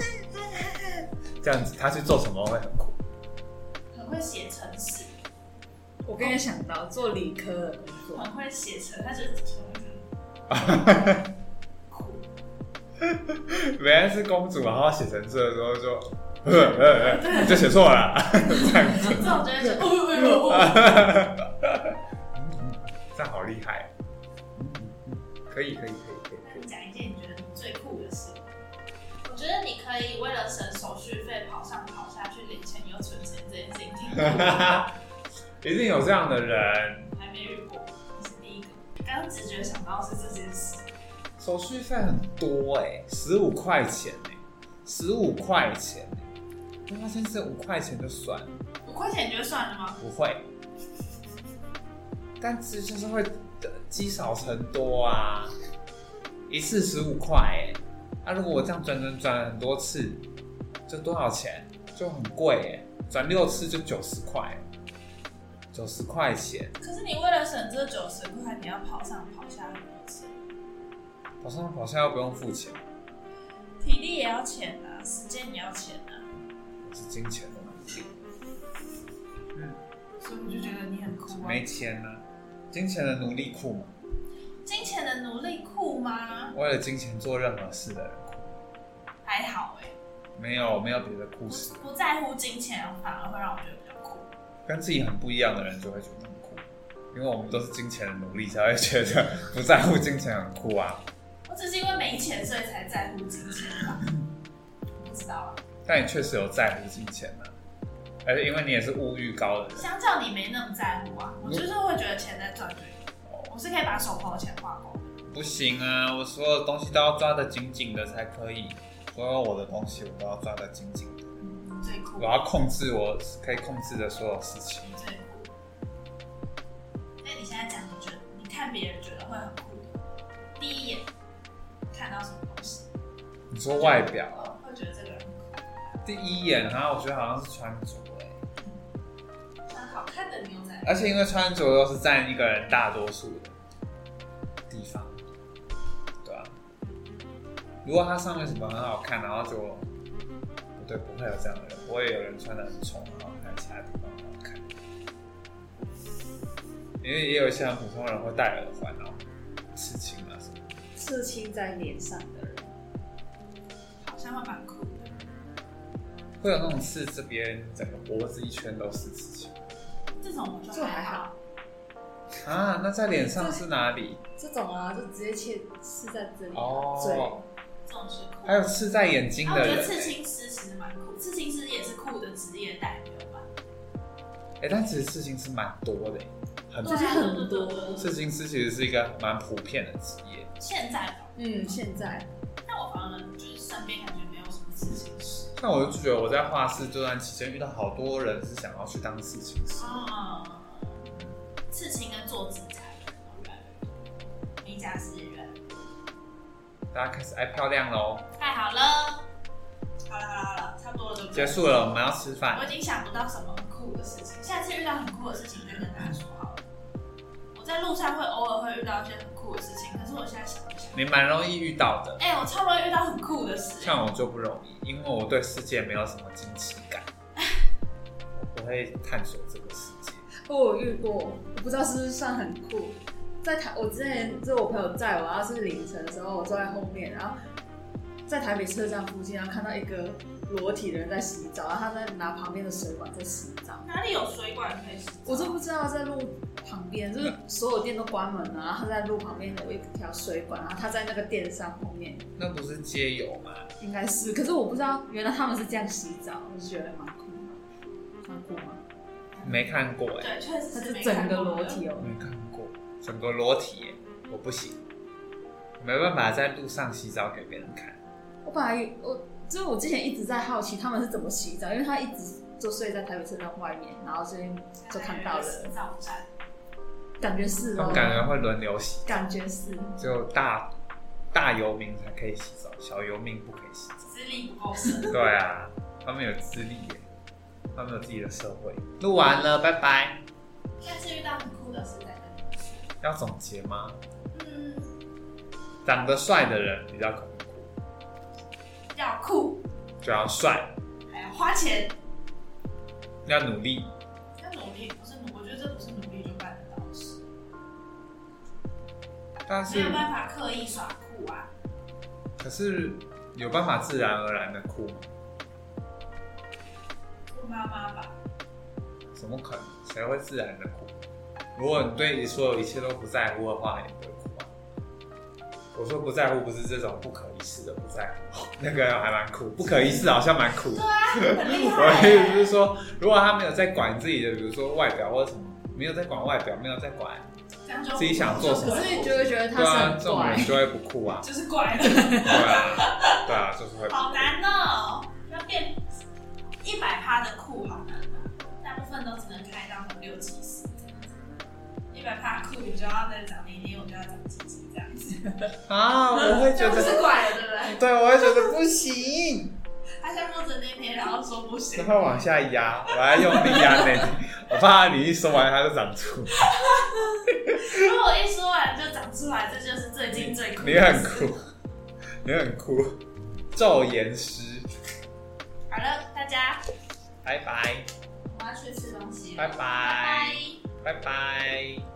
Speaker 3: 这样子他去做什么会很 酷？
Speaker 2: 很会写程式，
Speaker 5: 我刚才想到做理科的工作，
Speaker 2: 很会写程，她就是酷。
Speaker 3: 原来是公主，然后写成这的时候就，呃呃 呃，就写错了，这样子。
Speaker 2: 这种就会觉得哦哦哦哦。
Speaker 3: 这样好厉害、嗯可以可以可以 可以可
Speaker 2: 那你
Speaker 3: 以。
Speaker 2: 讲一件你觉得你最酷的事。我觉得你可以为了省手续费跑上跑下去领钱又存钱这件事情，挺酷的
Speaker 3: 一定有这样的人，
Speaker 2: 还没遇过，你是第一个。刚刚直觉想到是这件事，
Speaker 3: 手续费很多哎、1十五块钱哎、1十五块钱、因为他先是五块钱就算了，
Speaker 2: 五块钱你觉得算了吗？
Speaker 3: 不会。但是就是会呃积少成多啊，一次十五块哎，那、如果我这样转转转很多次，就多少钱？就很贵哎、转六次就九十块，欸九十块钱，
Speaker 2: 可是你为了省这九十块，你要跑上跑下很多次，
Speaker 3: 跑上跑下又不用付钱，
Speaker 2: 体力也要钱啊，时间也要钱啊，
Speaker 3: 我是金钱的嘛，
Speaker 2: 所以我就觉得你很酷啊。
Speaker 3: 没钱呢、金钱的奴隶库嘛，
Speaker 2: 金钱的奴隶酷吗？
Speaker 3: 为了金钱做任何事的人，
Speaker 2: 还好哎、
Speaker 3: 没有没有别的故事，
Speaker 2: 不不在乎金钱，反而会让我觉得比较酷。
Speaker 3: 跟自己很不一样的人就会觉得很酷，因为我们都是金钱的奴隶，才会觉得不在乎金钱很酷啊。
Speaker 2: 我只是因为没钱，所以才在乎金钱吧。不知道啊，
Speaker 3: 但你确实有在乎金钱啊，而且因为你也是物欲高的人，
Speaker 2: 相较你没那么在乎啊，我就是会觉得钱在赚对
Speaker 3: 哦
Speaker 2: 我是可以把手头的钱花光。
Speaker 3: 不行啊，我所有东西都要抓得紧紧的才可以，所有我的东西我都要抓得紧紧的，
Speaker 2: 嗯，最酷
Speaker 3: 我，要控制我可以控制的所有事情。
Speaker 2: 最酷。那你现在讲，你觉得你看别人觉得会很酷的，第一眼看到什么东西，
Speaker 3: 你说外表啊，
Speaker 2: 哦，会觉得这个人很酷。
Speaker 3: 第一眼啊，我觉得好像是穿着哎、
Speaker 2: 穿好看的牛仔，
Speaker 3: 而且因为穿着又是占一个人大多数的地方，对啊。如果它上面什么很好看，然后就不对，不会有这样的人，不会有人穿的很丑，然后看其他地方很好看。因为也有一些很普通人会戴耳环然后刺青啊什么的。
Speaker 5: 刺青在脸上的人，
Speaker 2: 好像会蛮酷的。
Speaker 3: 会有那种刺这边整个脖子一圈都是刺青
Speaker 2: 这种我就还好，
Speaker 3: 啊，那在脸上是哪里？
Speaker 5: 这种啊，就直接切刺在这里，
Speaker 3: 哦，
Speaker 2: 这种是酷。
Speaker 3: 还有刺在眼睛
Speaker 2: 啊，我
Speaker 3: 的
Speaker 2: 觉
Speaker 3: 人、
Speaker 2: 得刺青师其实蛮酷，刺青师也是酷的职业代表吧。
Speaker 3: 哎、但其实刺青师蛮多的欸，很
Speaker 2: 啊
Speaker 5: 这些很多。
Speaker 3: 刺青师其实是一个蛮普遍的职业，
Speaker 2: 现在吧，
Speaker 5: 嗯，现在
Speaker 2: 但我反而就是身边感觉没有什么刺青师。
Speaker 3: 但我就觉得我在画室这段期间遇到好多人是想要去当刺青师，
Speaker 2: 啊，刺青跟做指甲的人都越来越多，美甲师也越来越多。
Speaker 3: 大家开始爱漂亮喽。
Speaker 2: 太好了，好了好了好了，差不多了，对不对
Speaker 3: 结束了，我们要吃
Speaker 2: 我
Speaker 3: 饭
Speaker 2: 已。经想不到什么很酷的事情，下次遇到很酷的事情再跟大家说好了。我在路上会偶尔会遇到一些很酷的事情，可是我现在想不起来。
Speaker 3: 你蛮容易遇到的，
Speaker 2: 哎、我超容易遇到很酷的事。
Speaker 3: 像我就不容易，因为我对世界没有什么惊奇感，我不会探索这个世界。
Speaker 5: 我有遇过，我不知道是不是算很酷。在台，我之前就我朋友载我，然后是凌晨的时候，我坐在后面，然后在台北车站附近，然后看到一个裸体的人在洗澡，然后他在拿旁边的水管在洗澡。
Speaker 2: 哪里有水管可以洗澡？
Speaker 5: 我就不知道在路旁边，就是所有店都关门了，然后他在路旁边有一条水管，然后他在那个电商后面，
Speaker 3: 那不是街友吗？
Speaker 5: 应该是，可是我不知道原来他们是这样洗澡，我就觉得蛮酷的，蛮酷吗？
Speaker 3: 没看过哎、
Speaker 2: 对，确
Speaker 5: 他
Speaker 2: 实
Speaker 5: 是
Speaker 2: 没
Speaker 5: 整
Speaker 2: 看
Speaker 5: 个
Speaker 2: 过
Speaker 5: 裸体哦，
Speaker 3: 没看过，整个裸体耶、我不行，没办法在路上洗澡给别人看。
Speaker 5: 我本来我就是我之前一直在好奇他们是怎么洗澡，因为他一直就睡在台北车站外面，然后最近就看到 了，
Speaker 2: 洗澡站，
Speaker 5: 感觉是
Speaker 3: 他
Speaker 5: 哦
Speaker 3: 们，感觉会轮流洗，
Speaker 5: 感觉是，
Speaker 3: 只有大大游民才可以洗澡，小游民不可以洗澡。
Speaker 2: 资历不够深。
Speaker 3: 对啊，他们有资历耶，他们有自己的社会。录完了，拜拜。
Speaker 2: 下次遇到很酷的事再跟你们说。
Speaker 3: 要总结吗？
Speaker 2: 嗯，
Speaker 3: 长得帅的人比较可能酷，
Speaker 2: 要酷，
Speaker 3: 就要帅，
Speaker 2: 还要花钱，
Speaker 3: 要努力。
Speaker 2: 要努力，不是努，我觉得这不是努力就办得到的事，
Speaker 3: 但
Speaker 2: 没
Speaker 3: 是
Speaker 2: 有办法刻意耍酷啊。
Speaker 3: 可是有办法自然而然的酷吗？
Speaker 2: 酷妈妈吧，
Speaker 3: 怎么可能？谁会自然的哭？如果你对所有一切都不在乎的话，你不会哭啊。我说不在乎，不是这种不可一世的不在乎，那个还蛮酷，不可一世好像蛮酷。
Speaker 2: 很厉害、
Speaker 3: 我的意思
Speaker 2: 欸。
Speaker 3: 是说，如果他没有在管自己的，比如说外表或者什么，没有在管外表，没有在管
Speaker 2: 这样就
Speaker 3: 自己想做什么
Speaker 5: 可是你就会觉得
Speaker 3: 对啊
Speaker 5: 他，
Speaker 3: 这
Speaker 5: 是很
Speaker 3: 种
Speaker 5: 怪
Speaker 3: 人，就会不酷 啊。
Speaker 2: 就是怪了，
Speaker 3: 对啊，对啊，就是会不酷
Speaker 2: 好难哦、要变一百趴的库好难拿，大部分都只能开到六七十这样子。一百趴库你就要再涨零点，我就要涨几十这样子。
Speaker 3: 啊，我会觉
Speaker 2: 这不
Speaker 3: 得，
Speaker 2: 是拐了对不对？
Speaker 3: 对我会觉得不行，
Speaker 2: 他先摸着那边，然后说不行
Speaker 3: 然。后往下压，我要用力压那里，我怕你一说完它就长出，
Speaker 2: 如果我一说完就长出来，这就是最近最酷的
Speaker 3: 你很
Speaker 2: 事
Speaker 3: 酷，你很酷，昼颜师，
Speaker 2: 好了，大家，
Speaker 3: 拜拜，
Speaker 2: 我要去吃东西了。
Speaker 3: 拜拜，拜
Speaker 2: 拜
Speaker 3: 拜。